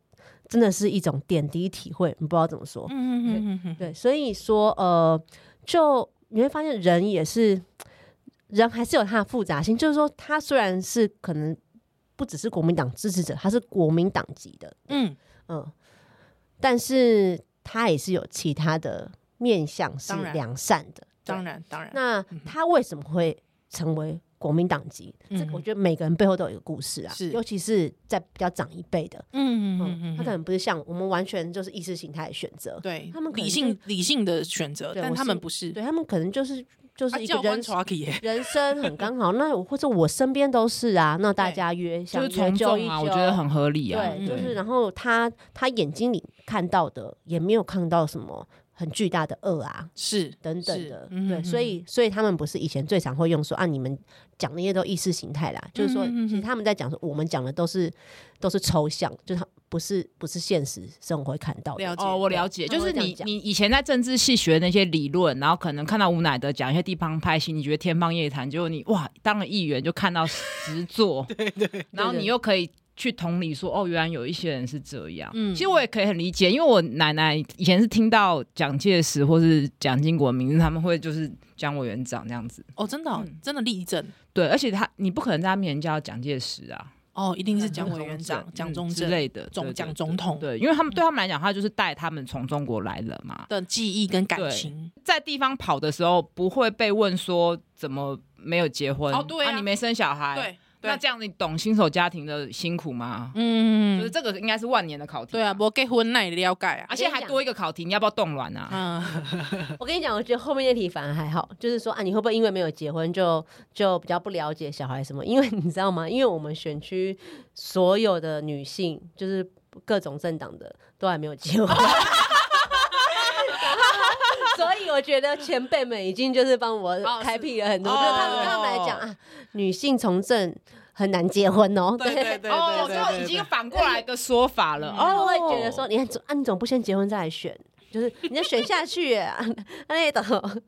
[SPEAKER 3] 真的是一种点滴体会，你不知道怎么说。
[SPEAKER 1] 嗯嗯嗯嗯嗯，
[SPEAKER 3] 哦对，所以说呃，就你会发现人也是人还是有他的复杂性，就是说他虽然是可能不只是国民党支持者，他是国民党籍的，
[SPEAKER 1] 嗯，
[SPEAKER 3] 嗯，但是他也是有其他的面向是
[SPEAKER 1] 当然嗯
[SPEAKER 3] 良善的。
[SPEAKER 1] 当
[SPEAKER 3] 对，
[SPEAKER 1] 然当然，
[SPEAKER 3] 那他为什么会成为国民党籍？这
[SPEAKER 1] 嗯
[SPEAKER 3] 个
[SPEAKER 1] 哼
[SPEAKER 3] 我觉得每个人背后都有一个故事啊
[SPEAKER 1] 是，
[SPEAKER 3] 尤其是在比较长一辈的，
[SPEAKER 1] 嗯嗯
[SPEAKER 3] 嗯，
[SPEAKER 1] 嗯，
[SPEAKER 3] 他可能不是像我们完全就是意识形态的选择，
[SPEAKER 1] 对
[SPEAKER 3] 他们可
[SPEAKER 1] 理
[SPEAKER 3] 能就
[SPEAKER 1] 性理性的选择，
[SPEAKER 3] 对
[SPEAKER 1] 但
[SPEAKER 3] 我
[SPEAKER 1] 他们
[SPEAKER 3] 是
[SPEAKER 1] 不是，啊
[SPEAKER 3] 对他们可能就是就是一个
[SPEAKER 1] 教
[SPEAKER 3] 人
[SPEAKER 1] 官 t r u c 耶，
[SPEAKER 3] 人生很刚好。那我或者我身边都是啊，那大家约
[SPEAKER 2] 就
[SPEAKER 3] 想
[SPEAKER 2] 是
[SPEAKER 3] 约
[SPEAKER 2] 从
[SPEAKER 3] 揪一
[SPEAKER 2] 众啊，
[SPEAKER 3] 揪，
[SPEAKER 2] 我觉得很合理啊。
[SPEAKER 3] 对，就
[SPEAKER 1] 对
[SPEAKER 3] 是然后他他眼睛里看到的也没有看到什么很巨大的恶啊。
[SPEAKER 1] 是
[SPEAKER 3] 等等
[SPEAKER 1] 是
[SPEAKER 3] 的，
[SPEAKER 1] 嗯
[SPEAKER 3] 对，
[SPEAKER 1] 哼
[SPEAKER 3] 所以所以他们不是以前最常会用说啊，你们讲那些都意识形态啦，就是说
[SPEAKER 1] 嗯哼嗯哼
[SPEAKER 3] 其实他们在讲说我们讲的都是都是抽象，就是他不是不是现实生活会看到的，
[SPEAKER 1] 了解
[SPEAKER 2] 哦，我了解，
[SPEAKER 3] 他们
[SPEAKER 2] 就
[SPEAKER 3] 会
[SPEAKER 2] 是
[SPEAKER 3] 这样
[SPEAKER 2] 你
[SPEAKER 3] 讲
[SPEAKER 2] 你以前在政治系学的那些理论，然后可能看到吴乃德讲一些地方派系，你觉得天方夜谭，结果你哇当了议员就看到实 作，对对，然后
[SPEAKER 3] 对对
[SPEAKER 2] 你又可以。去同理说，哦，原来有一些人是这样。
[SPEAKER 1] 嗯
[SPEAKER 2] 其实我也可以很理解，因为我奶奶以前是听到蒋介石或是蒋经国的名字，他们会就是蒋委员长这样子。
[SPEAKER 1] 哦，真的哦
[SPEAKER 2] 嗯
[SPEAKER 1] 真的立正
[SPEAKER 2] 对，而且他你不可能在他面前叫蒋介石啊，
[SPEAKER 1] 哦，一定是蒋
[SPEAKER 3] 嗯
[SPEAKER 2] 蒋嗯
[SPEAKER 1] 委员长、蒋中
[SPEAKER 2] 之
[SPEAKER 1] 正、
[SPEAKER 2] 类的，对
[SPEAKER 1] 总
[SPEAKER 2] 对
[SPEAKER 1] 蒋总统
[SPEAKER 2] 对，因为他们对他们来讲，他就是带他们从中国来的嘛。
[SPEAKER 1] 的记忆跟感
[SPEAKER 2] 对
[SPEAKER 1] 情，
[SPEAKER 2] 在地方跑的时候，不会被问说怎么没有结婚？
[SPEAKER 1] 哦对啊
[SPEAKER 2] 你没生小孩。，
[SPEAKER 3] 哎
[SPEAKER 1] 对，
[SPEAKER 2] 那这样你懂新手家庭的辛苦吗？就是
[SPEAKER 1] 嗯，
[SPEAKER 2] 这个应该是万年的考题。
[SPEAKER 1] 对啊，，不结婚那也了解啊，
[SPEAKER 2] 而且还多一个考题，你要不要冻卵啊？
[SPEAKER 1] 嗯，
[SPEAKER 3] 我跟你讲，我觉得后面那题反而还好，就是说啊，你会不会因为没有结婚就就比较不了解小孩什么？因为你知道吗？因为我们选区所有的女性，就是各种政党的，都还没有 结婚。然后所以我觉得前辈们已经就是帮我
[SPEAKER 1] 哦是
[SPEAKER 3] 开辟了很多，
[SPEAKER 1] 哦
[SPEAKER 3] 就是他们对他们来讲啊，女性从政很难结婚哦。
[SPEAKER 1] 对对对
[SPEAKER 2] 哦，
[SPEAKER 1] 对对
[SPEAKER 2] 就
[SPEAKER 1] 嗯
[SPEAKER 2] 已经
[SPEAKER 1] 对
[SPEAKER 2] 反过来的说法了。
[SPEAKER 3] 他们
[SPEAKER 2] 哦，
[SPEAKER 3] 会觉得说，你怎啊，你怎么不先结婚再来选？就是你再选下去耶，啊那也懂。
[SPEAKER 1] 嗯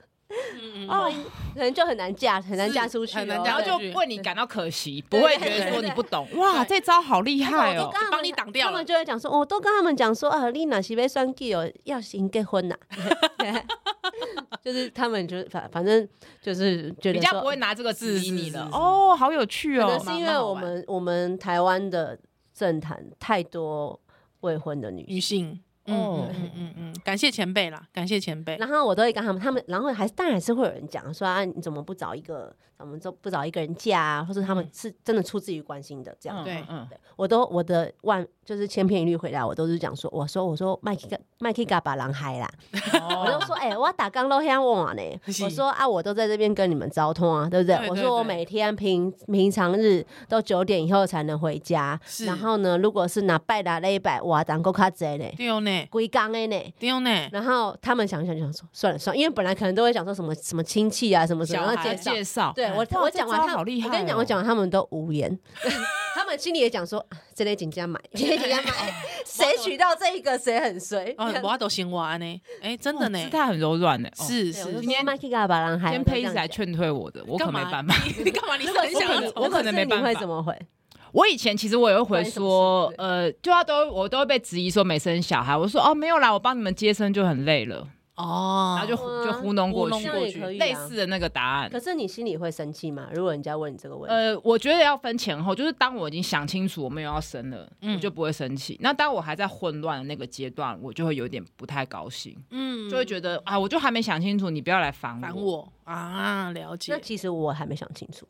[SPEAKER 1] 嗯
[SPEAKER 3] 哦，可能就很难嫁，很难
[SPEAKER 1] 是
[SPEAKER 3] 嫁出去哦，
[SPEAKER 1] 很难
[SPEAKER 2] 然
[SPEAKER 1] 嫁
[SPEAKER 2] 后
[SPEAKER 1] 出
[SPEAKER 2] 就
[SPEAKER 1] 去
[SPEAKER 2] 为你感到可惜，不
[SPEAKER 3] 对
[SPEAKER 2] 会
[SPEAKER 3] 对
[SPEAKER 2] 觉得
[SPEAKER 1] 对
[SPEAKER 2] 说
[SPEAKER 3] 对
[SPEAKER 2] 你不懂。哇，这招好厉害
[SPEAKER 3] 我
[SPEAKER 2] 哦
[SPEAKER 3] 都！跟他们
[SPEAKER 1] 帮你挡掉了
[SPEAKER 3] 他们就会讲说，哦我都跟他们讲说啊，丽娜西被算计哦，要先结婚呐、 就是他们就是反反正就是觉
[SPEAKER 2] 比
[SPEAKER 3] 得
[SPEAKER 2] 较
[SPEAKER 3] 说
[SPEAKER 2] 不会拿这个质疑你
[SPEAKER 1] 是
[SPEAKER 2] 了
[SPEAKER 1] 是。是
[SPEAKER 2] 哦，好有趣
[SPEAKER 3] 可
[SPEAKER 2] 哦
[SPEAKER 3] 能。是因为我们我们台湾的政坛太多未婚的女
[SPEAKER 1] 女
[SPEAKER 3] 性。
[SPEAKER 1] 性，嗯
[SPEAKER 2] 哦
[SPEAKER 1] 嗯嗯嗯嗯，感谢前辈啦，感谢前辈，
[SPEAKER 3] 然后我都会跟他们，他们然后还是当然还是会有人讲说啊，你怎么不找一个，怎么就不找一个人嫁啊？或者
[SPEAKER 1] 嗯
[SPEAKER 3] 他们是真的出自于关心的这样
[SPEAKER 2] 嗯
[SPEAKER 1] 对
[SPEAKER 2] 嗯嗯
[SPEAKER 3] 对我都我的万就是千篇一律回答，我都是讲说，我说我说麦克麦克嘎把狼嗨 啦，
[SPEAKER 2] 哦
[SPEAKER 3] 我就说哎、我打刚都遐晚呢
[SPEAKER 1] 哦是，
[SPEAKER 3] 我说啊，我都在这边跟你们交通啊，对不对？
[SPEAKER 1] 对
[SPEAKER 3] 我
[SPEAKER 1] 对
[SPEAKER 3] 说我
[SPEAKER 1] 对
[SPEAKER 3] 每天平平常日都九点以后才能回家，
[SPEAKER 1] 是
[SPEAKER 3] 然后呢，如果是拿拜达那一百，哇，咱够卡贼呢，
[SPEAKER 1] 丢哦呢
[SPEAKER 3] 归刚的呢。
[SPEAKER 1] 丢 呢，
[SPEAKER 3] 然后他们想一想就想说算了算了，因为本来可能都会讲说什么什么亲戚啊什么什么，
[SPEAKER 1] 小
[SPEAKER 3] 然后
[SPEAKER 1] 孩
[SPEAKER 3] 介绍
[SPEAKER 2] 介绍，
[SPEAKER 3] 对我
[SPEAKER 2] 哇
[SPEAKER 3] 我
[SPEAKER 2] 这
[SPEAKER 3] 讲完
[SPEAKER 2] 招
[SPEAKER 3] 他，
[SPEAKER 2] 好厉害
[SPEAKER 3] 我跟你讲，我
[SPEAKER 2] 哦
[SPEAKER 3] 讲完他们都无 言，他们心里也讲说，啊、这类请假买，这类请假
[SPEAKER 2] 哎
[SPEAKER 3] 买，谁娶到这一个谁很衰。
[SPEAKER 1] 哦，我都先玩呢，哎，真的
[SPEAKER 2] 哇
[SPEAKER 1] 呢，
[SPEAKER 2] 姿态很柔软呢。哦
[SPEAKER 1] 是，
[SPEAKER 3] 对我就是说麦克嘎巴郎
[SPEAKER 2] 今
[SPEAKER 3] 还
[SPEAKER 2] 天
[SPEAKER 3] 我就这
[SPEAKER 2] 佩
[SPEAKER 3] 样
[SPEAKER 2] 子来
[SPEAKER 3] 讲
[SPEAKER 2] 劝退我的，我可
[SPEAKER 1] 干
[SPEAKER 2] 没
[SPEAKER 1] 嘛
[SPEAKER 2] 办法。
[SPEAKER 1] 你你干嘛？你很
[SPEAKER 3] 我可
[SPEAKER 1] 想啊
[SPEAKER 3] 能
[SPEAKER 1] 要
[SPEAKER 2] 我可能没办法
[SPEAKER 3] 你会怎么回？
[SPEAKER 2] 我以前其实我也会回说，呃，就要都我都会被质疑说没生小孩，我说哦没有啦，我帮你们接生就很累了，
[SPEAKER 1] 哦，
[SPEAKER 2] 然后就
[SPEAKER 3] 哦
[SPEAKER 2] 就糊弄过
[SPEAKER 1] 糊弄
[SPEAKER 2] 去，
[SPEAKER 1] 过去
[SPEAKER 3] 这样也可以啊
[SPEAKER 2] 类似的那个答案
[SPEAKER 3] 可。是你心里会生气吗？如果人家问你这个问题，
[SPEAKER 2] 呃，我觉得要分前后，就是当我已经想清楚我没有要生了，
[SPEAKER 1] 嗯
[SPEAKER 2] 我就不会生气。那当我还在混乱的那个阶段，我就会有点不太高兴，
[SPEAKER 1] 嗯
[SPEAKER 2] 就会觉得啊，我就还没想清楚，你不要来烦我。
[SPEAKER 1] 烦我啊，了
[SPEAKER 3] 那
[SPEAKER 1] 解，
[SPEAKER 3] 其实我还没想清楚。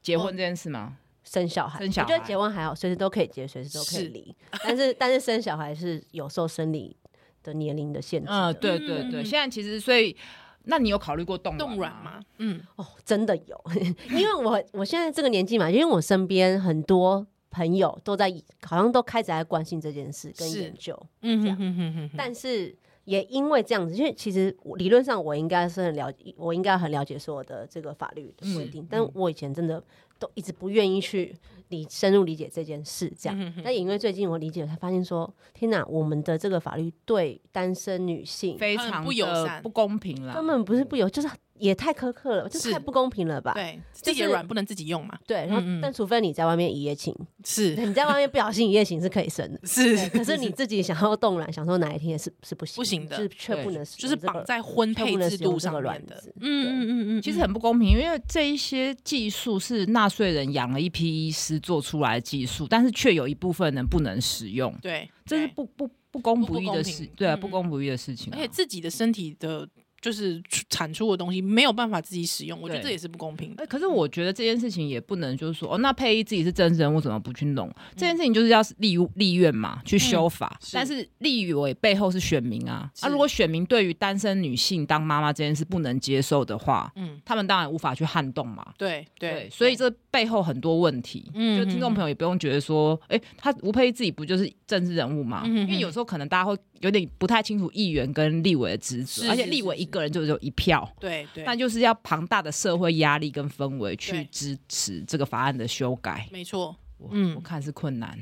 [SPEAKER 2] 结婚这件事吗？
[SPEAKER 3] 生小孩，
[SPEAKER 2] 生小
[SPEAKER 3] 我觉得
[SPEAKER 2] 孩
[SPEAKER 3] 结婚还好，随时都可以结，随时都可以
[SPEAKER 1] 是
[SPEAKER 3] 离。但是但是生小孩是有受生理的年龄的限制的。
[SPEAKER 2] 嗯，对对
[SPEAKER 1] 嗯嗯
[SPEAKER 2] 对。
[SPEAKER 1] 嗯
[SPEAKER 2] 现在其实，所以那你有考虑过冻
[SPEAKER 1] 冻
[SPEAKER 2] 卵
[SPEAKER 1] 卵
[SPEAKER 2] 吗？
[SPEAKER 1] 嘛，嗯，
[SPEAKER 3] 哦，真的有， 因为我我现在这个年纪嘛，因为我身边很多朋友都在，好像都开始在关心这件事跟
[SPEAKER 1] 是
[SPEAKER 3] 研究，
[SPEAKER 1] 嗯
[SPEAKER 3] 这
[SPEAKER 1] 哼
[SPEAKER 3] 样
[SPEAKER 1] 哼哼哼哼，
[SPEAKER 3] 但是也因为这样子，因为其实我理论上我应该是很了，我应该很了解所有的这个法律的规定，但我以前真的都一直不愿意去理深入理解这件事，这
[SPEAKER 1] 嗯
[SPEAKER 3] 样。
[SPEAKER 1] 哼哼
[SPEAKER 3] 但也因为最近我理解了，才发现说，天哪，我们的这个法律对单身女性
[SPEAKER 2] 非
[SPEAKER 1] 很
[SPEAKER 2] 常
[SPEAKER 1] 不友
[SPEAKER 2] 的
[SPEAKER 1] 善
[SPEAKER 2] 不公平啦。
[SPEAKER 3] 根本不是不友，就是也太苛刻了，就是
[SPEAKER 1] 是
[SPEAKER 3] 太不公平了吧？
[SPEAKER 1] 嗯对，自己
[SPEAKER 3] 就
[SPEAKER 1] 的
[SPEAKER 3] 是
[SPEAKER 1] 卵不能自己用嘛，
[SPEAKER 3] 对，然后、
[SPEAKER 1] 嗯嗯
[SPEAKER 3] 但除非你在外面一夜情，
[SPEAKER 1] 是，
[SPEAKER 3] 你在外面不小心一夜情是可以生的
[SPEAKER 1] 是
[SPEAKER 3] 对，可是你自己想要冻卵，想说哪一天也是是不行，
[SPEAKER 1] 不行的
[SPEAKER 3] 是却不能 使
[SPEAKER 1] 就是
[SPEAKER 3] 用这个
[SPEAKER 1] 绑在婚配制度上面的，嗯嗯嗯嗯，
[SPEAKER 2] 其实很不公平，因为这一些技术是纳税人养了一批医师做出来的技术，但是却有一部分人不能使用，
[SPEAKER 1] 对，
[SPEAKER 2] 这是
[SPEAKER 1] 对
[SPEAKER 2] 不不不公
[SPEAKER 1] 不
[SPEAKER 2] 不义
[SPEAKER 1] 公
[SPEAKER 2] 的
[SPEAKER 1] 平
[SPEAKER 2] 事，对啊，
[SPEAKER 1] 嗯
[SPEAKER 2] 不公不义的事情啊。
[SPEAKER 1] 而且自己的身体的就是出产出的东西没有办法自己使用，我觉得
[SPEAKER 2] 对
[SPEAKER 1] 这也是不公平的。
[SPEAKER 2] 哎，可是我觉得这件事情也不能就是说，哦，那配音自己是真人物，怎么不去弄？这件事情就是要立立院嘛，去修法。
[SPEAKER 1] 嗯是
[SPEAKER 2] 但是立委背后是选民啊，
[SPEAKER 1] 是
[SPEAKER 2] 那、如果选民对于单身女性当妈妈这件事不能接受的话，
[SPEAKER 1] 嗯，
[SPEAKER 2] 他们当然无法去撼动嘛。
[SPEAKER 1] 对对
[SPEAKER 2] 对，，所以这背后很多问题，
[SPEAKER 1] 嗯
[SPEAKER 2] 就听众朋友也不用觉得说，哎、他吴佩仪自己不就是政治人物嘛？
[SPEAKER 1] 嗯嗯嗯
[SPEAKER 2] 因为有时候可能大家会有点不太清楚议员跟立委的职
[SPEAKER 1] 是
[SPEAKER 2] 责，
[SPEAKER 1] 是
[SPEAKER 2] 而且立委一个人就只有一票，
[SPEAKER 1] 对对，
[SPEAKER 2] 那就是要庞大的社会压力跟氛
[SPEAKER 1] 对
[SPEAKER 2] 围去支持这个法案的修改。
[SPEAKER 1] 没错。
[SPEAKER 2] 我
[SPEAKER 1] 嗯
[SPEAKER 2] 我看是困难，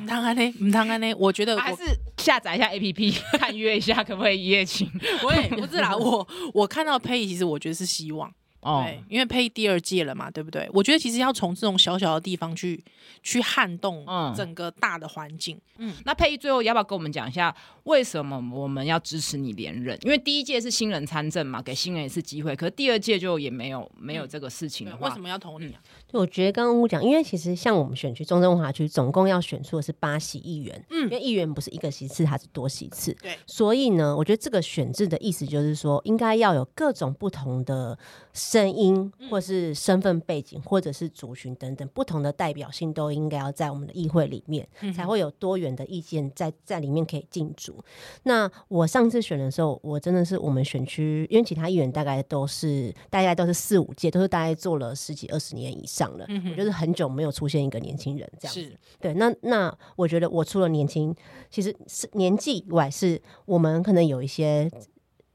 [SPEAKER 1] 唔通安呢，唔通安呢，我觉得我
[SPEAKER 2] 还是下载一下 APP 看约一下，可不可以一夜情？
[SPEAKER 1] 我也不是啦，我我看到佩仪，其实我觉得是希望，
[SPEAKER 2] 哦，
[SPEAKER 1] 对，因为佩仪第二届了嘛，对不对？我觉得其实要从这种小小的地方去去撼动
[SPEAKER 2] 嗯
[SPEAKER 1] 整个大的环境，
[SPEAKER 2] 那佩仪最后要不要跟我们讲一下，为什么我们要支持你连任？因为第一届是新人参政嘛，给新人一次机会，可是第二届就也没有没有这个事情
[SPEAKER 1] 对
[SPEAKER 2] 的话，
[SPEAKER 1] 为什么要投你啊？
[SPEAKER 3] 就我觉得刚刚我讲，因为其实像我们选区中正文化区，总共要选出的是八席议员，
[SPEAKER 1] 嗯
[SPEAKER 3] 因为议员不是一个席次，它是多席次，
[SPEAKER 1] 对
[SPEAKER 3] 所以呢，我觉得这个选制的意思就是说，应该要有各种不同的声音，
[SPEAKER 1] 嗯
[SPEAKER 3] 或是身份背景，或者是族群等等不同的代表性，都应该要在我们的议会里
[SPEAKER 1] 嗯
[SPEAKER 3] 面，才会有多元的意见在在里面可以进驻。那我上次选的时候，我真的是我们选区，因为其他议员大概都是大概都是四五届，都是大概做了十几二十年以上了，
[SPEAKER 1] 嗯
[SPEAKER 3] 我就是很久没有出现一个年轻人这样子
[SPEAKER 1] 是。
[SPEAKER 3] 对，那那我觉得我除了年轻，其实是年纪以外，是我们可能有一些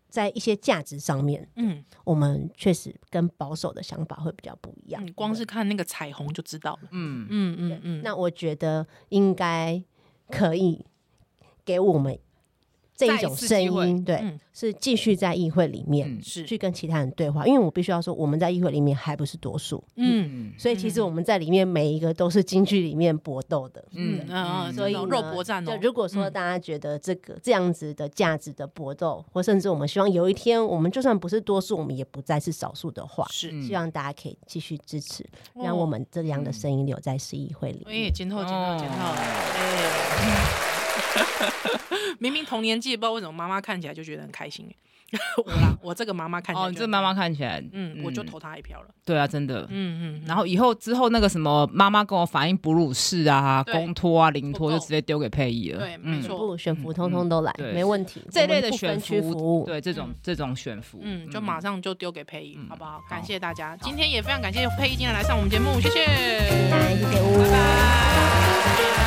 [SPEAKER 3] 在一些价值上面，
[SPEAKER 1] 嗯
[SPEAKER 3] 我们确实跟保守的想法会比较不一样。
[SPEAKER 1] 嗯，光是看那个彩虹就知道了。
[SPEAKER 2] 嗯，
[SPEAKER 1] 嗯嗯
[SPEAKER 3] 对
[SPEAKER 1] 嗯，
[SPEAKER 3] 那我觉得应该可以给我们这一
[SPEAKER 2] 再一
[SPEAKER 3] 种
[SPEAKER 2] 次
[SPEAKER 3] 声
[SPEAKER 2] 机会
[SPEAKER 3] 音，对，
[SPEAKER 1] 嗯
[SPEAKER 3] 是继续在议会里面
[SPEAKER 2] 嗯
[SPEAKER 1] 是
[SPEAKER 3] 去跟其他人对话，因为我必须要说，我们在议会里面还不是多数，
[SPEAKER 1] 嗯
[SPEAKER 3] 所以其实我们在里面每一个都是京剧里面搏斗的。
[SPEAKER 1] 嗯
[SPEAKER 2] 嗯
[SPEAKER 1] 嗯，
[SPEAKER 3] 所以
[SPEAKER 1] 那
[SPEAKER 3] 呢
[SPEAKER 1] 种肉搏战
[SPEAKER 3] 就
[SPEAKER 1] 哦，
[SPEAKER 3] 如果说
[SPEAKER 1] 嗯
[SPEAKER 3] 大家觉得这个、这样子的价值的搏斗，或甚至我们希望有一天，我们就算不是多数，我们也不再是少数的话，
[SPEAKER 1] 是
[SPEAKER 2] 嗯
[SPEAKER 3] 希望大家可以继续支持，
[SPEAKER 1] 哦
[SPEAKER 3] 让我们这样的声音留在市议会里面。
[SPEAKER 1] 哎，检讨检讨检讨，哎，明明同年纪，不知道为什么妈妈看起来就觉得很开心。 哎我 啦，我这个妈妈看起来
[SPEAKER 2] 哦，
[SPEAKER 1] 就
[SPEAKER 2] 你
[SPEAKER 1] 很
[SPEAKER 2] 这妈妈看起来，
[SPEAKER 1] 嗯，我就投他一票了。
[SPEAKER 2] 对啊，真的。
[SPEAKER 1] 嗯嗯，
[SPEAKER 2] 然后以后之后那个什么妈妈跟我反映哺乳室啊、
[SPEAKER 1] 对
[SPEAKER 2] 公托啊、零托
[SPEAKER 1] 不够
[SPEAKER 2] 就直接丢给佩仪了。
[SPEAKER 1] 对，
[SPEAKER 2] 嗯
[SPEAKER 1] 没
[SPEAKER 3] 全
[SPEAKER 1] 错，
[SPEAKER 3] 部选服通通都来，
[SPEAKER 2] 对
[SPEAKER 3] 没问题。
[SPEAKER 2] 这
[SPEAKER 3] 我们
[SPEAKER 2] 类的
[SPEAKER 3] 不分
[SPEAKER 2] 选
[SPEAKER 3] 区服
[SPEAKER 2] 服，
[SPEAKER 3] 务，
[SPEAKER 2] 对这种这种选服，
[SPEAKER 1] 嗯，就马上就丢给佩仪，好不好？感
[SPEAKER 2] 好
[SPEAKER 1] 谢大家，今
[SPEAKER 3] 哎
[SPEAKER 1] 天也非常感谢佩仪今天来上我们节目，谢谢，
[SPEAKER 3] 来，谢谢呜。
[SPEAKER 1] 拜拜。